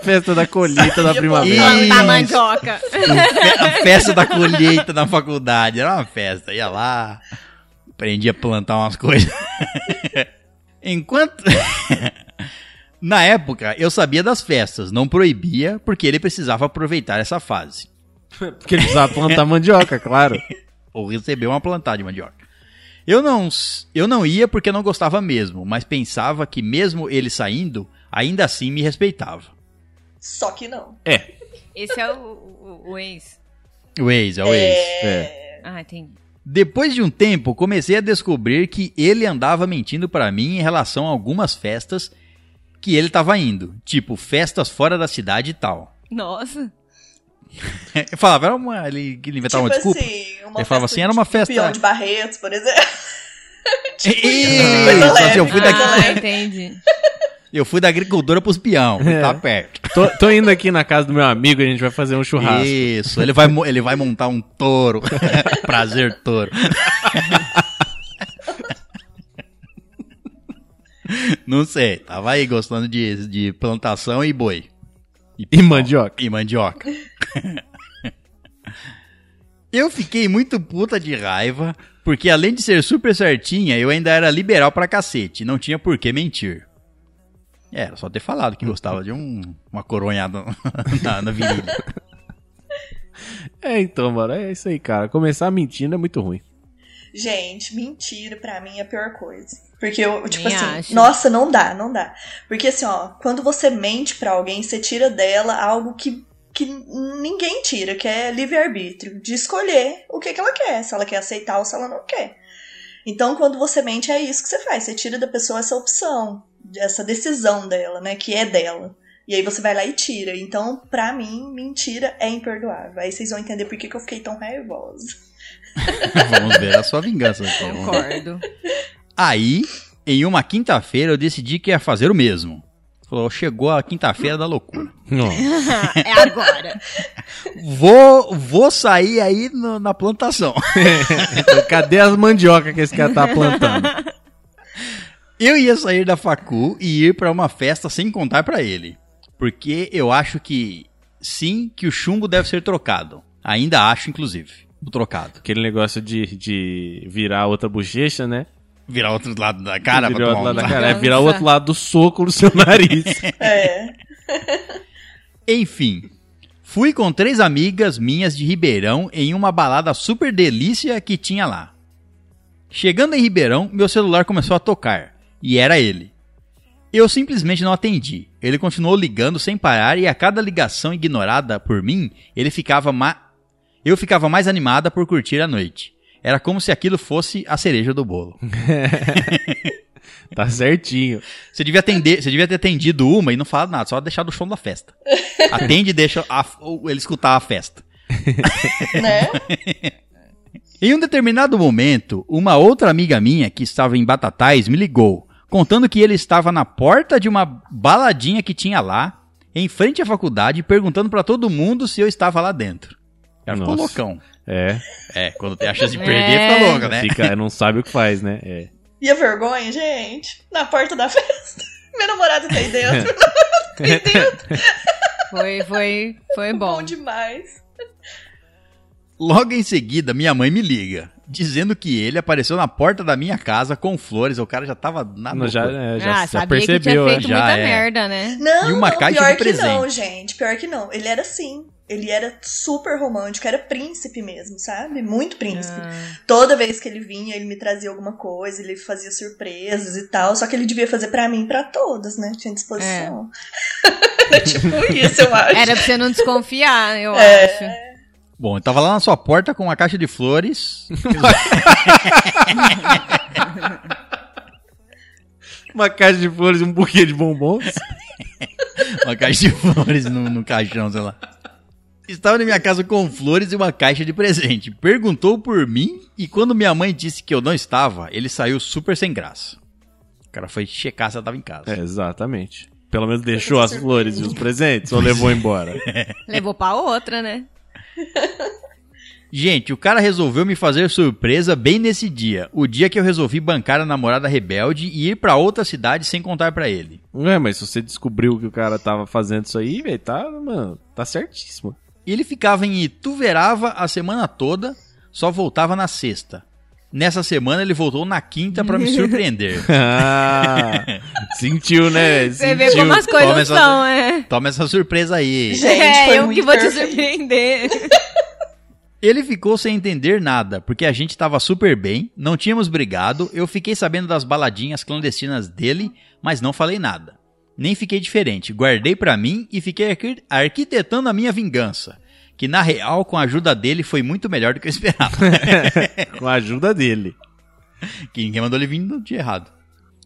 C: Festa da colheita
E: Tipo
C: da primavera.
D: Plantar
B: Isso.
D: mandioca.
B: Fe- a festa da colheita na faculdade. Era uma festa. Ia lá, aprendia a plantar umas coisas. Enquanto. Na época, eu sabia das festas, não proibia, porque ele precisava aproveitar essa fase.
C: Porque ele precisava plantar mandioca, claro.
B: Ou receber uma plantada de mandioca. Eu não, s- eu não ia porque não gostava mesmo, mas pensava que mesmo ele saindo, ainda assim me respeitava.
E: só que não.
D: Esse é o, o, o ex.
B: O ex, é o ex.
E: É.
D: Ah, entendi.
B: Depois de um tempo, comecei a descobrir que ele andava mentindo pra mim em relação a algumas festas que ele tava indo, tipo festas fora da cidade e tal.
D: Nossa.
B: Eu falava, era uma, ele que ele inventava
E: Tipo
B: uma desculpa.
E: assim, uma
B: Ele falava
E: festa
B: assim, era uma
E: de Peão
B: festa.
E: de Barretos, por exemplo.
B: Isso,
E: coisa
B: assim, eu
E: assim, tipo, leve, né?
B: fui
E: coisa
B: da,
D: Ah, entendi.
B: eu fui da agricultora pros peão,
C: É.
B: tá perto.
C: Tô, tô indo aqui na casa do meu amigo e a gente vai fazer um churrasco.
B: Isso, ele vai, mo- ele vai montar um touro. Prazer, touro. Não sei, tava aí gostando de, de plantação e boi.
C: E mandioca.
B: E mandioca. eu fiquei muito puta de raiva, porque além de ser super certinha, eu ainda era liberal pra cacete, não tinha por que mentir. É, Era só ter falado que gostava de um- uma coronhada na, na virilha.
C: É, então, mano, é isso aí, cara. Começar mentindo é muito ruim.
E: Gente, mentira pra mim é a pior coisa. Porque eu, tipo
D: Nem
E: assim,
D: acho.
E: nossa, não dá, não dá. Porque assim, ó, quando você mente pra alguém, você tira dela algo que, que ninguém tira, que é livre-arbítrio, de escolher o que, que ela quer, se ela quer aceitar ou se ela não quer. Então, quando você mente, é isso que você faz. Você tira da pessoa essa opção, essa decisão dela, né? Que é dela. E aí você vai lá e tira. Então, pra mim, mentira é imperdoável. Aí vocês vão entender por que, que eu fiquei tão raivosa.
B: Vamos ver a sua vingança. então.
D: Concordo.
B: Aí, em uma quinta-feira, eu decidi que ia fazer o mesmo. Falou, chegou a quinta-feira da loucura.
C: Ó,
D: é agora.
B: Vou, vou sair aí no- na plantação.
C: Então, Cadê as mandioca que esse cara tá plantando?
B: Eu ia sair da facu e ir pra uma festa sem contar pra ele. Porque eu acho que sim, que o chumbo deve ser trocado. Ainda acho, inclusive, o trocado.
C: Aquele negócio de, de virar outra bochecha, né?
B: Virar outro lado da cara
C: virar o
B: pra
C: outro
B: tomar
C: lado
B: um
C: da
B: tapa.
C: cara. É virar o outro lado do soco no seu nariz.
E: É.
B: Enfim, fui com três amigas minhas de Ribeirão em uma balada super delícia que tinha lá. Chegando em Ribeirão, meu celular começou a tocar e era ele. Eu simplesmente não atendi. Ele continuou ligando sem parar e a cada ligação ignorada por mim, ele ficava ma... eu ficava mais animada por curtir a noite. Era como se aquilo fosse a cereja do bolo.
C: tá certinho.
B: Você devia, atender, você devia ter atendido uma e não falado nada, só deixar do show da festa. Atende e deixa a- o- ele escutar a festa.
E: Né?
B: Em um determinado momento, uma outra amiga minha que estava em Batatais me ligou, contando que ele estava na porta de uma baladinha que tinha lá, em frente à faculdade, perguntando pra todo mundo se eu estava lá dentro. Ela ficou
C: Nossa.
B: loucão.
C: É.
B: É, quando tem a chance de perder,
D: É.
B: fica louca, né?
C: Fica, não sabe o que faz, né? É.
E: E a vergonha, gente? Na porta da festa. Meu namorado tá aí dentro. tá aí dentro.
D: Foi, foi, foi bom.
E: É Bom demais.
B: Logo em seguida, minha mãe me liga, dizendo que ele apareceu na porta da minha casa com flores. O cara já tava na
C: Não, já,
B: loucura.
C: é, já,
D: Ah,
C: já
D: sabia que tinha
C: percebeu, né?
D: feito
B: Já
D: muita
B: é.
D: merda, né?
E: Não,
B: E uma
E: não,
B: caixa
E: pior
B: de
E: que não,
B: presente.
E: gente. Pior que não. Ele era assim. Ele era super romântico, era príncipe mesmo, sabe? Muito príncipe.
B: Ah.
E: Toda vez que ele vinha, ele me trazia alguma coisa, ele fazia surpresas e tal. Só que ele devia fazer pra mim e pra todas, né? Tinha disposição. Era tipo isso, eu acho.
D: Era pra você não desconfiar, eu
E: É.
D: acho.
B: Bom, eu tava lá na sua porta com uma caixa de flores.
C: Uma caixa de flores e um buquê de bombons.
B: Uma caixa de flores no, no caixão, sei lá. Estava na minha casa com flores e uma caixa de presente. Perguntou por mim e quando minha mãe disse que eu não estava, ele saiu super sem graça. O cara foi checar se ela estava em casa.
C: É, exatamente. Pelo menos deixou as flores e os presentes ou levou embora.
D: Levou pra outra, né?
B: Gente, o cara resolveu me fazer surpresa bem nesse dia. O dia que eu resolvi bancar a namorada rebelde e ir pra outra cidade sem contar pra ele.
C: Ué, É, mas se você descobriu que o cara tava fazendo isso aí, velho, tá, mano, tá certíssimo.
B: Ele ficava em Ituverava a semana toda, só voltava na sexta. Nessa semana ele voltou na quinta pra me surpreender.
C: Ah, sentiu, né? velho?
D: Você
C: Sentiu.
D: vê como as
B: Toma
D: coisas
B: essa-
D: são, é.
B: Toma essa surpresa aí.
E: Gente,
D: é,
E: foi
D: eu
E: muito
D: que vou te
E: perfeito.
D: surpreender.
B: Ele ficou sem entender nada, porque a gente tava super bem, não tínhamos brigado, eu fiquei sabendo das baladinhas clandestinas dele, mas não falei nada. Nem fiquei diferente, guardei pra mim e fiquei arqui- arquitetando a minha vingança, que na real, com a ajuda dele, foi muito melhor do que eu esperava.
C: Com a ajuda dele.
B: que ninguém mandou ele vir no dia errado.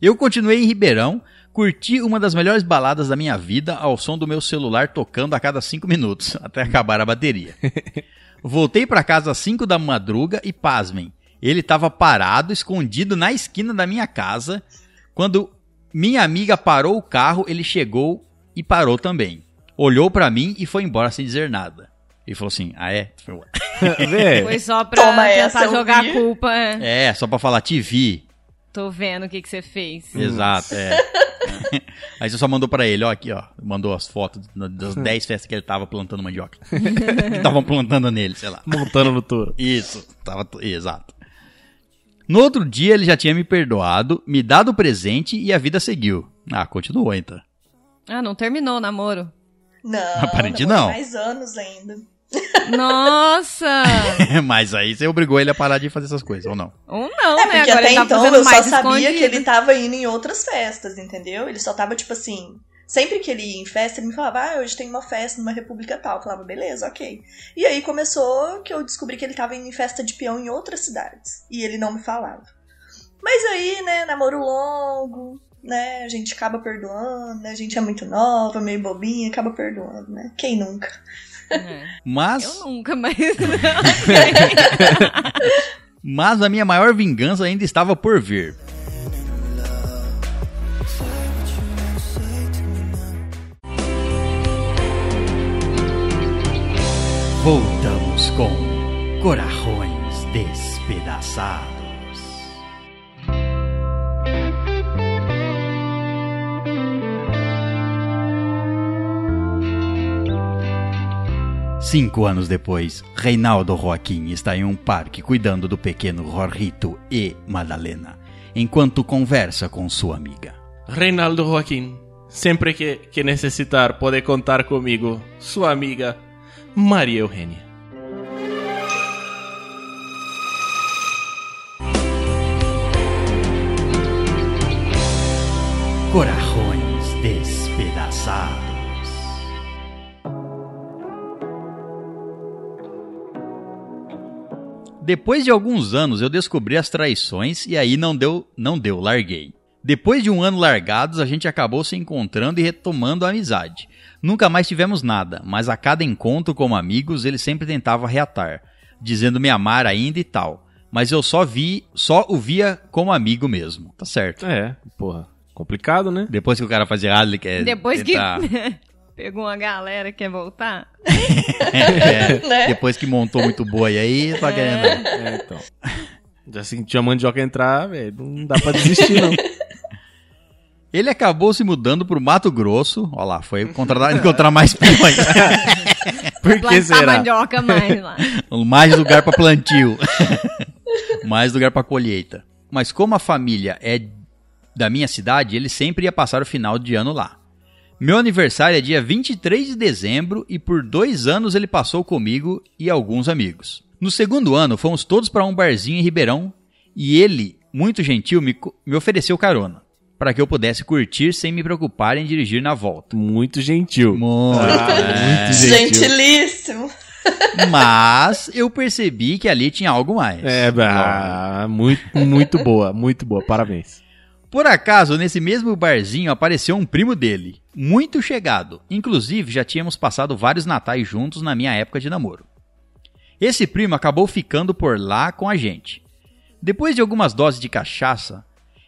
B: Eu continuei em Ribeirão, curti uma das melhores baladas da minha vida ao som do meu celular tocando a cada 5 minutos, até acabar a bateria. Voltei pra casa às 5 da madruga e pasmem, ele tava parado, escondido na esquina da minha casa. Quando minha amiga parou o carro, ele chegou e parou também. Olhou pra mim e foi embora sem dizer nada. Ele falou assim: Ah, é? Eu falei, "Ué."
C: Véi,
D: Foi só pra
E: Toma
D: tentar
E: essa, eu
D: jogar
E: vi.
D: a culpa. é.
B: É, só pra falar, te vi.
D: Tô vendo o que, que você fez.
B: Exato, é. Aí você só mandou pra ele, ó, aqui, ó. Mandou as fotos na- das 10 festas que ele tava plantando mandioca. que estavam plantando nele, sei lá.
C: montando no touro.
B: Isso, tava. t- Exato. No outro dia ele já tinha me perdoado, me dado o presente e a vida seguiu. Ah, continuou então.
D: Ah, não terminou o namoro.
E: Não,
B: Aparente
E: namorou
B: não.
E: mais anos ainda.
D: Nossa!
B: Mas aí você obrigou ele a parar de fazer essas coisas, ou não?
D: Ou não,
E: É,
D: né?
E: porque
D: Agora
E: até
D: ele tá
E: então
D: fazendo
E: eu só
D: mais
E: sabia
D: escondido.
E: que ele tava indo em outras festas, entendeu? Ele só tava, tipo assim. Sempre que ele ia em festa, ele me falava, ah, hoje tem uma festa numa república tal. Eu falava, beleza, ok. E aí começou que eu descobri que ele tava indo em festa de peão em outras cidades. E ele não me falava. Mas aí, né, namoro longo, né, a gente acaba perdoando, né, a gente é muito nova, meio bobinha, acaba perdoando, né? Quem nunca?
D: É. Eu
B: Mas,
D: nunca, né? mas.
B: mas a minha maior vingança ainda estava por vir. Voltamos com Corajões Despedaçados. Cinco anos depois, Reinaldo Joaquim está em um parque cuidando do pequeno Jorrito e Madalena, enquanto conversa com sua amiga.
C: Reinaldo Joaquim, sempre que, que necessitar, pode contar comigo, sua amiga Maria Eugênia.
B: Corajões despedaçados. Depois de alguns anos eu descobri as traições e aí não deu, não deu, larguei. Depois de um ano largados, a gente acabou se encontrando e retomando a amizade. Nunca mais tivemos nada, mas a cada encontro como amigos ele sempre tentava reatar, dizendo me amar ainda e tal. Mas eu só vi, só o via como amigo mesmo. Tá certo.
C: É, porra, complicado, né?
B: Depois que o cara faz errado, ele quer.
D: Depois
B: tentar-
D: que pegou uma galera que quer voltar.
B: É,
E: Né?
B: Depois que montou muito boi aí, tá querendo.
C: É, então. Assim, tinha mandioca entrar, velho, não dá pra desistir, não.
B: Ele acabou se mudando pro Mato Grosso. Ó lá, foi contratar, encontrar mais põe.
C: Por que
D: Plantar
C: será?
D: mandioca mais lá.
B: Então, Mais lugar pra plantio. Mais lugar pra colheita. Mas como a família é da minha cidade, ele sempre ia passar o final de ano lá. Meu aniversário é dia 23 de dezembro e por dois anos ele passou comigo e alguns amigos. No segundo ano, fomos todos para um barzinho em Ribeirão e ele, muito gentil, me, co- me ofereceu carona para que eu pudesse curtir sem me preocupar em dirigir na volta.
C: Muito gentil.
B: Muito,
C: Ah, muito gentil.
E: Gentilíssimo.
B: Mas eu percebi que ali tinha algo mais.
C: É, ah, muito, muito boa, muito boa, parabéns.
B: Por acaso, nesse mesmo barzinho apareceu um primo dele, muito chegado. Inclusive, já tínhamos passado vários natais juntos na minha época de namoro. Esse primo acabou ficando por lá com a gente. Depois de algumas doses de cachaça,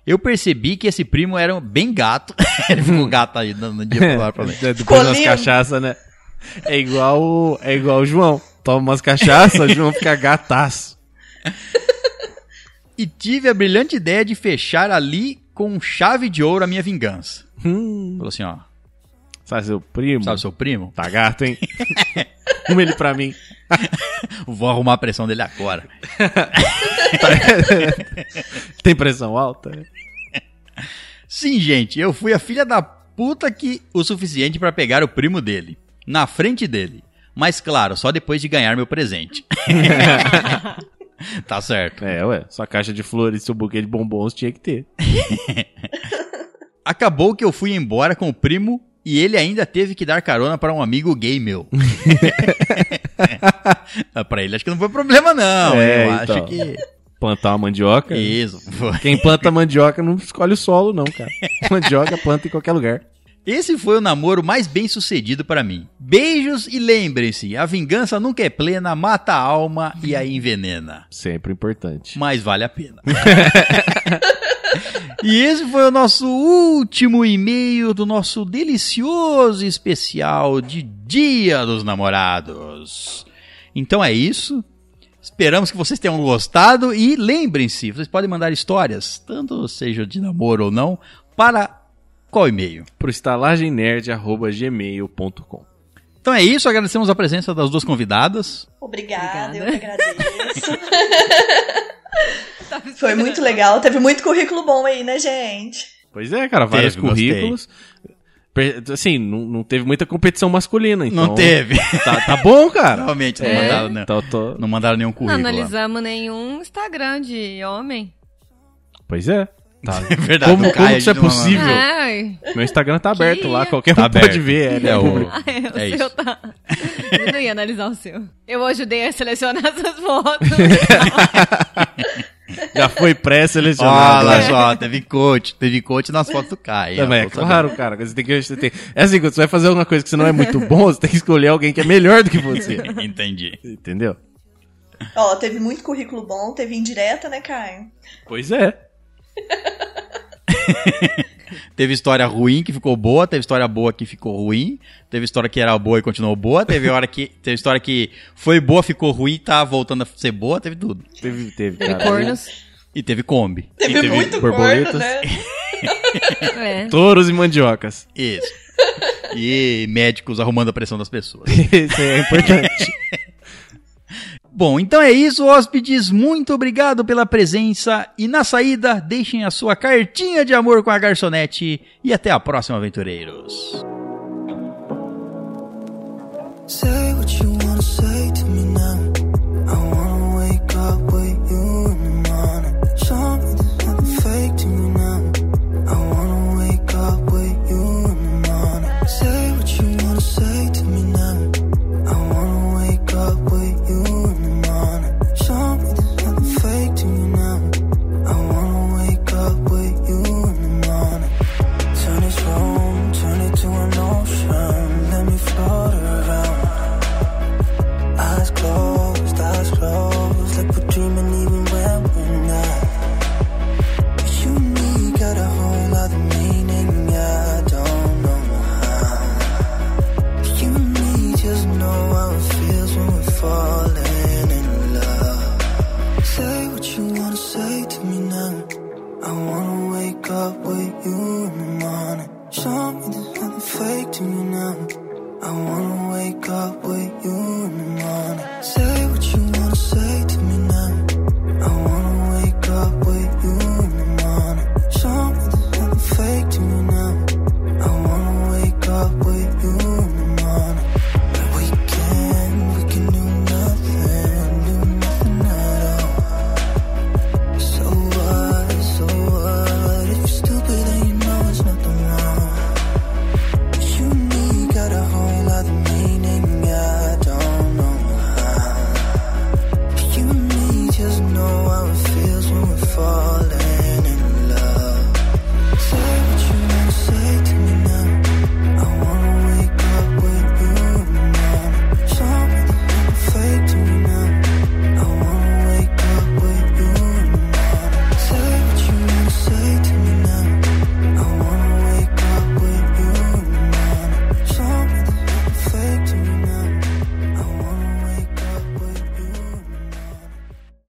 B: eu percebi que esse primo era um bem gato. Ele ficou gato aí no no dia pra lá pra lá.
C: Depois das
E: lindo.
C: cachaças, né? É igual, o- é igual o João. Toma umas cachaças, o João fica gataço.
B: E tive a brilhante ideia de fechar ali com chave de ouro a minha vingança.
C: Hum,
B: Falou assim, ó,
C: sabe seu primo?
B: sabe seu primo?
C: Tá gato, hein? Uma ele pra mim.
B: Vou arrumar a pressão dele agora.
C: Tem pressão alta? né?
B: Sim, gente, eu fui a filha da puta que o suficiente pra pegar o primo dele, na frente dele. Mas claro, só depois de ganhar meu presente. tá certo.
C: É, ué. Sua caixa de flores, seu buquê de bombons tinha que ter.
B: Acabou que eu fui embora com o primo e ele ainda teve que dar carona pra um amigo gay meu. Ah, pra ele acho que não foi problema não.
C: É,
B: eu
C: então.
B: acho que
C: Plantar uma mandioca.
B: isso. Foi.
C: Quem planta mandioca não escolhe o solo, não, cara. Mandioca planta em qualquer lugar.
B: Esse foi o namoro mais bem sucedido pra mim. Beijos e lembrem-se, a vingança nunca é plena, mata a alma e a envenena.
C: Sempre importante.
B: mas vale a pena. e esse foi o nosso último e-mail do nosso delicioso especial de Dia dos Namorados. Então é isso. Esperamos que vocês tenham gostado e lembrem-se, vocês podem mandar histórias, tanto seja de namoro ou não, para qual e-mail?
C: Pro estalagemnerd.gmail.com
B: Então é isso, agradecemos a presença das duas convidadas.
E: Obrigada,
D: Obrigada.
E: eu que agradeço.
D: Tava
E: Foi
D: esperando.
E: muito legal. Teve muito currículo bom aí, né, gente?
C: Pois é, cara, vários
B: Teve,
C: currículos. Per- Assim, não, não teve muita competição masculina, então.
B: Não teve,
C: Tá, tá bom, cara.
B: realmente, não,
D: É.
B: mandaram, né?
C: Então, tô-
B: não mandaram nenhum
D: Não
B: currículo. lá.
D: analisamos nenhum Instagram de homem.
C: Pois é. Tá.
B: É verdade,
C: Como-
B: não
C: como
B: cai,
C: isso
B: a gente
C: é
B: não-
C: possível? Incrível.
D: Ai,
C: Meu Instagram tá aberto
D: Que-
C: lá, qualquer
B: Tá
C: um pode
B: aberto.
C: ver. É, né?
B: É, o-
D: o
B: É
D: seu
B: isso.
D: tá. Eu não ia analisar o seu. Eu ajudei a selecionar essas fotos.
C: Já foi pré-selecionado.
B: Olha
C: né?
B: só, teve coach, teve coach nas fotos do Caio.
C: Não, mas é
B: Tô sabendo.
C: claro, cara. Você tem que, você tem, é assim, quando você vai fazer alguma coisa que você não é muito bom, você tem que escolher alguém que é melhor do que você.
B: Entendi.
C: Entendeu?
E: Ó, teve muito currículo bom, teve indireta, né, Caio?
C: Pois é.
B: Teve história ruim que ficou boa, teve história boa que ficou ruim, teve história que era boa e continuou boa, teve hora que teve história que foi boa, ficou ruim, e tá voltando a ser boa, teve tudo.
C: Teve, teve,
D: E
C: cara.
D: cornos.
B: E teve Kombi.
E: Teve,
C: teve
E: muito
C: borboletas.
E: gordo, né?
D: É.
C: Touros e mandiocas.
B: Isso. e médicos arrumando a pressão das pessoas.
C: Isso é importante.
B: Bom, então é isso, hóspedes. Muito obrigado pela presença e na saída deixem a sua cartinha de amor com a garçonete e até a próxima, aventureiros.
G: Say what you wanna say to me now. I wanna wake up with you in the morning. Something that's not fake to me now. I wanna wake up with you in the morning. Say what you wanna say to me now. I wanna wake up with you in the morning. Something that's not fake to me now. I wanna wake up with you in the morning. Turn this room, turn it to an ocean. Let me float around. Eyes closed, eyes closed. Like we're dreaming even when we're not. You and me got a whole lot of meaning. I don't know how. You and me just know how it feels when we're falling in love. Say what you wanna say to me now. I wanna wake up with you in the morning. Something that's not fake to me now. I wanna wake up with